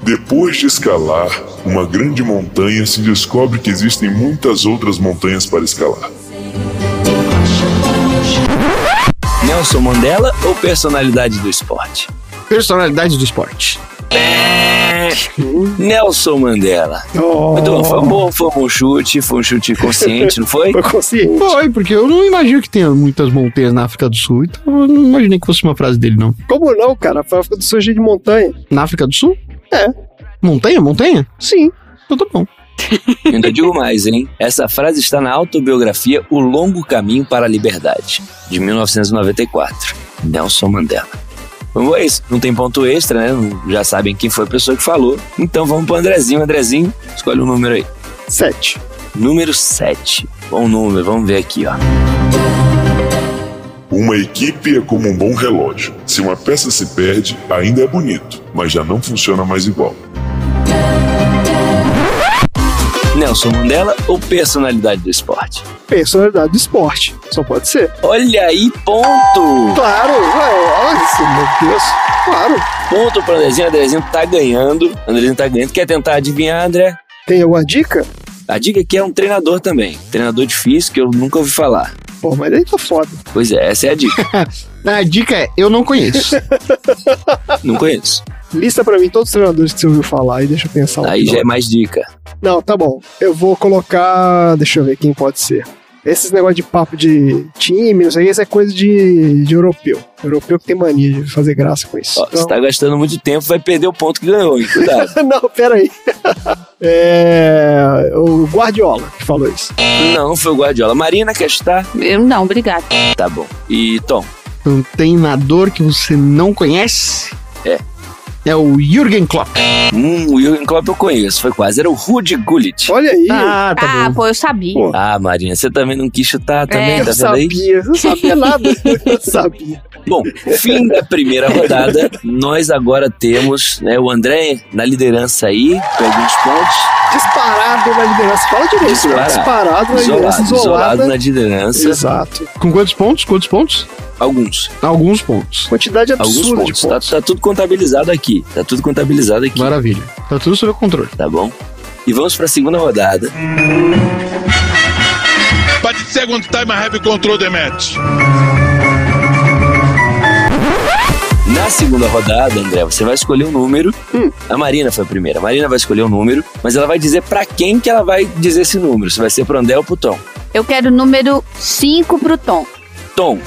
S10: Depois de escalar uma grande montanha, se descobre que existem muitas outras montanhas para escalar.
S4: Nelson Mandela ou personalidade do esporte? É,
S12: Personalidade do esporte.
S4: Nelson Mandela. Muito bom,
S12: Oh.
S4: foi um bom, foi um bom chute, foi um chute consciente, não foi?
S2: Foi consciente.
S12: Foi, porque eu não imagino que tenha muitas montanhas na África do Sul, então eu não imaginei que fosse uma frase dele, não.
S2: Como não, cara? A África do Sul é cheia de montanha.
S12: Na África do Sul?
S2: É.
S12: Montanha, montanha?
S2: Sim.
S12: Então tá bom.
S4: E Ainda digo mais, hein? Essa frase está na autobiografia O Longo Caminho para a Liberdade, de 1994. Nelson Mandela. Vamos a isso. Não tem ponto extra, né? Não- Já sabem quem foi a pessoa que falou. Então vamos pro Andrezinho. Andrezinho, escolhe um número aí.
S2: Sete.
S4: Número 7. Bom número, vamos ver aqui, ó.
S10: Uma equipe é como um bom relógio. Se uma peça se perde, ainda é bonito, mas já não funciona mais igual.
S4: Nelson Mandela ou personalidade do esporte?
S2: Personalidade do esporte. Só pode ser.
S4: Olha aí, ponto!
S2: Claro, ué, nossa, meu Deus. Claro.
S4: Ponto pro Andrezinho. Andrezinho tá ganhando. Andrezinho tá ganhando. Quer tentar adivinhar, André?
S2: Tem alguma dica?
S4: A dica é que é um treinador também. Treinador difícil que eu nunca ouvi falar.
S2: Pô, mas daí tá foda.
S4: Pois é, essa é a dica.
S12: A dica é, eu não conheço.
S4: Não conheço.
S2: Lista pra mim todos os treinadores que você ouviu falar e deixa eu pensar. um
S4: Aí já é
S2: nome.
S4: mais dica.
S2: Não, tá bom. Eu vou colocar. Deixa eu ver quem pode ser. Esses negócio de papo de time, não sei o que, isso é coisa de, de europeu. Europeu que tem mania de fazer graça com isso.
S4: Ó,
S2: Então-
S4: Você tá gastando muito tempo, vai perder o ponto que ganhou, hein? Cuidado.
S2: não, peraí. É. O Guardiola que falou isso.
S4: Não, foi o Guardiola. Marina quer chutar?
S3: Eu não, obrigado.
S4: Tá bom. E Tom?
S12: Um treinador que você não conhece
S4: É.
S12: é o Jürgen Klopp.
S4: Hum, o Jürgen Klopp eu conheço, foi quase. Era o Rudy Gullit.
S2: Olha aí.
S12: Ah, tá
S3: Ah,
S12: bom.
S3: pô, eu sabia.
S4: Ah, Marina, você também não quis chutar também,
S3: É,
S4: tá
S2: eu
S4: vendo aí?
S2: sabia, eu não sabia nada. Eu sabia.
S4: Bom, fim da primeira rodada. Nós agora temos né, o André na liderança aí, com alguns pontos.
S2: Disparado na liderança. Fala direito, disparado,
S4: Disparado.
S2: disparado na liderança
S4: Isolado,
S2: isolada.
S4: isolado na liderança.
S2: né? Exato.
S12: Com quantos pontos? Quantos pontos?
S4: Alguns.
S12: Alguns pontos.
S2: Quantidade
S4: Alguns
S2: absurda
S4: pontos.
S2: de pontos.
S4: Tá, tá tudo contabilizado aqui. Tá tudo contabilizado aqui.
S12: Maravilha. Tá tudo sob controle.
S4: Tá bom? E vamos pra segunda rodada.
S13: But the second time I have control the match.
S4: Na segunda rodada, André, você vai escolher um número.
S12: Hum.
S4: A Marina foi a primeira. A Marina vai escolher um número, mas ela vai dizer pra quem que ela vai dizer esse número. Se vai ser pro André ou pro Tom.
S9: Eu quero o número 5 pro Tom.
S4: Tom,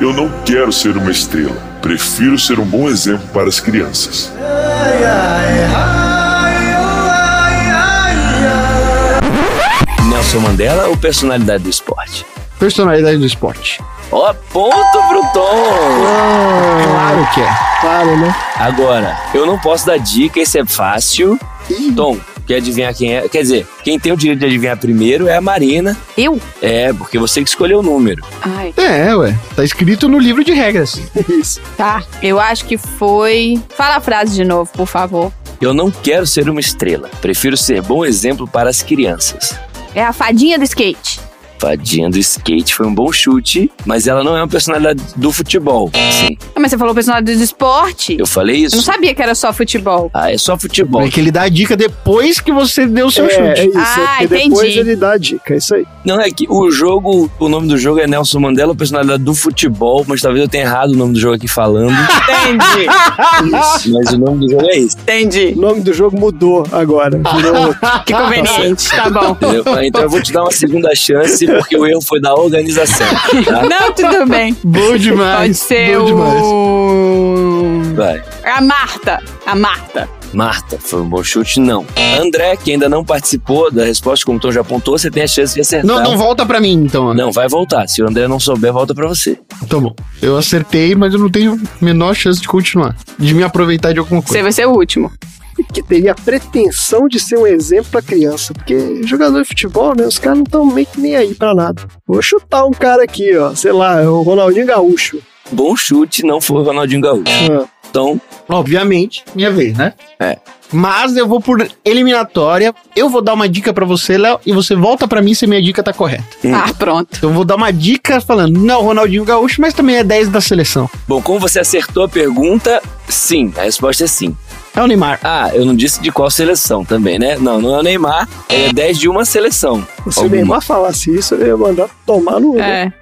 S10: Eu não quero ser uma estrela. Prefiro ser um bom exemplo para as crianças.
S4: Nelson Mandela ou personalidade do esporte?
S12: Personalidade do esporte.
S4: Ó, ponto pro Tom!
S12: Claro que é.
S2: Claro, né?
S4: Agora, eu não posso dar dica, esse é fácil. Tom, quer adivinhar quem é? Quer dizer, quem tem o direito de adivinhar primeiro é a Marina.
S3: Eu?
S4: É, porque você que escolheu o número.
S3: Ai,
S12: É, ué. Tá escrito no livro de regras.
S2: Isso.
S3: tá. Eu acho que foi. Fala a frase de novo, por favor.
S4: Eu não quero ser uma estrela. Prefiro ser bom exemplo para as crianças.
S9: É a fadinha do skate.
S4: Fadinha do skate foi um bom chute, mas ela não é uma personalidade do futebol. Sim,
S3: Ah, Mas você falou personalidade do esporte?
S4: eu falei
S3: Eu não
S4: isso.
S3: sabia que era só futebol.
S4: Ah, é só futebol.
S12: É que ele dá a dica depois que você deu
S1: um
S12: o seu
S2: É, é
S12: chute.
S2: isso.
S3: Ah,
S2: é porque depois
S3: entendi.
S2: ele dá a dica. É isso aí.
S4: Não, é que o jogo, o nome do jogo é Nelson Mandela, personalidade do futebol, mas talvez eu tenha errado o nome do jogo aqui falando.
S3: Entendi, Tá
S4: Isso, mas o nome do jogo é isso,
S3: entendi.
S2: O nome do jogo mudou agora.
S3: Ah.
S2: virou outro.
S3: Que conveniente, tá bom.
S4: entendeu? Então eu vou te dar uma segunda chance, porque o erro foi da organização. Tá?
S3: Não, tudo bem.
S12: Bom demais.
S3: Pode ser
S12: bom demais.
S3: o...
S4: Vai.
S3: A Marta. A Marta.
S4: Marta, foi um bom chute? Não. André, que ainda não participou da resposta, como o Tom já apontou, você tem a chance de acertar.
S12: Não, não volta pra mim, então.
S4: Não, vai voltar. Se o André não souber, volta pra você.
S12: Tá bom. Eu acertei, mas eu não tenho a menor chance de continuar. De me aproveitar de alguma coisa.
S3: Você vai ser o último.
S2: Que teria a pretensão de ser um exemplo pra criança. Porque jogador de futebol, né? Os caras não estão meio que nem aí pra nada. Vou chutar um cara aqui, ó. Sei lá, é o Ronaldinho Gaúcho.
S4: Bom chute, não foi o Ronaldinho Gaúcho.
S2: Ah.
S4: Então,
S12: Obviamente, minha vez, né?
S4: É.
S12: Mas eu vou por eliminatória. Eu vou dar uma dica pra você, Léo, e você volta pra mim se a minha dica tá correta.
S2: Hum.
S3: Ah, pronto.
S12: Eu vou dar uma dica falando, não, Ronaldinho Gaúcho, mas também é 10 da seleção.
S4: bom, como você acertou a pergunta, sim. A resposta é sim.
S12: É o Neymar.
S4: Ah, eu não disse de qual seleção também, né? Não, não é o Neymar. Ele é 10 de uma seleção.
S2: Se o
S4: Alguma.
S2: Neymar falasse isso, eu ia mandar tomar no.
S3: É.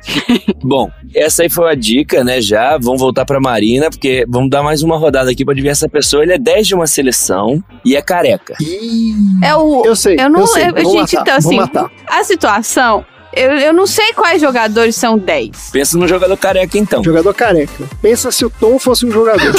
S4: Bom, essa aí foi a dica, né? Já vamos voltar pra Marina, porque vamos dar mais uma rodada aqui pra adivinhar essa pessoa. Ele é 10 de uma seleção e é careca.
S3: É o.
S2: Eu sei.
S3: Eu não.
S2: sei.
S3: eu-
S2: Vou
S3: gente,
S2: matar,
S3: então
S2: vou
S3: assim.
S2: matar.
S3: A situação. Eu, eu não sei quais jogadores são 10.
S4: Pensa no jogador careca então.
S2: Jogador careca. Pensa se o Tom fosse um jogador.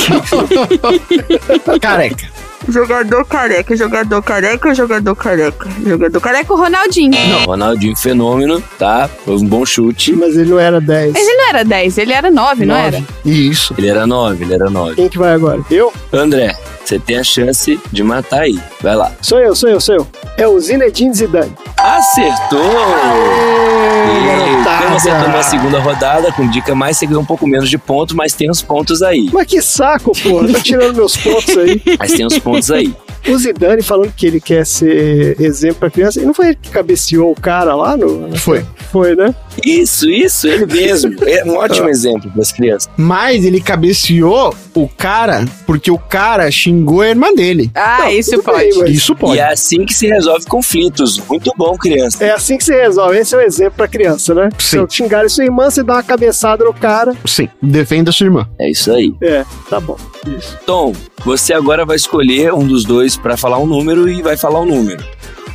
S12: Careca.
S9: Jogador careca, jogador careca, jogador careca, jogador careca, o Ronaldinho.
S4: Não, Ronaldinho Fenômeno, tá? Foi um bom chute.
S2: Mas ele não era 10.
S3: Mas ele não era 10, ele era 9, não
S12: Nove.
S3: era?
S12: Isso.
S4: Ele era 9, ele era 9.
S2: Quem que vai agora? Eu?
S4: André, você tem a chance de matar aí. Vai lá.
S2: Sou eu, sou eu, sou eu. É o Zinedine Zidane.
S4: Acertou! E
S2: garotada!
S4: Como Então, você tomou a segunda rodada, com dica mais, você ganhou um pouco menos de ponto, mas tem uns pontos aí.
S2: Mas que saco, pô. Tá tirando meus pontos aí.
S4: Mas tem uns pontos aí.
S2: O Zidane falando que ele quer ser exemplo pra criança. E não foi ele que cabeceou o cara lá no...
S12: Foi.
S2: Foi, né?
S4: Isso, isso, ele mesmo. É um ótimo exemplo para as crianças.
S12: Mas ele cabeceou o cara porque o cara xingou a irmã dele.
S3: Ah,
S2: Não,
S3: isso
S2: tudo
S3: pode.
S2: bem, mas
S12: Isso
S4: E
S12: pode.
S4: é assim que se resolve conflitos. Muito bom, criança.
S2: É assim que você resolve. Esse é o exemplo pra criança, né?
S12: Sim.
S2: Se eu xingar sua irmã, você dá uma cabeçada no cara.
S12: Sim. Defenda sua irmã.
S4: É isso aí.
S2: É, tá bom. Isso.
S4: Tom, você agora vai escolher um dos dois para falar um número e vai falar o número.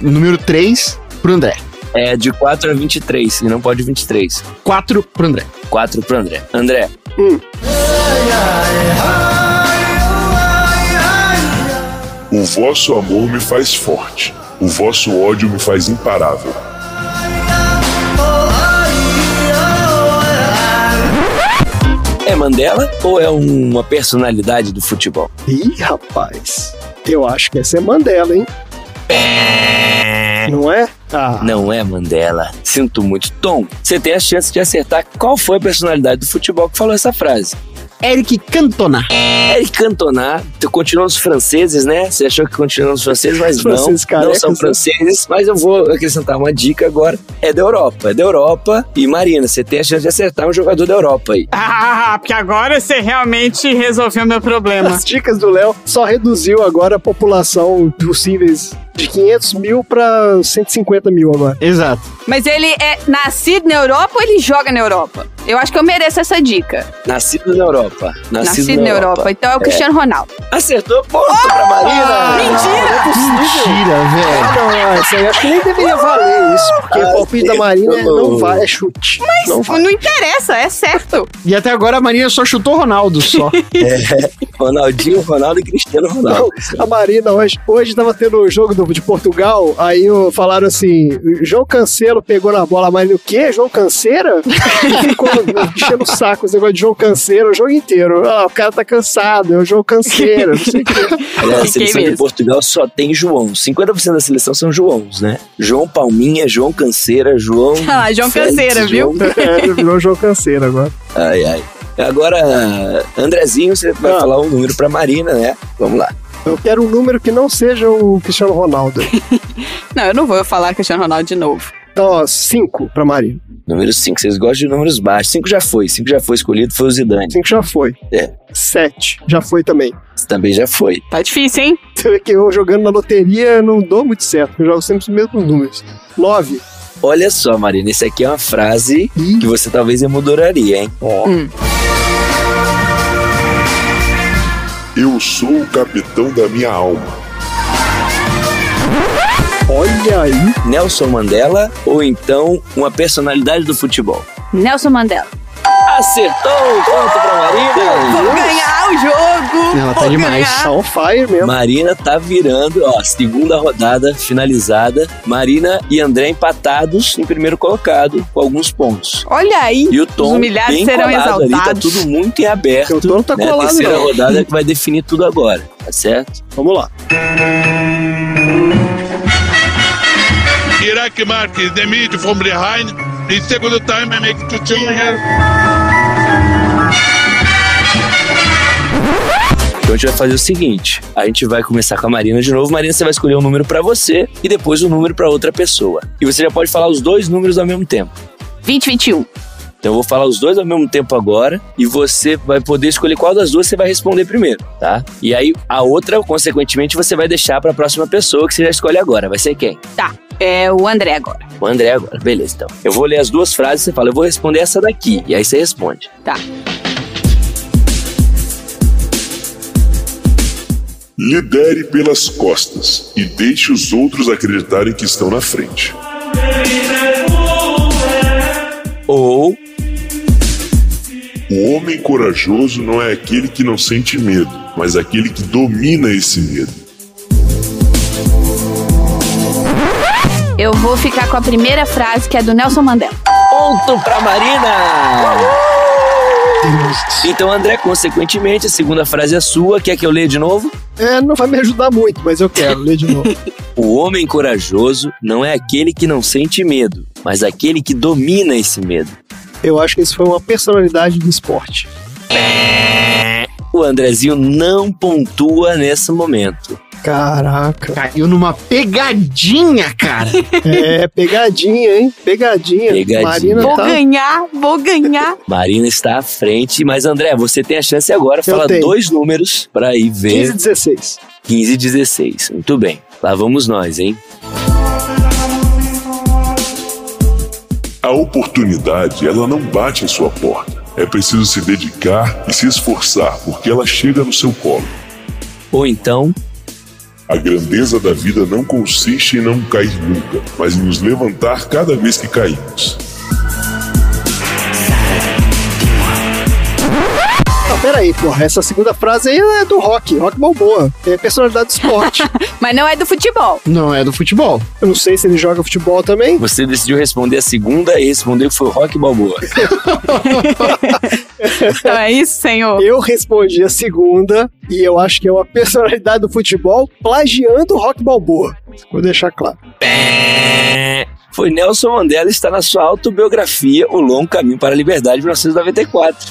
S12: Número 3 pro André.
S4: É de 4 a 23, e não pode 23.
S12: 4 pro André.
S4: 4 para André. André,
S10: O vosso amor me faz forte. O vosso ódio me faz imparável.
S4: é Mandela ou é uma personalidade do futebol?
S2: Ih, rapaz. Eu acho que essa é Mandela, hein? Não é? Ah,
S4: Não é Mandela. Sinto muito. Tom, você tem a chance de acertar qual foi a personalidade do futebol que falou essa frase.
S12: Eric Cantona.
S4: Eric Cantona, tu continuou nos franceses, né? Você achou que continuou nos franceses, mas
S2: Os
S4: não.
S2: franceses
S4: não
S2: carecas,
S4: são
S2: né?
S4: franceses, mas eu vou acrescentar uma dica agora. É da Europa, é da Europa. E Marina, você tem a chance de acertar um jogador da Europa aí.
S14: Ah, porque agora você realmente resolveu meu problema.
S2: As dicas do Léo só reduziu agora a população possíveis de 500 mil pra 150 mil agora.
S12: Exato.
S3: Mas ele é nascido na Europa ou ele joga na Europa? Eu acho que eu mereço essa dica.
S4: Nascido na Europa.
S3: Nascido, na Europa. Então é o Cristiano Ronaldo.
S4: Acertou ponto pra
S3: Ah,
S2: Ah,
S4: Marina.
S12: Mentira, velho.
S2: é Não, ah, isso aí acho que nem deveria valer isso, porque
S4: Ah,
S2: o palpite da
S4: sim,
S2: Marina é- não
S4: falou.
S2: vale, é chute. Mas não
S3: Não interessa, é certo.
S12: E até agora a Marina só chutou Ronaldo só.
S4: Ronaldinho, Ronaldo e Cristiano Ronaldo.
S2: A Marina hoje, hoje tava tendo o jogo do- de Portugal, aí ó, falaram assim: João Cancelo pegou na bola, mas o quê? João Canseira? Ficou enchendo o saco esse negócio de João Canseiro o jogo inteiro. Ah, o cara tá cansado, é o João Canseiro, não sei o quê.
S4: Aliás, Né? a
S3: Fiquei
S4: seleção de
S3: mesmo.
S4: Portugal só tem João. 50% da seleção são Joãos, né? João Palminha, João Canseira, João.
S3: Ah lá, João Canseira, viu?
S4: João-
S2: É, virou João Canseiro agora.
S4: Ai, ai. Agora, Andrezinho, você vai
S2: Ah.
S4: falar um número pra Marina, né? Vamos lá.
S2: Eu quero um número que não seja o Cristiano Ronaldo.
S3: Não, eu não vou falar Cristiano Ronaldo de novo.
S2: Então, ó, cinco pra Marina.
S4: Número 5, vocês gostam de números baixos. 5 já foi, 5 já foi escolhido, foi o Zidane.
S2: Cinco já foi.
S4: É.
S2: Sete já foi também.
S4: Também já foi.
S3: Tá difícil, hein?
S2: Você vê que eu jogando na loteria não dou muito certo, eu jogo sempre os mesmos números. Nove.
S4: Olha só, Marina, isso aqui é uma frase
S2: Ih.
S4: que você talvez emuduraria, hein?
S10: Eu sou o capitão da minha alma.
S2: Olha aí.
S4: Nelson Mandela ou então uma personalidade do futebol?
S3: Nelson Mandela.
S4: Acertou o ponto pra Marina.
S9: Vou ganhar o jogo.
S2: Ela tá
S9: vou
S2: demais,
S9: ganhar.
S2: só on fire mesmo.
S4: Marina tá virando, ó, segunda rodada finalizada. Marina e André empatados em primeiro colocado, com alguns pontos.
S9: Olha aí.
S4: E o Tom
S9: Os humilhados
S4: bem
S9: serão
S4: colado ali, tá
S9: exaltados.
S4: tudo muito em aberto.
S2: O Tom tá
S4: né?
S2: colado,
S4: A terceira
S2: não.
S4: rodada é que vai definir tudo agora, tá certo?
S2: Vamos lá.
S13: Irak Marques, the mid from behind. In second time, I make two changes.
S4: Então a gente vai fazer o seguinte: a gente vai começar com a Marina de novo. Marina, você vai escolher um número pra você e depois um número pra outra pessoa. E você já pode falar os dois números ao mesmo tempo.
S9: 20, 21.
S4: Então eu vou falar os dois ao mesmo tempo agora e você vai poder escolher qual das duas você vai responder primeiro, tá? E aí a outra, consequentemente, você vai deixar pra próxima pessoa que você já escolhe agora. Vai ser quem?
S9: Tá. É o André agora.
S4: O André agora. Beleza, então. Eu vou ler as duas frases, você fala, eu vou responder essa daqui. E aí você responde.
S9: Tá.
S10: Lidere pelas costas e deixe os outros acreditarem que estão na frente.
S4: Ou
S10: O homem corajoso não é aquele que não sente medo, mas aquele que domina esse medo.
S9: Eu vou ficar com a primeira frase que é do Nelson Mandela.
S4: Ponto pra Marina! Então, André, consequentemente, a segunda frase é sua. Quer que eu leia de novo?
S2: É, não vai me ajudar muito, mas eu quero ler de novo.
S4: O homem corajoso não é aquele que não sente medo, mas aquele que domina esse medo.
S2: Eu acho que isso foi uma personalidade do esporte.
S4: O Andrezinho não pontua nesse momento.
S2: Caraca.
S12: Caiu numa pegadinha, cara.
S2: É, pegadinha, hein? Pegadinha.
S4: Pegadinha.
S2: Marina
S9: Vou
S2: tá...
S9: ganhar, vou ganhar.
S4: Marina está à frente, mas André, você tem a chance agora.
S2: Eu
S4: Fala
S2: tenho.
S4: dois números para ir
S2: 15
S4: ver
S2: 16.
S4: 15 e 16. Muito bem, lá vamos nós, hein?
S10: A oportunidade, ela não bate em sua porta. É preciso se dedicar e se esforçar, porque ela chega no seu colo.
S4: Ou então,
S10: A grandeza da vida não consiste em não cair nunca, mas em nos levantar cada vez que caímos.
S2: Ah, peraí, porra. Essa segunda frase aí é do rock. Rock Balboa. É personalidade do esporte.
S9: Mas não é do futebol.
S12: Não é do futebol.
S2: eu não sei se ele joga futebol também.
S4: você decidiu responder a segunda e respondeu que foi o Rock Balboa.
S9: Então é isso, senhor.
S2: Eu respondi a segunda e eu acho que é uma personalidade do futebol plagiando o rock Balboa. Vou deixar claro.
S4: Foi Nelson Mandela está na sua autobiografia O Longo Caminho para a Liberdade, 1994.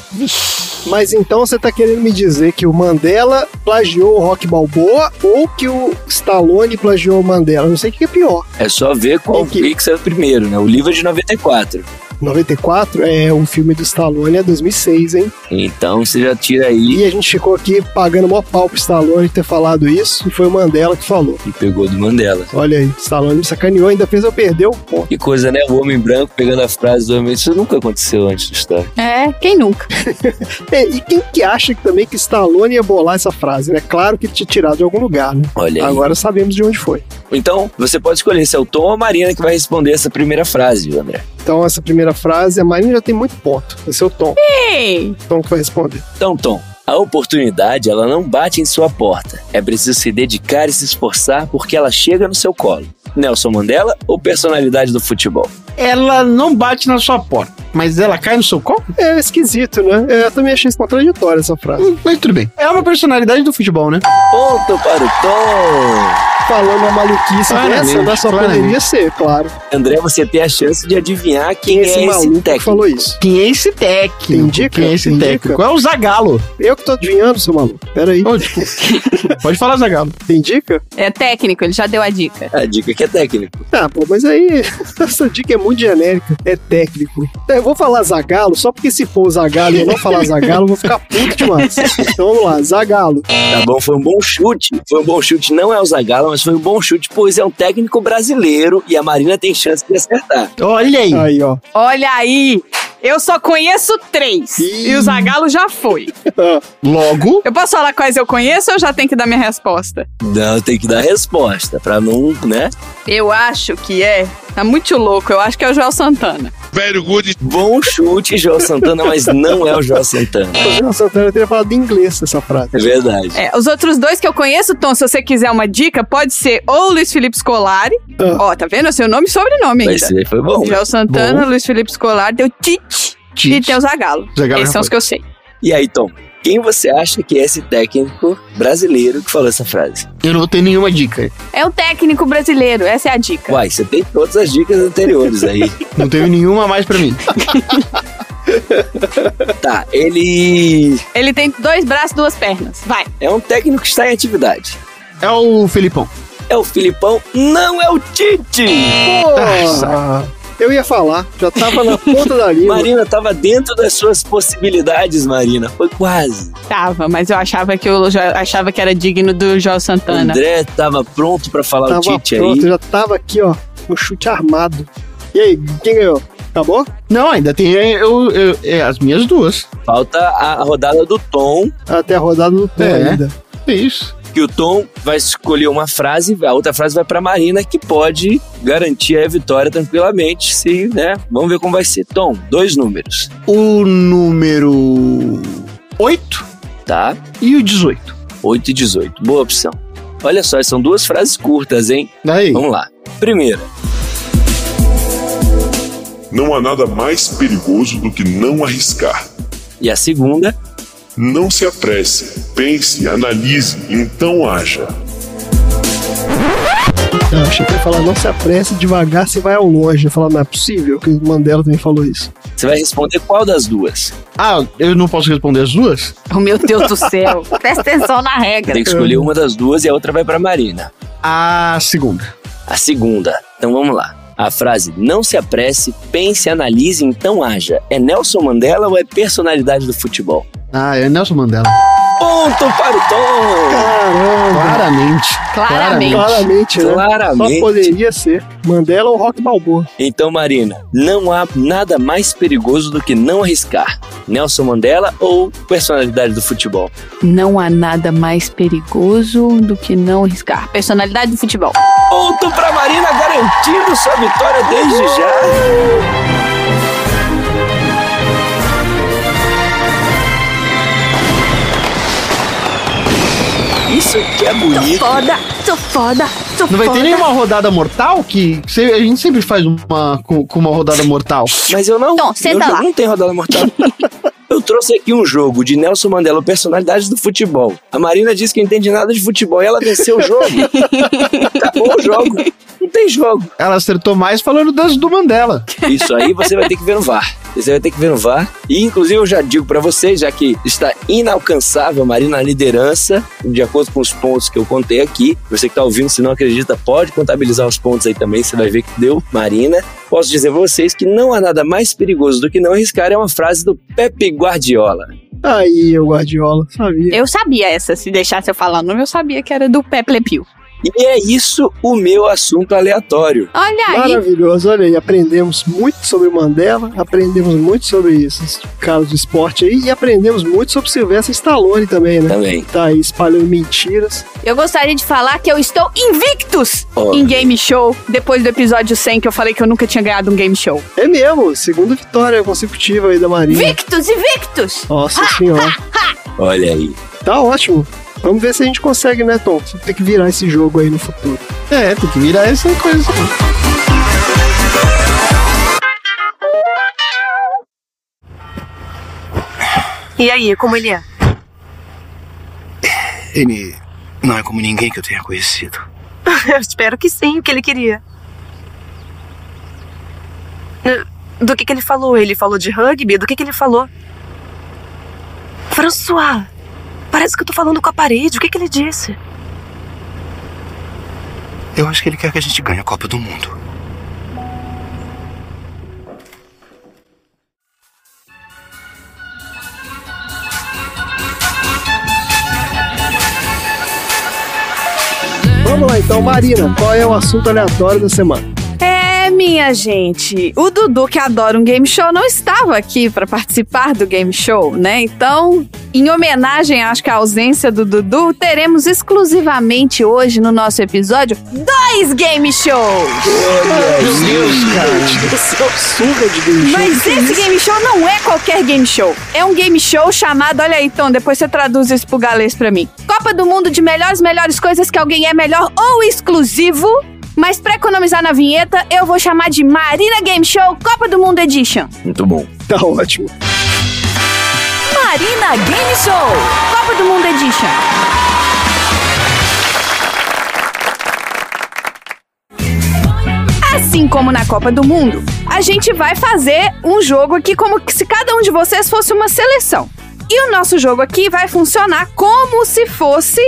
S2: Mas então você tá querendo me dizer que o Mandela plagiou o Rock Balboa ou que o Stallone plagiou o Mandela? Eu Não sei o que é pior.
S4: É só ver qual
S2: Tem que-
S4: que... que saiu primeiro, né? O livro é de 94.
S2: 94 é um filme do Stallone, é 2006, hein?
S4: Então você já tira aí
S2: E a gente ficou aqui pagando mó pau pro Stallone ter falado isso e foi o Mandela que falou.
S4: e pegou do Mandela.
S2: Olha aí, Stallone me sacaneou, ainda fez eu perder o ponto.
S4: Que coisa, né? O homem branco pegando a frase do homem. Isso nunca aconteceu antes né? do história.
S9: É, quem nunca?
S2: É, e quem que acha que também que Stallone ia bolar essa frase, né? Claro que ele tinha tirado de algum lugar, né?
S4: Olha aí.
S2: Agora sabemos de onde foi.
S4: Então, você pode escolher se é o Tom ou a Marina que vai responder essa primeira frase, viu, André.
S2: Então essa primeira frase, a Marina já tem muito ponto. Esse é o Tom.
S9: Ei,
S2: Tom que vai responder.
S4: Então, Tom, a oportunidade ela não bate em sua porta. É preciso se dedicar e se esforçar porque ela chega no seu colo. Nelson Mandela ou personalidade do futebol?
S12: Ela não bate na sua porta, mas ela cai no seu colo?
S2: É esquisito, né? É, Eu também achei isso contraditória essa frase.
S12: Hum, Mas tudo bem. É uma personalidade do futebol, né?
S4: Ponto para o Tom!
S2: Falando uma maluquice
S12: Claramente,
S2: dessa, né? Só
S12: claramente.
S2: poderia ser, claro.
S4: André, você tem a chance de adivinhar quem
S2: esse
S4: é esse
S2: maluco que
S4: técnico.
S2: falou isso.
S12: Quem é esse técnico?
S2: Tem dica?
S12: Quem é esse
S2: Tem
S12: técnico?
S2: dica?
S12: É o Zagalo.
S2: Eu que tô adivinhando, seu maluco. Pera aí.
S12: Ô, desculpa. Pode falar, Zagalo.
S2: Tem dica?
S9: é técnico, ele já deu a dica.
S4: A dica é que é técnico.
S2: Ah, pô, mas aí essa dica é muito genérica. É técnico. Eu vou falar Zagalo, só porque se for Zagalo e eu não falar Zagalo, eu vou ficar puto demais. Então vamos lá, Zagalo.
S4: Tá bom, foi um bom chute. Foi um bom chute, não é o Zagallo, mas foi um bom chute, pois é um técnico brasileiro e a Marina tem chance de acertar.
S12: Olha aí.
S2: Aí, ó.
S9: Olha aí,
S14: Eu só conheço três. E o Zagalo já foi.
S1: Logo.
S14: Eu posso falar quais eu conheço ou já tem que dar minha resposta?
S4: Não, tem que dar resposta, pra não, né?
S14: Eu acho que é. Tá muito louco. Eu acho que é o Joel Santana.
S4: Velho Good. Bom chute, Joel Santana, mas não é o Joel Santana.
S2: O Joel Santana teria falado em inglês essa frase.
S4: É verdade.
S14: É, os outros dois que eu conheço, Tom, se você quiser uma dica, pode ser ou o Luiz Felipe Scolari. Ó, tá vendo? Seu nome e sobrenome ainda.
S4: Mas esse aí foi Ah. bom.
S14: Joel Santana, Luiz Felipe Scolari, deu Tite. E tem o Zagalo.
S4: Zagalo
S14: Esses
S4: já
S14: são os
S4: foi.
S14: que eu sei.
S4: E aí, Tom? Quem você acha que é esse técnico brasileiro que falou essa frase?
S1: Eu não vou ter nenhuma dica.
S9: É um técnico brasileiro, essa é a dica.
S4: Uai, você tem todas as dicas anteriores aí.
S1: Não teve nenhuma mais pra mim.
S4: tá, ele
S9: Ele tem dois braços, duas pernas. Vai.
S4: é um técnico que está em atividade.
S1: É o Filipão.
S4: É o Filipão, não é o Tite! tá
S2: Ah. Nossa. Eu ia falar, já tava na ponta da língua.
S4: Marina, tava dentro das suas possibilidades, Marina. Foi quase.
S14: Tava, mas eu achava que eu já achava que era digno do Joel Santana.
S4: André tava pronto pra falar
S2: tava
S4: o Tite
S2: pronto,
S4: aí.
S2: já tava aqui, ó, no chute armado. E aí, quem ganhou? Tá Acabou?
S1: Não, ainda tem é, eu, eu- é, as minhas duas.
S4: Falta a a rodada do Tom,
S2: Até a rodada do pé
S1: É.
S2: ainda.
S1: Isso.
S4: que o Tom vai escolher uma frase, a outra frase vai pra Marina, que pode garantir a vitória tranquilamente, se, né? Vamos ver como vai ser. Tom, dois números,
S1: O número 8
S4: tá?
S1: e o 18.
S4: 8 e 18. Boa opção. Olha só, são duas frases curtas, hein?
S1: Daí.
S4: Vamos lá. Primeira,
S10: Não há nada mais perigoso do que não arriscar.
S4: E a segunda?
S10: Não se apresse, pense, analise, então haja.
S2: Eu achei que ele ia falar, não se apresse devagar, você vai ao longe. Eu falar, não é possível, que o Mandela também falou isso.
S4: você vai responder qual das duas?
S1: Ah, eu não posso responder as duas?
S9: Oh, meu Deus do céu. Presta atenção na regra.
S4: Tem que escolher uma das duas e a outra vai pra Marina.
S1: A segunda.
S4: A segunda. Então vamos lá. A frase não se apresse, pense, analise, então haja. É Nelson Mandela ou é personalidade do futebol?
S1: Ah, é Nelson Mandela.
S4: Ponto para o Tom!
S2: Caramba!
S1: Claramente.
S9: Claramente.
S2: Claramente, né?
S4: Claramente.
S2: Só poderia ser Mandela ou Rock Balboa.
S4: Então, Marina, não há nada mais perigoso do que não arriscar. Nelson Mandela ou personalidade do futebol?
S3: Não há nada mais perigoso do que não arriscar.
S9: Personalidade do futebol.
S4: Ponto para Marina, garantindo sua vitória desde já. Isso que é bonito.
S9: Foda, sou foda, sou
S1: Não vai
S9: foda.
S1: ter nenhuma rodada mortal que que se- a gente sempre faz uma com, com uma rodada mortal.
S4: Mas eu não.
S9: Tom,
S4: eu
S9: senta
S4: já
S9: lá.
S4: não tenho rodada mortal. eu trouxe aqui um jogo de Nelson Mandela, personalidades do futebol. A Marina disse que não entende nada de futebol e ela venceu o jogo. Acabou o jogo. Não tem jogo.
S1: Ela acertou mais falando das do Mandela.
S4: Isso aí você vai ter que ver no VAR. Você vai ter que ver no VAR. E inclusive eu já digo pra vocês, já que está inalcançável a Marina na liderança, de acordo com os pontos que eu contei aqui. Você que tá ouvindo, se não acredita, pode contabilizar os pontos aí também, você vai ver que deu Marina. Posso dizer pra vocês que não há nada mais perigoso do que não arriscar é uma frase do Pepe Guardiola.
S2: Aí, o Guardiola, sabia.
S9: Eu sabia essa. Se deixasse eu falar o nome, eu sabia que era do Pepe Le Pew.
S4: E é isso o meu assunto aleatório.
S9: Olha aí.
S2: Maravilhoso, olha aí, aprendemos muito sobre o Mandela, aprendemos muito sobre esses caras do esporte aí e aprendemos muito sobre Silvestre Stallone também, né?
S4: Também.
S2: Tá aí espalhando mentiras.
S9: Eu gostaria de falar que eu estou invictus
S4: Olha.
S9: em game show depois do episódio 100 que eu falei que eu nunca tinha ganhado um game show.
S2: É mesmo, segunda vitória consecutiva aí da Marinha.
S9: Victus, invictus!
S2: Nossa senhora.
S4: Olha aí.
S2: Tá ótimo. Vamos ver se a gente consegue, né, Tom? Tem que virar esse jogo aí no futuro.
S1: É, tem que virar essa coisa.
S15: E aí, como ele é?
S7: Ele não é como ninguém que eu tenha conhecido.
S15: Eu espero que sim, o que ele queria. Eh, Do que, que ele falou? Ele falou de rugby? Do que, que ele falou? François, parece que eu tô falando com a parede. O que, que ele disse?
S7: Eu acho que ele quer que a gente ganhe a Copa do Mundo.
S2: Vamos lá então, Marina, qual é o assunto aleatório da semana?
S9: É,
S3: minha gente, o Dudu, que adora um game show, não estava aqui para participar do game show, né? Então, em homenagem, acho que à ausência do Dudu, teremos exclusivamente hoje no nosso episódio dois game shows!
S4: Meu Deus,
S2: cara! de game show.
S3: Mas esse game show não é qualquer game show. É um game show chamado, olha aí, Tom, depois você traduz isso pro galês pra mim. Copa do Mundo de melhores, melhores coisas que alguém é melhor ou exclusivo. Mas pra economizar na vinheta, eu vou chamar de Marina Game Show Copa do Mundo Edition.
S4: Muito bom.
S2: Tá ótimo.
S3: Marina Game Show Copa do Mundo Edition. Assim como na Copa do Mundo, a gente vai fazer um jogo aqui como se cada um de vocês fosse uma seleção. E o nosso jogo aqui vai funcionar como se fosse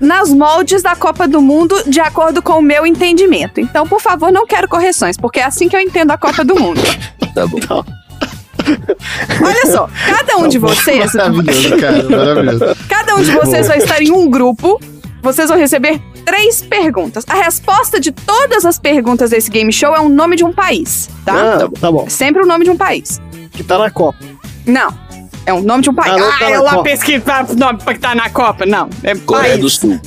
S3: nas moldes da Copa do Mundo, de acordo com o meu entendimento. Então, por favor, não quero correções, porque é assim que eu entendo a Copa do Mundo.
S4: Tá bom. Tá
S3: Olha só, cada um de vocês.
S12: Maravilhoso, cara. Maravilhoso.
S3: Cada um de vocês vai estar em um grupo. Vocês vão receber três perguntas. A resposta de todas as perguntas desse game show é o nome de um país, tá?
S2: Ah, tá bom. Tá bom.
S3: É sempre o nome de um país.
S2: Que tá na Copa.
S3: Não. É o nome de um país.
S2: Ah, não tá
S14: Ah,
S2: na
S14: eu lá
S2: Copa.
S14: pesquisar o nome pra que tá na Copa. Não, é
S4: Coreia
S14: país.
S4: do Sul.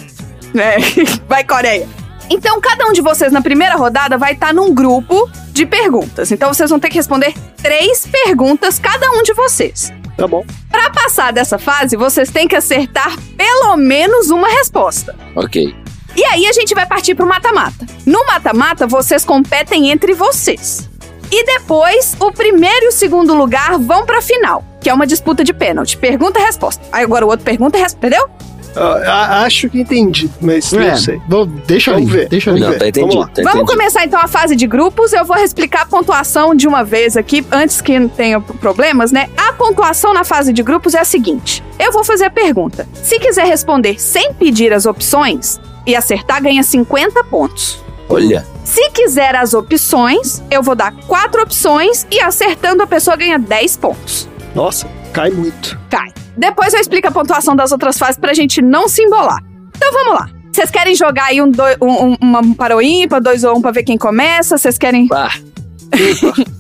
S3: É, vai Coreia. Então, cada um de vocês na primeira rodada vai estar num grupo de perguntas. Então, vocês vão ter que responder três perguntas, cada um de vocês.
S2: Tá bom.
S3: Pra passar dessa fase, vocês têm que acertar pelo menos uma resposta.
S4: Ok.
S3: E aí, a gente vai partir pro mata-mata. No mata-mata, vocês competem entre vocês. E depois, o primeiro e o segundo lugar vão pra final, que é uma disputa de pênalti. Pergunta e resposta. Aí agora o outro pergunta e resposta, entendeu?
S2: Ah, a- acho que entendi, mas
S12: É,
S2: não sei.
S12: vou- deixa
S2: Vamos
S12: ali,
S2: ver.
S12: deixa ali.
S4: Não, tá entendido.
S2: Vamos lá.
S4: tá
S3: Vamos
S4: entendido.
S3: começar então a fase de grupos. Eu vou explicar a pontuação de uma vez aqui, antes que tenha problemas, né? A pontuação na fase de grupos é a seguinte: eu vou fazer a pergunta. Se quiser responder sem pedir as opções e acertar, ganha 50 pontos.
S4: Olha,
S3: Se quiser as opções, eu vou dar quatro opções e acertando a pessoa ganha 10 pontos.
S2: Nossa, cai muito.
S3: Cai. Depois eu explico a pontuação das outras fases pra gente não se embolar. Então vamos lá. Vocês querem jogar aí um, doi- um, um, uma para o ímpar, dois ou um pra ver quem começa? Vocês querem.
S4: pá,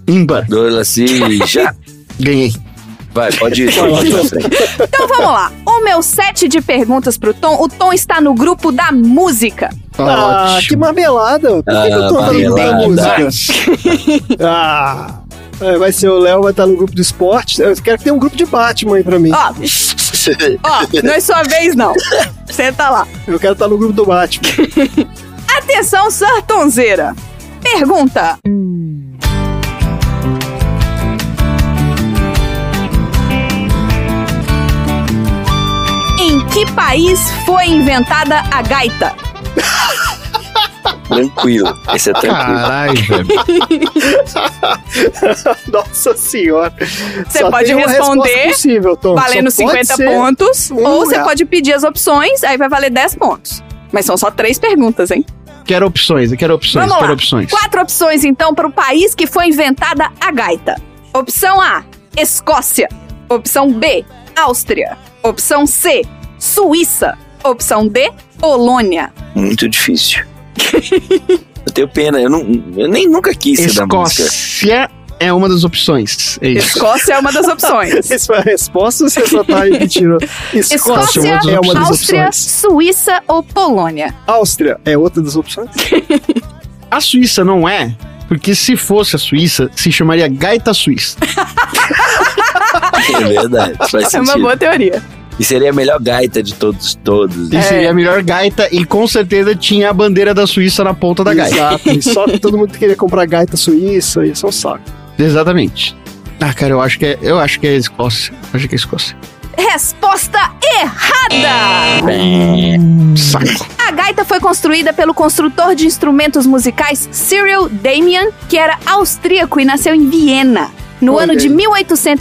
S12: Ímpar.
S4: Dola, se já.
S12: Ganhei.
S4: Vai, pode ir. Pode ir pra frente.
S3: Então vamos lá. O meu set de perguntas pro Tom, o Tom está no grupo da música.
S12: Tá
S2: Ah, que
S12: ótimo.
S2: marmelada. Por que, que eu tô
S4: Ah,
S2: falando da
S4: marmelada.
S2: música? ah, é, vai ser o Léo, vai estar no grupo do esporte. Eu quero que tenha um grupo de Batman aí pra mim.
S14: Ah.
S3: Ó, ó, não é sua vez não. Senta lá.
S2: Eu quero estar no grupo do Batman.
S3: Atenção, Sartonzeira. Pergunta. Em que país foi inventada a gaita?
S4: Tranquilo. Esse é tranquilo.
S12: Caralho, velho.
S2: Nossa senhora.
S14: Você
S2: Só
S14: pode
S2: tem uma
S14: responder
S2: resposta possível, Tom.
S14: Valendo
S2: Só pode
S14: 50
S2: ser-
S14: pontos.
S2: um
S3: Ou você
S2: real.
S3: pode pedir as opções, aí vai valer 10 pontos. Mas são só três perguntas, hein?
S12: Quero opções, eu quero opções,
S3: Vamos
S12: quero
S3: lá.
S12: opções.
S3: Quatro opções, então, para o país que foi inventada a gaita. Opção A, Escócia. Opção B, Áustria. Opção C, Suíça. Opção D, Polônia.
S4: Muito difícil. Eu tenho pena, eu, não, eu nem nunca quis ser da música.
S12: Escócia é uma das opções. É isso.
S3: Escócia é uma das opções.
S2: Essa foi a resposta ou você só tá repetindo?
S3: Escócia,
S12: é uma das
S3: Áustria, Suíça ou Polônia?
S2: Áustria é outra das opções?
S4: Tá
S12: A Suíça não é, porque se fosse a Suíça, se chamaria Gaita Suíça.
S4: É verdade, faz
S3: É uma
S4: sentido.
S3: boa teoria.
S4: E seria a melhor gaita de todos, todos. né?
S12: E seria a melhor gaita e com certeza tinha a bandeira da Suíça na ponta da gaita.
S2: Exato. E só todo mundo queria comprar gaita suíça, isso é um saco.
S12: Exatamente. Ah, cara, eu acho que é, eu acho que é Escócia. Acho que é Escócia.
S3: Resposta errada!
S12: Saco.
S3: A gaita foi construída pelo construtor de instrumentos musicais Cyril Damian, que era austríaco e nasceu em Viena. No
S2: Ok.
S3: ano de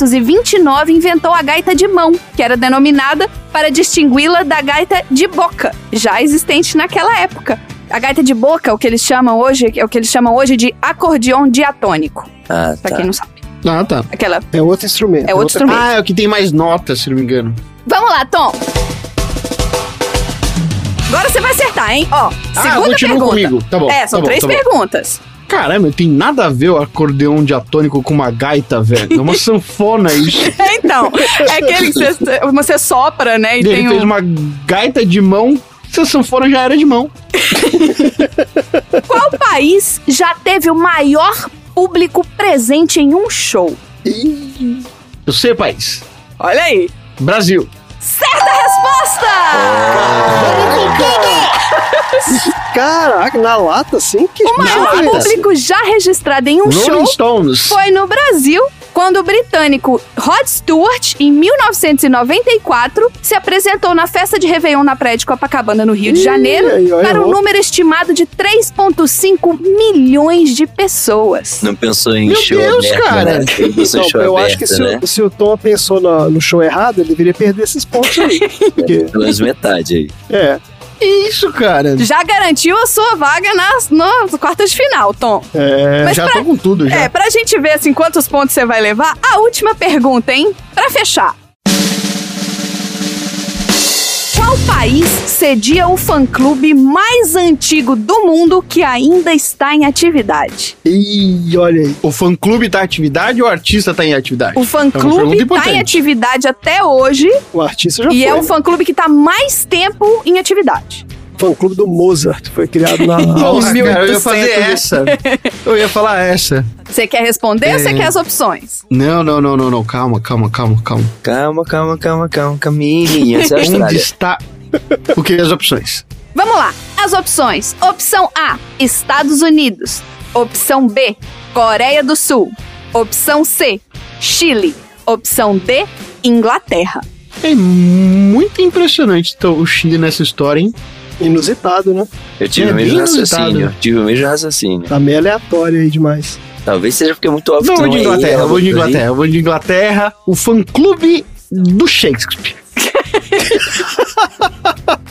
S3: 1829, inventou a gaita de mão, que era denominada para distingui-la da gaita de boca, já existente naquela época. A gaita de boca, o que eles chamam hoje, é o que eles chamam hoje de acordeon diatônico,
S4: Ah,
S3: É, pra
S4: tá.
S3: quem não sabe.
S12: Ah, tá.
S3: Aquela
S2: É outro instrumento.
S3: é outro
S2: outra-
S3: instrumento.
S12: Ah, é o que tem mais notas, se não me engano.
S3: Vamos lá, Tom. Agora você vai acertar, hein? Ó,
S12: Ah,
S3: segunda
S12: continua
S3: pergunta.
S12: comigo. Tá bom,
S3: É, são
S12: tá bom,
S3: três
S12: tá bom.
S3: perguntas.
S1: Caramba, tem nada a ver o acordeão diatônico com uma gaita, velho. É uma sanfona isso.
S16: então, é aquele que você, você sopra, né? E
S1: Ele
S16: tem
S1: fez
S16: um...
S1: uma gaita de mão, se a sanfona já era de mão.
S3: Qual país já teve o maior público presente em um show?
S1: Eu sei, país.
S16: Olha aí.
S1: Brasil.
S3: Certa resposta!
S12: Ah,
S2: Caraca, na lata, assim? Que
S3: O maior
S2: Não, cara.
S3: público já registrado em um
S2: Rolling
S3: show
S1: Stones.
S3: foi no Brasil, quando o britânico Rod Stewart, em 1994, se apresentou na festa de Réveillon na Praia de Copacabana, no Rio de
S2: Ih,
S3: Janeiro,
S2: aí, ó,
S3: para um
S2: errou.
S3: número estimado de 3,5 milhões de pessoas.
S4: Não pensou em
S3: Meu
S4: show
S3: Deus,
S4: aberto,
S3: cara.
S4: né? Não pensou em
S2: Então,
S4: show
S2: eu
S4: aberto,
S2: acho que se,
S4: né?
S2: o, se o Tom pensou na- no show errado, ele deveria perder esses pontos aí. Porque,
S4: Pelo menos metade aí.
S2: é.
S1: Isso, cara.
S16: Já garantiu a sua vaga nas, nas quartas de final, Tom.
S1: É,
S16: Mas
S1: já
S2: tá
S16: pra-
S1: tô com tudo, já.
S16: É, pra gente ver assim quantos pontos você vai levar, a última pergunta, hein? Pra fechar.
S3: Qual país cedia o fã-clube mais antigo do mundo que ainda está em atividade?
S1: E olha aí. O fã-clube tá em atividade ou o artista tá em atividade? É
S3: O
S1: uma pergunta
S3: fã-clube está em
S1: importante.
S3: atividade até hoje
S2: O artista já
S3: e
S2: foi.
S3: é o
S2: né?
S3: fã-clube que está mais tempo em atividade.
S2: Fã clube do Mozart. Foi criado na.
S1: Nossa, cara, eu ia
S2: 1800
S1: fazer essa. Eu ia falar essa.
S3: Você quer responder ou
S1: É.
S3: você quer as opções?
S1: Não, não, não, não, não. Calma, calma, calma, calma.
S4: Calma, calma, calma, calma, caminha. Essa é a
S1: Onde
S4: Austrália.
S1: está. O que é as opções?
S3: Vamos lá. As opções: opção A, Estados Unidos. Opção B, Coreia do Sul. Opção C, Chile. Opção D, Inglaterra.
S1: É muito impressionante então, o Chile nessa história, hein?
S2: Inusitado, né?
S4: Eu tive
S1: É
S4: o mesmo
S1: bem
S4: raciocínio.
S1: inusitado.
S4: Tive o mesmo raciocínio.
S2: Tá meio aleatório aí demais.
S4: Talvez seja porque é muito óbvio.
S1: Não,
S4: que
S1: vou de
S4: é
S1: Inglaterra,
S4: ela,
S1: vou de
S4: mas aí-
S1: Inglaterra, vou de Inglaterra. O fã-clube do Shakespeare.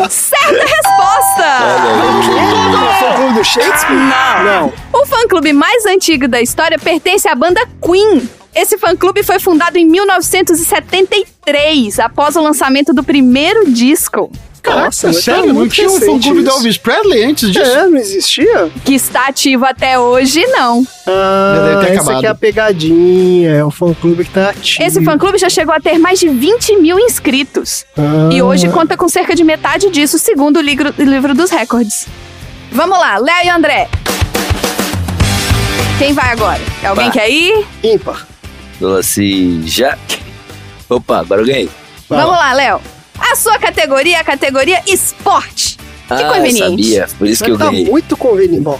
S3: Certa resposta!
S2: O fã clube do Shakespeare?
S1: Ah,
S2: Não.
S3: O fã-clube mais antigo da história pertence à banda Queen. Esse fã-clube foi fundado em 1973, após o lançamento do primeiro disco.
S1: Caraca,
S2: mas tá
S1: sério? Não
S2: muito
S1: tinha um
S2: recente
S1: fã-clube do
S2: isso.
S1: Elvis Presley antes disso?
S2: É, não existia?
S3: Que está ativo até hoje, não.
S1: Já deve
S2: Ah,
S1: ter
S2: essa
S1: acabado.
S2: aqui é a pegadinha. É o fã clube que tá ativo.
S3: Esse fã-clube já chegou a ter mais de 20 mil inscritos.
S2: Ah.
S3: E hoje conta com cerca de metade disso, segundo o ligro- livro dos recordes. Vamos lá, Léo e André. Quem vai agora? Alguém
S4: Vai.
S3: quer ir?
S2: Ímpar.
S4: Falou assim, já. Opa, agora eu ganhei.
S3: Vamos lá, Léo. A sua categoria é a categoria esporte. Que
S4: ah,
S3: conveniente.
S4: sabia, por isso que eu
S2: tá
S4: ganhei.
S2: muito conveniente. Bom,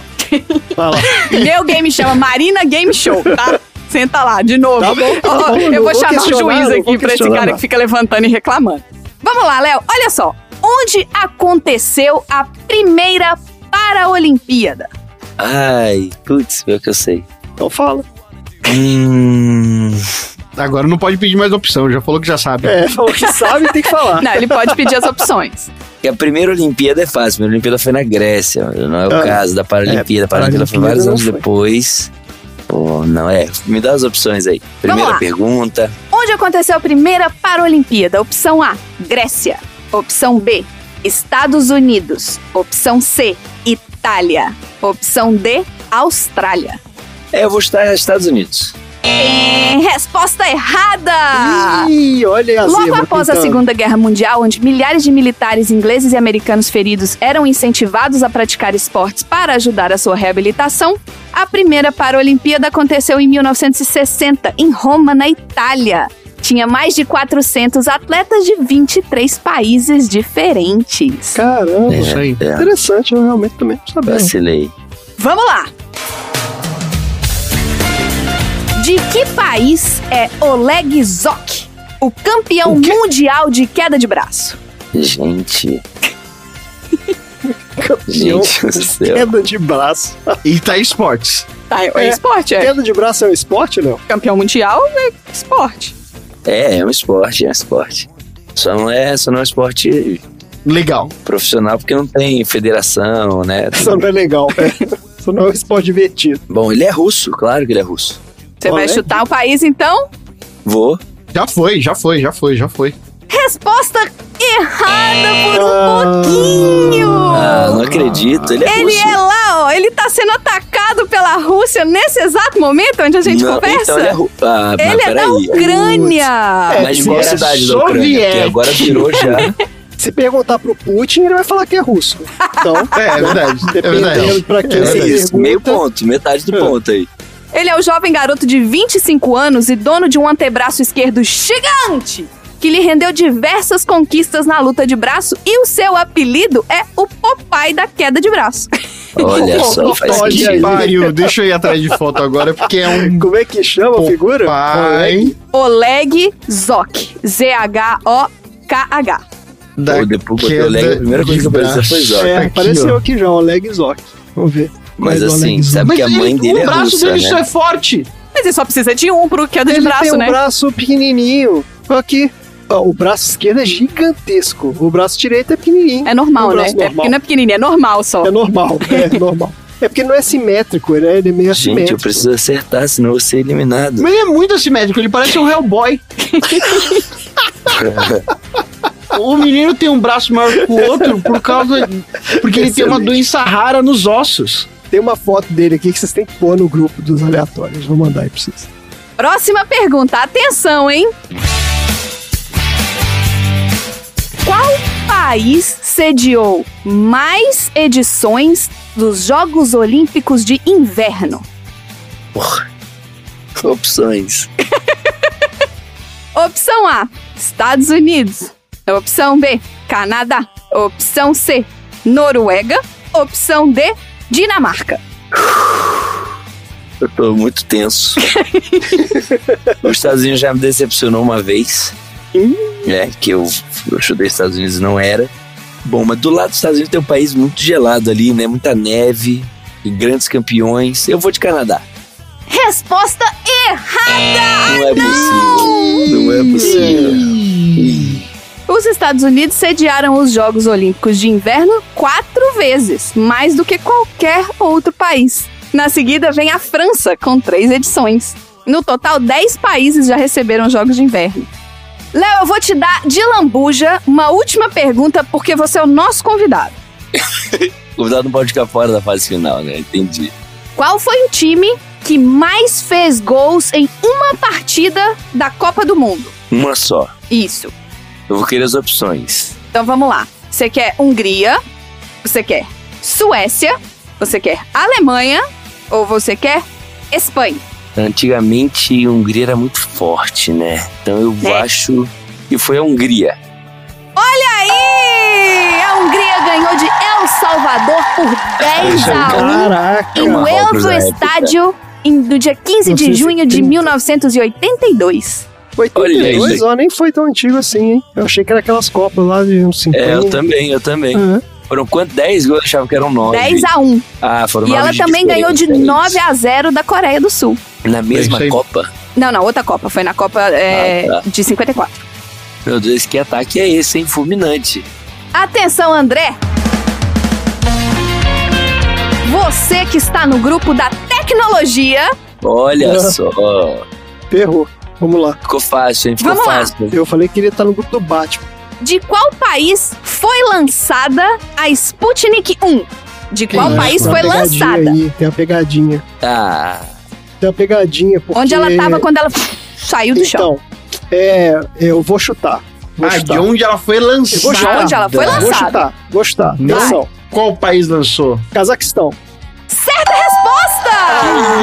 S2: vai lá.
S16: Meu game chama Marina Game Show, tá? Senta lá, de novo.
S2: Tá bom, tá
S16: Ó,
S2: bom, não
S16: eu vou
S2: vou
S16: chamar o
S2: questionar,
S16: juiz
S2: não
S16: aqui
S2: vou
S16: pra esse
S2: questionar.
S16: cara que fica levantando e reclamando.
S3: Vamos lá, Léo. Olha só. Onde aconteceu a primeira Paraolimpíada?
S4: Ai, putz, pior que eu sei.
S2: Então fala.
S4: Hum,
S1: Agora não pode pedir mais opção, já falou que já sabe.
S2: É, falou que sabe, tem que falar.
S16: Não, ele pode pedir as opções.
S4: que a primeira Olimpíada é fácil, a primeira Olimpíada foi na Grécia, não é o
S2: Ah,
S4: caso da Paralimpíada.
S2: é,
S4: a Paralimpíada foi vários
S2: Paralimpíada não
S4: anos
S2: foi.
S4: depois. Pô, não é. Me dá as opções aí.
S3: lá.
S4: Primeira pergunta.
S3: Onde aconteceu a primeira Paralimpíada? Opção A, Grécia. Opção B, Estados Unidos. Opção C, Itália. Opção D, Austrália.
S4: É, eu vou estar nos Estados Unidos.
S3: Hum. É, resposta errada!
S2: Ih, olha a
S3: Ah.
S16: Assim,
S3: Logo
S2: zebra
S3: após a
S2: pintando.
S3: Segunda Guerra Mundial, onde milhares de militares ingleses e americanos feridos eram incentivados a praticar esportes para ajudar a sua reabilitação, a primeira Paralimpíada aconteceu em 1960, em Roma, na Itália. Tinha mais de 400 atletas de 23 países diferentes.
S2: Caramba.
S4: É,
S1: sei.
S4: é,
S2: Interessante, eu realmente também não sabia.
S4: vacilei.
S3: Vamos lá! De que país é Oleg Zok, o campeão
S2: O quê?
S3: mundial de queda de braço?
S4: Gente,
S2: Campeão
S4: Gente do
S2: de
S4: céu.
S2: queda de braço.
S1: E tá esportes.
S16: Tá, é,
S2: É.
S16: esporte, é.
S2: Queda de braço é um esporte, Léo?
S16: Campeão mundial é
S3: né?
S16: esporte.
S4: é, é um esporte, é um esporte. Só não é, só não é um esporte
S1: Legal.
S4: profissional porque não tem federação, né?
S2: Isso não é legal. É. Isso não é um esporte divertido.
S4: Bom, ele é russo, claro que ele é russo.
S16: Você
S2: Olha
S16: vai
S2: aí.
S16: chutar o país, então?
S4: Vou.
S1: Já foi, já foi, já foi, já foi.
S3: Resposta errada por um
S2: Ah.
S3: pouquinho!
S4: Ah, não acredito, ele é
S16: Ele
S4: russo.
S16: é lá, ó. Ele tá sendo atacado
S3: governado pela Rússia nesse exato momento onde a gente
S4: Não,
S3: conversa?
S4: então ele é ru- ah, mas
S3: Ele é da
S4: peraí.
S3: Ucrânia!
S4: É, mas igual a cidade da Ucrânia, que agora virou já.
S2: Se perguntar pro Putin, ele vai falar que é russo. Então,
S1: é verdade.
S2: Dependendo pra quem você
S4: é isso,
S2: pergunta.
S4: meio ponto, metade do ponto aí.
S3: Ele é o jovem garoto de 25 anos e dono de um antebraço esquerdo gigante, que lhe rendeu diversas conquistas na luta de braço e o seu apelido é o Popeye da queda de braço.
S4: Olha só, faz
S1: Pode
S4: sentido.
S1: pariu, deixa eu ir atrás de foto agora, porque é um.
S2: Como é que chama a figura?
S1: Pai
S3: Oleg Zok, Z-H-O-K-H.
S1: da
S4: Pô, depois botei o Leg, a primeira coisa que apareceu foi Zó.
S2: É,
S4: Tá aqui,
S2: apareceu
S4: ó.
S2: aqui já, o Leg Zoc. Vamos ver.
S4: Mas
S2: Leg
S4: assim,
S2: Zoc.
S4: sabe que a mãe dele é
S12: o um braço
S4: russa,
S12: dele só
S4: né?
S12: é forte.
S14: Mas ele só precisa de um pro queda de
S2: Ele
S14: braço,
S2: tem um
S14: né?
S2: braço pequenininho. Aqui. Ó, o braço esquerdo é gigantesco. O braço direito é pequenininho.
S3: É normal,
S2: O
S3: né?
S2: braço
S3: É
S2: normal.
S3: porque não é pequenininho, é normal só.
S2: É normal, é normal. É porque não é simétrico, né? Ele é meio
S4: Gente, eu
S2: assimétrico.
S4: preciso acertar, senão eu vou ser eliminado.
S12: Mas ele é muito assimétrico, ele parece um Hellboy. o menino tem um braço maior que o outro por causa. Porque ele tem uma doença rara nos ossos.
S2: Tem uma foto dele aqui que vocês têm que pôr no grupo dos aleatórios. Vou mandar aí pra vocês.
S3: Próxima pergunta, atenção, hein? Qual país sediou mais edições dos Jogos Olímpicos de Inverno?
S4: Opções.
S3: Opção A, Estados Unidos. É Opção B, Canadá. Opção C, Noruega. Opção D, Dinamarca.
S4: Eu tô muito tenso. Os Estados Unidos já me decepcionou uma vez. É, que eu, eu chutei Estados Unidos e não era. Bom, mas do lado dos Estados Unidos tem um país muito gelado ali, né? Muita neve, e grandes campeões. Eu vou de Canadá.
S3: Resposta errada!
S4: Não é possível. Não é possível.
S3: Os Estados Unidos sediaram os Jogos Olímpicos de Inverno quatro vezes, mais do que qualquer outro país. Na seguida vem a França, com três edições. No total, dez países já receberam Jogos de Inverno. Léo, eu vou te dar de lambuja uma última pergunta, porque você é o nosso convidado.
S4: O convidado não pode ficar fora da fase final, né? Entendi.
S3: Qual foi o time que mais fez gols em uma partida da Copa do Mundo?
S4: Uma só.
S3: Isso.
S4: Eu vou querer as opções.
S3: Então vamos lá. Você quer Hungria, você quer Suécia, você quer Alemanha ou você quer Espanha?
S4: Antigamente a Hungria era muito forte, né? Então eu
S3: É.
S4: acho que foi a Hungria.
S3: Olha aí! A Hungria ganhou de El Salvador por 10 a 1
S2: Caraca!
S3: em o
S4: Marrocos
S3: Elvo
S4: na época.
S3: Estádio em- no dia 15 de junho de 1982.
S4: Olha isso
S2: 82,
S4: aí.
S2: ó, nem foi tão antigo assim, hein? Eu achei que era aquelas copas lá de uns 50.
S4: É,
S3: um.
S4: eu também, eu também. Foram quanto? 10 gols? Eu achava que eram 9.
S3: 10 Hum. a 1
S4: Ah, foram
S3: E
S4: nove
S3: ela
S4: de
S3: também ganhou de
S4: diferença.
S3: 9 a 0 da Coreia do Sul.
S4: Na
S1: É
S4: mesma
S1: isso aí.
S4: Copa?
S3: Não, não, outra Copa. Foi na Copa é,
S4: Ah,
S3: de 54.
S4: Meu Deus, que ataque é esse, hein? Fulminante.
S3: Atenção, André! Você que está no grupo da tecnologia,
S4: Olha
S2: Não.
S4: só.
S2: Ferrou. Vamos lá.
S4: Ficou fácil, hein? Ficou
S3: Vamos lá.
S4: fácil.
S2: Eu falei que ele tá no grupo do Batman.
S3: de qual país foi lançada a Sputnik 1? De qual
S2: Ah,
S3: país
S2: tem uma
S3: foi
S2: pegadinha
S3: lançada?
S2: aí, tem uma pegadinha.
S4: Ah,
S2: Tem uma pegadinha, porque...
S3: Onde ela estava quando ela saiu do chão?
S2: Então, é, eu vou chutar. Vou
S1: Ah,
S2: chutar.
S1: de onde ela foi lançada?
S2: Eu vou chutar.
S3: Onde ela foi
S2: Eu Vou
S3: lançada?
S2: chutar, vou chutar.
S1: Não.
S2: Atenção.
S1: Qual país lançou?
S2: Cazaquistão.
S3: Certa
S2: Então.
S3: resposta!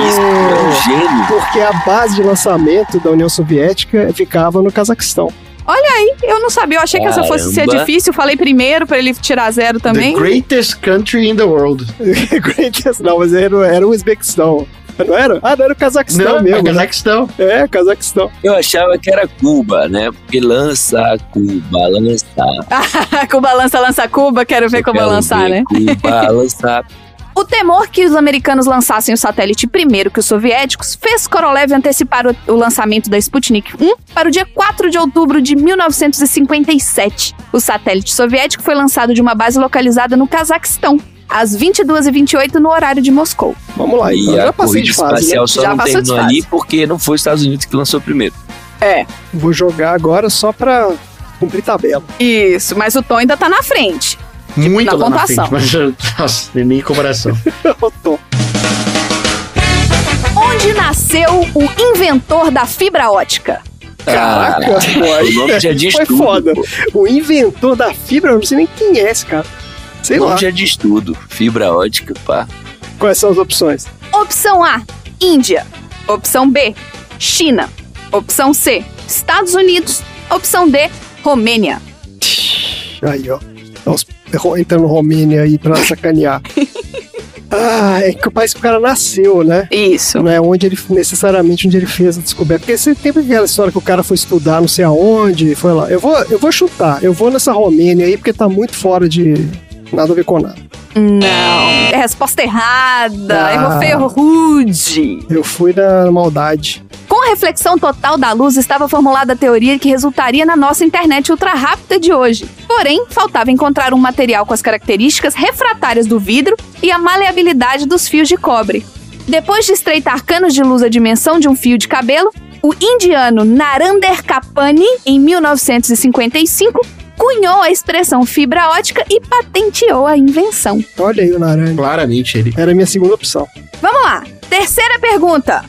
S4: isso, é um gênio.
S2: Porque a base de lançamento da União Soviética ficava no Cazaquistão.
S14: Olha aí, eu não sabia. Eu achei que essa fosse ser
S4: Caramba.
S14: difícil. Falei primeiro pra ele tirar zero também.
S1: The greatest country in the world.
S2: Greatest, não, mas era, era o Uzbequistão. Não era? Ah, não era o Cazaquistão
S1: Não, é
S2: mesmo. né?
S1: Cazaquistão.
S14: Tipo,
S2: É, Cazaquistão.
S4: Eu achava que era Cuba, né? Porque lança Cuba, lança.
S14: Cuba lança, lança Cuba. Quero ver
S4: Eu
S14: como
S4: quero
S14: lançar,
S4: ver
S14: né?
S4: Cuba, lançar.
S3: O temor que os americanos lançassem o satélite primeiro que os soviéticos fez Korolev antecipar o, o lançamento da Sputnik 1 para o dia 4 de outubro de 1957. O satélite soviético foi lançado de uma base localizada no Cazaquistão, às 22h28 no horário de Moscou.
S2: Vamos lá, então.
S4: E
S2: já
S4: a
S2: passei
S4: corrida
S2: de fase. né?
S4: espacial só
S3: Já
S4: não
S3: passou de
S4: terminou
S3: fase.
S4: ali porque não foi os Estados Unidos que lançou primeiro.
S2: Vou jogar agora só pra cumprir tabela.
S14: Isso, mas o Tom ainda tá na frente.
S1: Muito
S14: na
S1: lá na
S14: pontuação.
S1: frente, mas nossa, nem comparação.
S2: Eu tô.
S3: nasceu o inventor da fibra ótica?
S2: Caraca,
S4: o nome já diz
S2: Foi
S4: tudo,
S2: foda.
S4: pô.
S2: O inventor da fibra, eu não sei nem quem é esse cara. Sei
S4: Não
S2: lá.
S4: já diz tudo. Fibra ótica, pá.
S2: Quais são as opções?
S3: Opção A, Índia. Opção B, China. Opção C, Estados Unidos. Opção D, Romênia.
S2: Aí, ó. Tá os- ro- Entrando Romênia aí pra sacanear. Ah, é que o país que o cara nasceu, né?
S3: Isso.
S2: Não é onde ele, necessariamente onde ele fez a descoberta. Porque sempre tem aquela história que o cara foi estudar não sei aonde, foi lá. Eu vou, eu vou chutar, eu vou nessa Romênia aí, porque tá muito fora de nada a ver com nada.
S3: Não. É resposta errada.
S2: Ah.
S3: Errou rude.
S2: Eu fui na maldade.
S3: Com a reflexão total da luz, estava formulada a teoria que resultaria na nossa internet ultra rápida de hoje. Porém, faltava encontrar um material com as características refratárias do vidro e a maleabilidade dos fios de cobre. Depois de estreitar canos de luz à dimensão de um fio de cabelo, o indiano Narander Kapani, em 1955, cunhou a expressão fibra ótica e patenteou a invenção.
S2: Olha aí o Naranjo.
S1: Claramente ele.
S2: Era a minha segunda opção.
S3: Vamos lá. Terceira pergunta.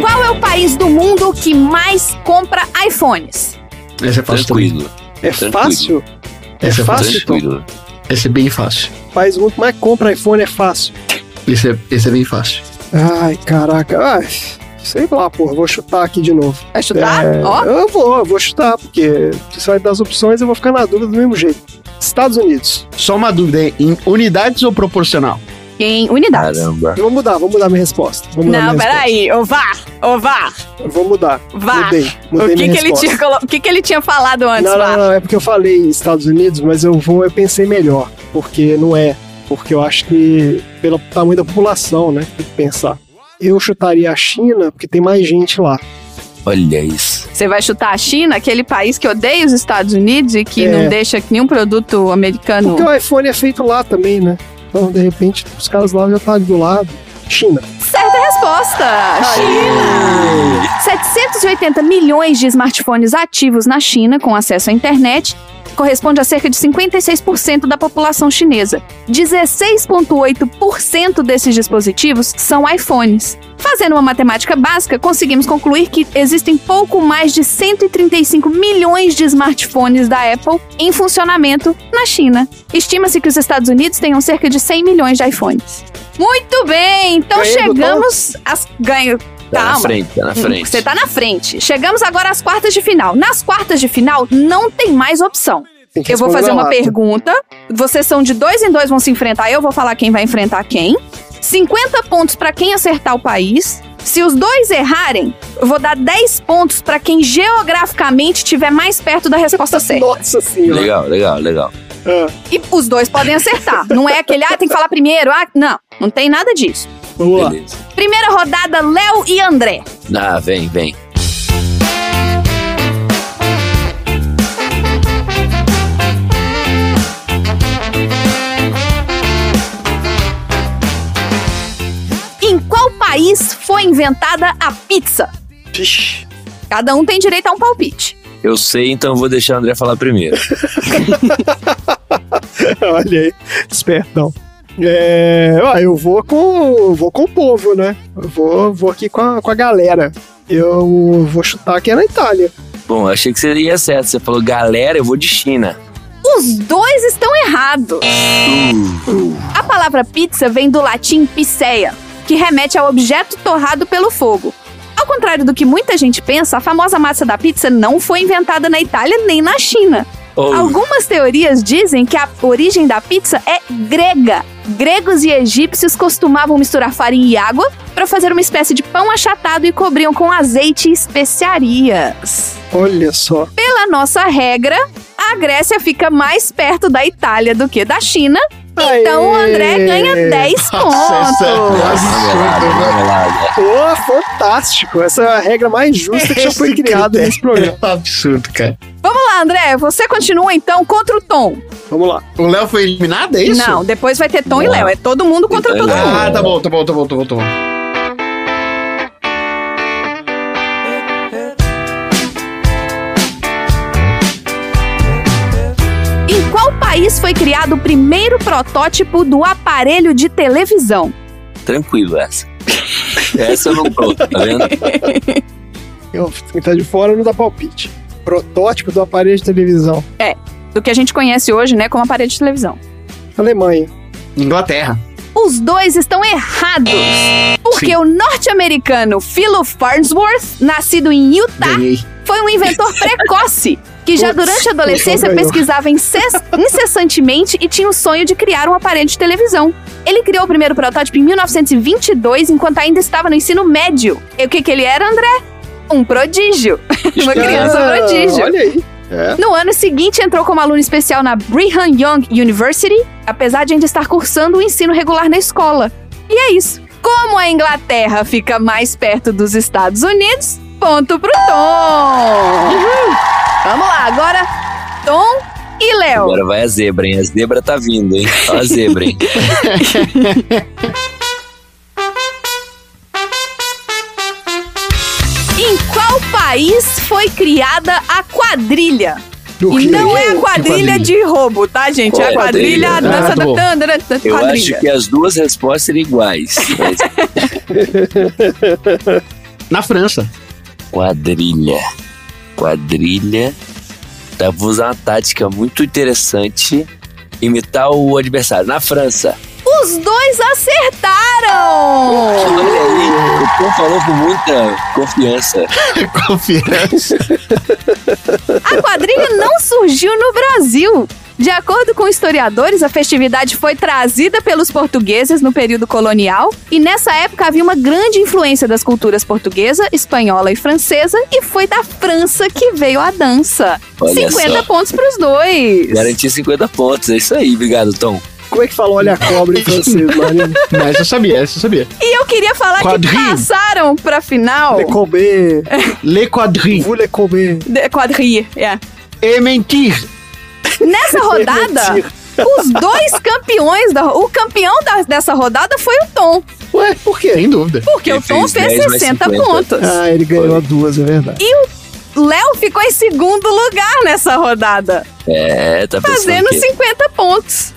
S3: Qual é o país do mundo que mais compra iPhones?
S1: Essa é fácil.
S4: Tranquilo.
S2: É
S4: Tranquilo.
S2: fácil?
S1: Essa
S2: É fácil, Tom?
S4: Tranquilo.
S1: Essa é bem fácil.
S2: País do mundo que mais compra iPhone é fácil.
S1: Esse é, esse é bem fácil.
S2: Ai, caraca. Ai, sei lá, porra. Vou chutar aqui de novo.
S3: Vai chutar?
S2: É,
S3: Ó.
S2: Eu vou, eu vou chutar, porque se sair das opções eu vou ficar na dúvida do mesmo jeito. Estados Unidos.
S1: Só uma dúvida, hein? Em unidades ou proporcional?
S3: Em unidades.
S4: Caramba.
S2: Eu vou mudar, vou mudar minha resposta. Vou mudar
S17: Não,
S2: minha
S17: peraí. Ô, VAR, ô, VAR,
S2: resposta. Eu Vou mudar.
S17: VAR.
S2: Mudei, mudei
S17: o que,
S2: minha
S17: que, ele
S2: resposta.
S17: tinha colo- o que, que ele tinha falado antes,
S2: Não,
S17: VAR?
S2: não, não, é porque eu falei Estados Unidos, mas eu vou, eu pensei melhor, porque não é, porque eu acho que pelo tamanho da população, né, tem que pensar. Eu chutaria a China, porque tem mais gente lá.
S4: Olha isso.
S17: Você vai chutar a China, aquele país que odeia os Estados Unidos e que
S2: É.
S17: não deixa nenhum produto
S3: Ah,
S17: americano.
S2: Porque o iPhone é feito lá também, né? Então, de repente, os caras lá já estão ali do lado. China.
S3: Certa resposta! China! 780 milhões de smartphones ativos na China com acesso à internet corresponde a cerca de 56% da população chinesa. 16,8% desses dispositivos são iPhones. Fazendo uma matemática básica, conseguimos concluir que existem pouco mais de 135 milhões de smartphones da Apple em funcionamento na China. Estima-se que os Estados Unidos tenham cerca de 100 milhões de iPhones. Muito bem, então
S2: Ganhei do
S3: chegamos às ganho.
S4: Tá na
S3: Calma.
S4: frente, tá na frente.
S3: Você tá na frente. Chegamos agora às quartas de final. Nas quartas de final não tem mais opção.
S2: Tem que
S3: Eu vou
S2: responder
S3: fazer
S2: na
S3: uma
S2: lata.
S3: pergunta. Vocês são de dois em dois, vão se enfrentar. Eu vou falar quem vai enfrentar quem. 50 pontos pra quem acertar o país. Se os dois errarem, eu vou dar 10 pontos pra quem geograficamente estiver mais perto da resposta certa.
S2: Nossa senhora.
S4: Legal, legal, legal.
S2: Ah,
S3: E os dois podem acertar. Não é aquele, ah, tem que falar primeiro. Ah, não, não tem nada disso.
S2: vamos lá.
S4: Beleza.
S3: Primeira rodada, Léo e André.
S4: Ah, vem, vem.
S3: Em qual país foi inventada a pizza?
S2: Vixe.
S3: Cada um tem direito a um palpite.
S4: Eu sei, então vou deixar o André falar primeiro.
S2: Olha aí, espertão. É, ó, eu vou com, vou com o povo, né? Eu vou, vou aqui com a, com a galera. Eu vou chutar que é na Itália.
S4: Bom, achei que você ia certo. Você falou, galera, eu vou de China.
S3: Os dois estão errados. A palavra pizza vem do latim piceia, que remete ao objeto torrado pelo fogo. Ao contrário do que muita gente pensa, a famosa massa da pizza não foi inventada na Itália nem na China.
S4: Oh.
S3: Algumas teorias dizem que a origem da pizza é grega. Gregos e egípcios costumavam misturar farinha e água para fazer uma espécie de pão achatado e cobriam com azeite e especiarias.
S2: Olha só.
S3: Pela nossa regra, a Grécia fica mais perto da Itália do que da China. Então o André
S2: Aê!
S3: ganha 10
S14: é
S3: pontos.
S4: Marmelada, marmelada.
S2: Pô, fantástico! Essa é a regra mais justa que já foi
S1: Esse
S2: criada
S1: critério
S2: nesse programa.
S1: É um absurdo, cara.
S3: Vamos lá, André. Você continua então contra o Tom.
S2: Vamos lá.
S1: O Léo foi eliminado, é isso?
S3: Não, depois vai ter Tom e
S4: Não.
S3: Léo. É todo mundo contra
S4: Então,
S3: todo
S4: não.
S3: mundo.
S1: Ah, tá bom, tá bom, tá bom, tá bom, tá bom.
S3: Em qual país foi criado o primeiro protótipo do aparelho de televisão?
S4: Tranquilo essa. Essa eu não conto, tá vendo?
S2: Eu, quem tá de fora não dá palpite. Protótipo do aparelho de televisão.
S3: É, do que a gente conhece hoje, né, como aparelho de televisão.
S2: Alemanha.
S12: Inglaterra.
S3: Os dois estão errados. Porque
S12: Sim.
S3: o norte-americano Philo Farnsworth, nascido em Utah,
S14: Tá.
S12: Ganhei.
S3: foi um inventor precoce que já
S12: Putz,
S3: durante a adolescência
S12: João ganhou.
S3: pesquisava incess- incessantemente e tinha o sonho de criar um aparelho de televisão. Ele criou o primeiro protótipo em 1922, enquanto ainda estava no ensino médio. E o que, que ele era, André? Um prodígio. Uma criança é um
S2: Ah,
S3: prodígio.
S2: Olha aí. É.
S3: No ano seguinte, entrou como aluno especial na Brigham Young University, apesar de ainda estar cursando o ensino regular na escola. E é isso. Como a Inglaterra fica mais perto dos Estados Unidos, ponto pro Tom! Vamos lá, agora Tom e Léo.
S4: Agora vai a zebra, hein? A zebra tá vindo, hein? Ó a zebra, hein?
S3: Em qual país foi criada a quadrilha?
S2: Do
S3: e
S2: quê?
S3: não é a
S2: Que
S3: quadrilha,
S2: quadrilha?
S3: de roubo, tá, gente? é a quadrilha, a dança
S4: Ah,
S3: da
S4: bom.
S3: tandra, da
S4: Eu
S3: quadrilha.
S4: acho que as duas respostas seriam iguais. mas
S12: Na França.
S4: Quadrilha. Quadrilha. Tá, vou usar uma tática muito interessante. Imitar o adversário. Na França.
S3: Os dois acertaram!
S4: Olha aí, o Tom falou com muita confiança.
S12: Confiança.
S3: A quadrilha não surgiu no Brasil. De acordo com historiadores, a festividade foi trazida pelos portugueses no período colonial e nessa época havia uma grande influência das culturas portuguesa, espanhola e francesa e foi da França que veio a dança.
S4: Olha
S3: 50
S4: só.
S3: pontos pros dois.
S4: Garantir 50 pontos. É isso aí, obrigado, Tom.
S2: Como é que fala olha a cobra em francês, Marina?
S12: Mas eu sabia, essa eu sabia.
S3: E eu queria falar
S12: Quadrilha.
S3: que passaram pra final.
S2: Le comer.
S12: Le quadrille.
S2: Vous le comer.
S3: De quadrilha, é.
S12: E mentir.
S4: é
S3: Nessa rodada,
S2: mentira.
S3: os dois campeões, da, o campeão da- dessa rodada foi o Tom.
S2: Ué, por quê?
S12: Sem dúvida.
S3: Porque
S4: Ele
S3: o Tom
S4: fez
S3: fez
S4: 10 mais
S3: 60
S4: 50.
S3: pontos.
S2: Ah, ele ganhou a duas, é verdade.
S3: E o Léo ficou em segundo lugar nessa rodada,
S4: É, tá pensando
S3: fazendo
S4: que...
S3: 50 pontos.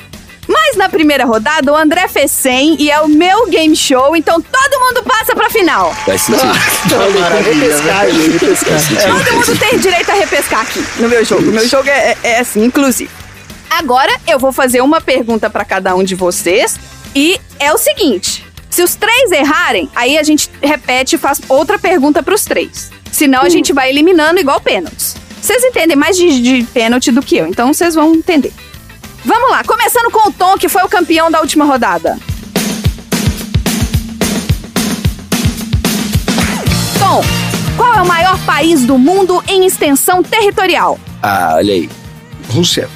S3: Mas na primeira rodada, o André fez 100 e é o meu game show, então todo mundo passa pra final.
S4: Faz sentido.
S2: Repescagem,
S4: né?
S2: repescagem.
S4: É
S3: Todo mundo tem direito a repescar aqui no meu jogo. Meu jogo é, é- é assim, inclusive. Agora eu vou fazer uma pergunta pra cada um de vocês e é o seguinte: se os três errarem, aí a gente repete e faz outra pergunta pros três. Senão a gente vai eliminando igual pênaltis. Vocês entendem mais de, de pênalti do que eu, então vocês vão entender. Vamos lá, começando com o Tom, que foi o campeão da última rodada. Tom, qual é o maior país do mundo em extensão territorial?
S4: Ah, olha aí.
S12: Rússia.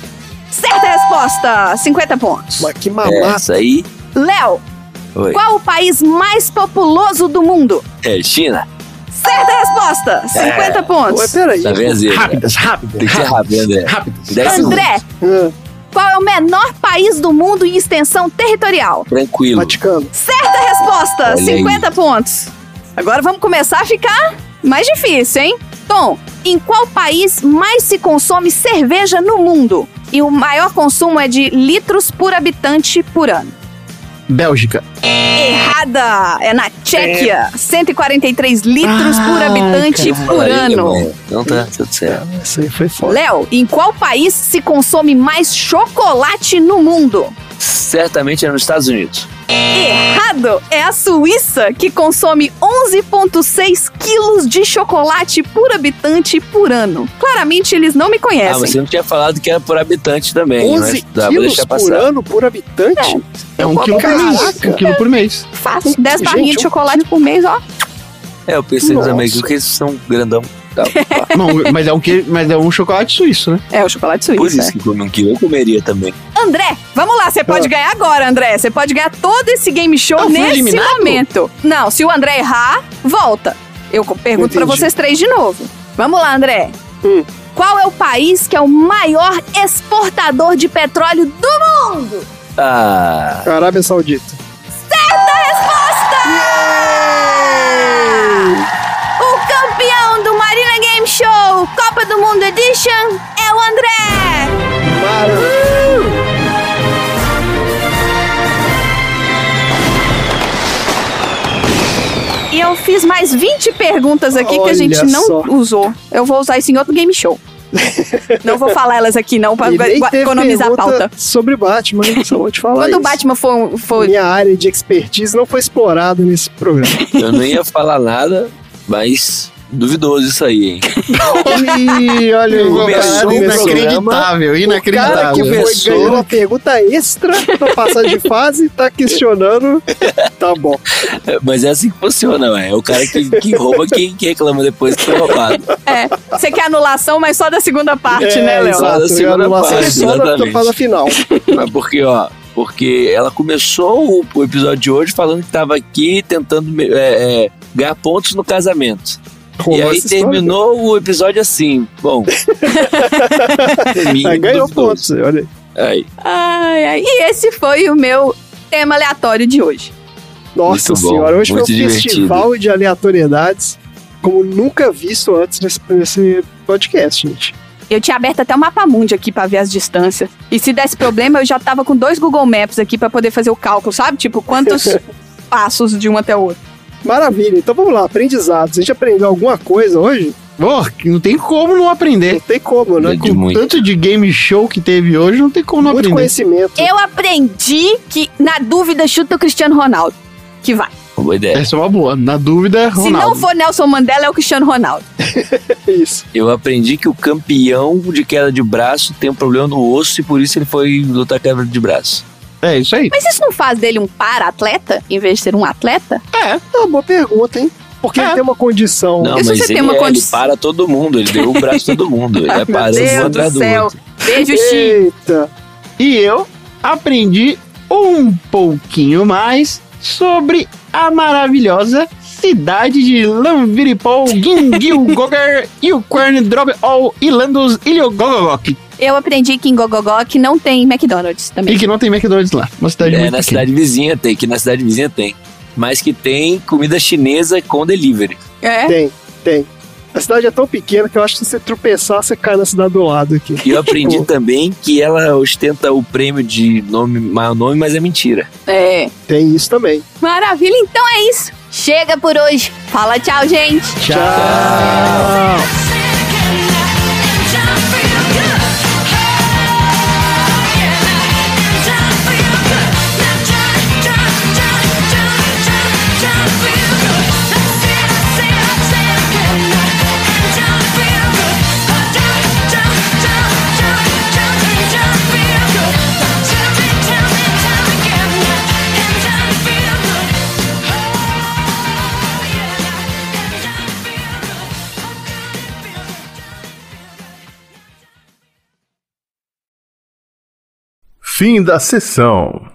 S3: Certa resposta, 50 pontos.
S2: Mas que mamata.
S4: Essa aí.
S3: Léo,
S4: Oi.
S3: qual o país mais populoso do mundo?
S4: É, China.
S3: Certa
S4: É.
S3: resposta, 50
S2: Ué,
S3: pontos.
S2: peraí.
S4: Tá vendo, Zebra?
S12: Rápidas, rápidas.
S4: Tem que ser rápido, André.
S12: Rápidas.
S4: 10 segundos.
S3: André,
S2: Ah,
S3: qual é o menor país do mundo em extensão territorial?
S4: Tranquilo.
S2: Vaticano.
S3: Certa resposta,
S4: Olha aí.
S3: 50 pontos. Agora vamos começar a ficar mais difícil, hein? Tom, em qual país mais se consome cerveja no mundo? E o maior consumo é de litros por habitante por ano.
S12: Bélgica.
S3: Errada! É na Tchequia. 143 litros por habitante por
S4: Olha aí,
S3: ano.
S4: irmão. Então tá, tudo certo.
S2: Isso aí foi foda.
S3: Léo, em qual país se consome mais chocolate no mundo?
S4: Certamente é nos Estados Unidos.
S3: Errado! É a Suíça, que consome 11,6 quilos de chocolate por habitante por ano. Claramente eles não me
S4: Ah, mas
S3: conhecem.
S4: você não tinha falado que era por habitante também.
S2: 11
S4: mas dá pra
S2: quilos
S4: deixar
S2: por
S4: passar.
S2: ano por habitante?
S12: É um quilo por mês.
S2: Caraca.
S12: Um quilo por mês.
S3: Fácil. 10
S2: Gente,
S3: barrinhas de
S2: um-
S3: chocolate por mês, ó.
S4: É, eu pensei
S2: Nossa.
S4: também que eles são grandão. Tá, pá.
S12: Não, mas é um quilo, mas é um chocolate suíço, né?
S3: É o chocolate
S4: Por
S3: suíço.
S4: isso que come um quilo. Eu comeria também.
S3: é. André, vamos lá, você pode ganhar agora, André. Você pode ganhar todo esse game show
S12: Eu fui
S3: nesse
S12: eliminado?
S3: momento. Não, se o André errar, volta. Eu co- pergunto pra
S2: Entendi.
S3: vocês três de novo. Vamos lá, André.
S2: Hum.
S3: Qual é o país que é o maior exportador de petróleo do mundo?
S4: Ah,
S2: Arábia Saudita.
S3: O campeão do Marina Game Show Copa do Mundo Edition é o André!
S2: Maravilha.
S3: eu fiz mais 20 perguntas aqui que a
S2: Olha
S3: gente não
S2: só.
S3: usou. Eu vou usar isso em outro game show. não vou falar elas aqui, não, pra
S2: E nem
S3: gua-
S2: teve
S3: economizar a
S2: pergunta
S3: pauta.
S2: Sobre Batman, hein? só vou te falar
S3: Quando
S2: isso.
S3: o Batman for. um, for...
S2: Minha área de expertise não foi explorada nesse programa.
S4: Eu não ia falar nada, mas duvidoso isso aí, hein?
S2: Ih, olha aí.
S4: Começou
S2: caralho,
S4: o
S2: nesse
S1: Inacreditável,
S4: programa,
S2: O um cara que
S1: inacreditável.
S2: foi
S4: Começou.
S2: ganhando uma pergunta extra pra passar de fase, tá questionando. Tá bom.
S4: Mas é assim que funciona, ué. É o cara que, que rouba quem que reclama depois que foi roubado.
S3: É, você quer anulação, mas só da segunda parte,
S4: É,
S3: né, Léo?
S4: exato. da segunda
S2: ganhando uma
S4: parte,
S2: sessão da-
S4: exatamente.
S2: pra da final.
S4: Mas porque, ó, porque ela começou o, o episódio de hoje falando que tava aqui tentando me- é, é, ganhar pontos no casamento.
S2: Rolou
S4: e aí
S2: essa história.
S4: terminou o episódio assim. Bom. pra mim,
S2: Aí Ah, ganhou
S4: duvidoso.
S2: pontos, olha aí.
S4: Aí,
S3: Ai, ai. E esse foi o meu tema aleatório de hoje.
S2: Nossa
S4: Muito bom,
S2: senhora, hoje foi um
S4: muito divertido.
S2: festival de aleatoriedades como nunca visto antes nesse, nesse podcast, gente.
S3: Eu tinha aberto até o mapa mundi aqui pra ver as distâncias. E se desse problema, eu já tava com dois Google Maps aqui pra poder fazer o cálculo, sabe? Tipo, quantos passos de um até o outro.
S2: Maravilha, então vamos lá, aprendizados. A gente aprendeu alguma coisa hoje?
S1: Pô, não tem como não aprender.
S2: Não tem como, né?
S1: Com
S4: muito.
S1: tanto de game show que teve hoje, não tem como não
S2: Muito
S1: aprender.
S2: conhecimento.
S4: É.
S3: Eu aprendi que, na dúvida, chuta o Cristiano Ronaldo. Que vai.
S4: boa ideia.
S1: Essa é uma boa. Na dúvida,
S3: Se
S1: Ronaldo.
S3: não for Nelson Mandela, é o Cristiano Ronaldo.
S2: Isso.
S4: Eu aprendi que o campeão de queda de braço tem um problema no osso e por isso ele foi lutar queda de braço.
S1: É isso aí.
S3: Mas isso não faz dele um para-atleta, em vez de ser um atleta?
S2: É uma boa pergunta, hein? Porque
S1: É.
S2: ele tem uma condição.
S4: Não,
S3: Isso
S4: mas
S3: você tem
S4: ele,
S3: uma
S4: é, ele
S3: condição.
S4: para todo mundo, ele derruba o braço de todo mundo. Ele é parando um atrás do outro.
S3: Beijo, Chico.
S2: Eita.
S1: E eu aprendi um pouquinho mais sobre a maravilhosa cidade de Lanviripol, Gingil Gogar, Ilquern, Drob All, Ilandos, Ilhogogogok.
S3: Eu aprendi que em Gogogó que não tem McDonald's também.
S1: E que não tem McDonald's lá. Uma cidade
S4: É,
S1: muito
S4: na
S1: pequena.
S4: cidade vizinha tem, que na cidade vizinha tem. Mas que tem comida chinesa com delivery.
S3: É?
S2: Tem, tem. A cidade é tão pequena que eu acho que se você tropeçar, você cai na cidade do lado aqui.
S4: E eu aprendi
S2: Tipo,
S4: também que ela ostenta o prêmio de nome, mau nome, mas é mentira.
S3: É.
S2: Tem isso também.
S3: Maravilha, então é isso. Chega por hoje. Fala tchau, gente.
S1: Tchau.
S18: Fim da sessão.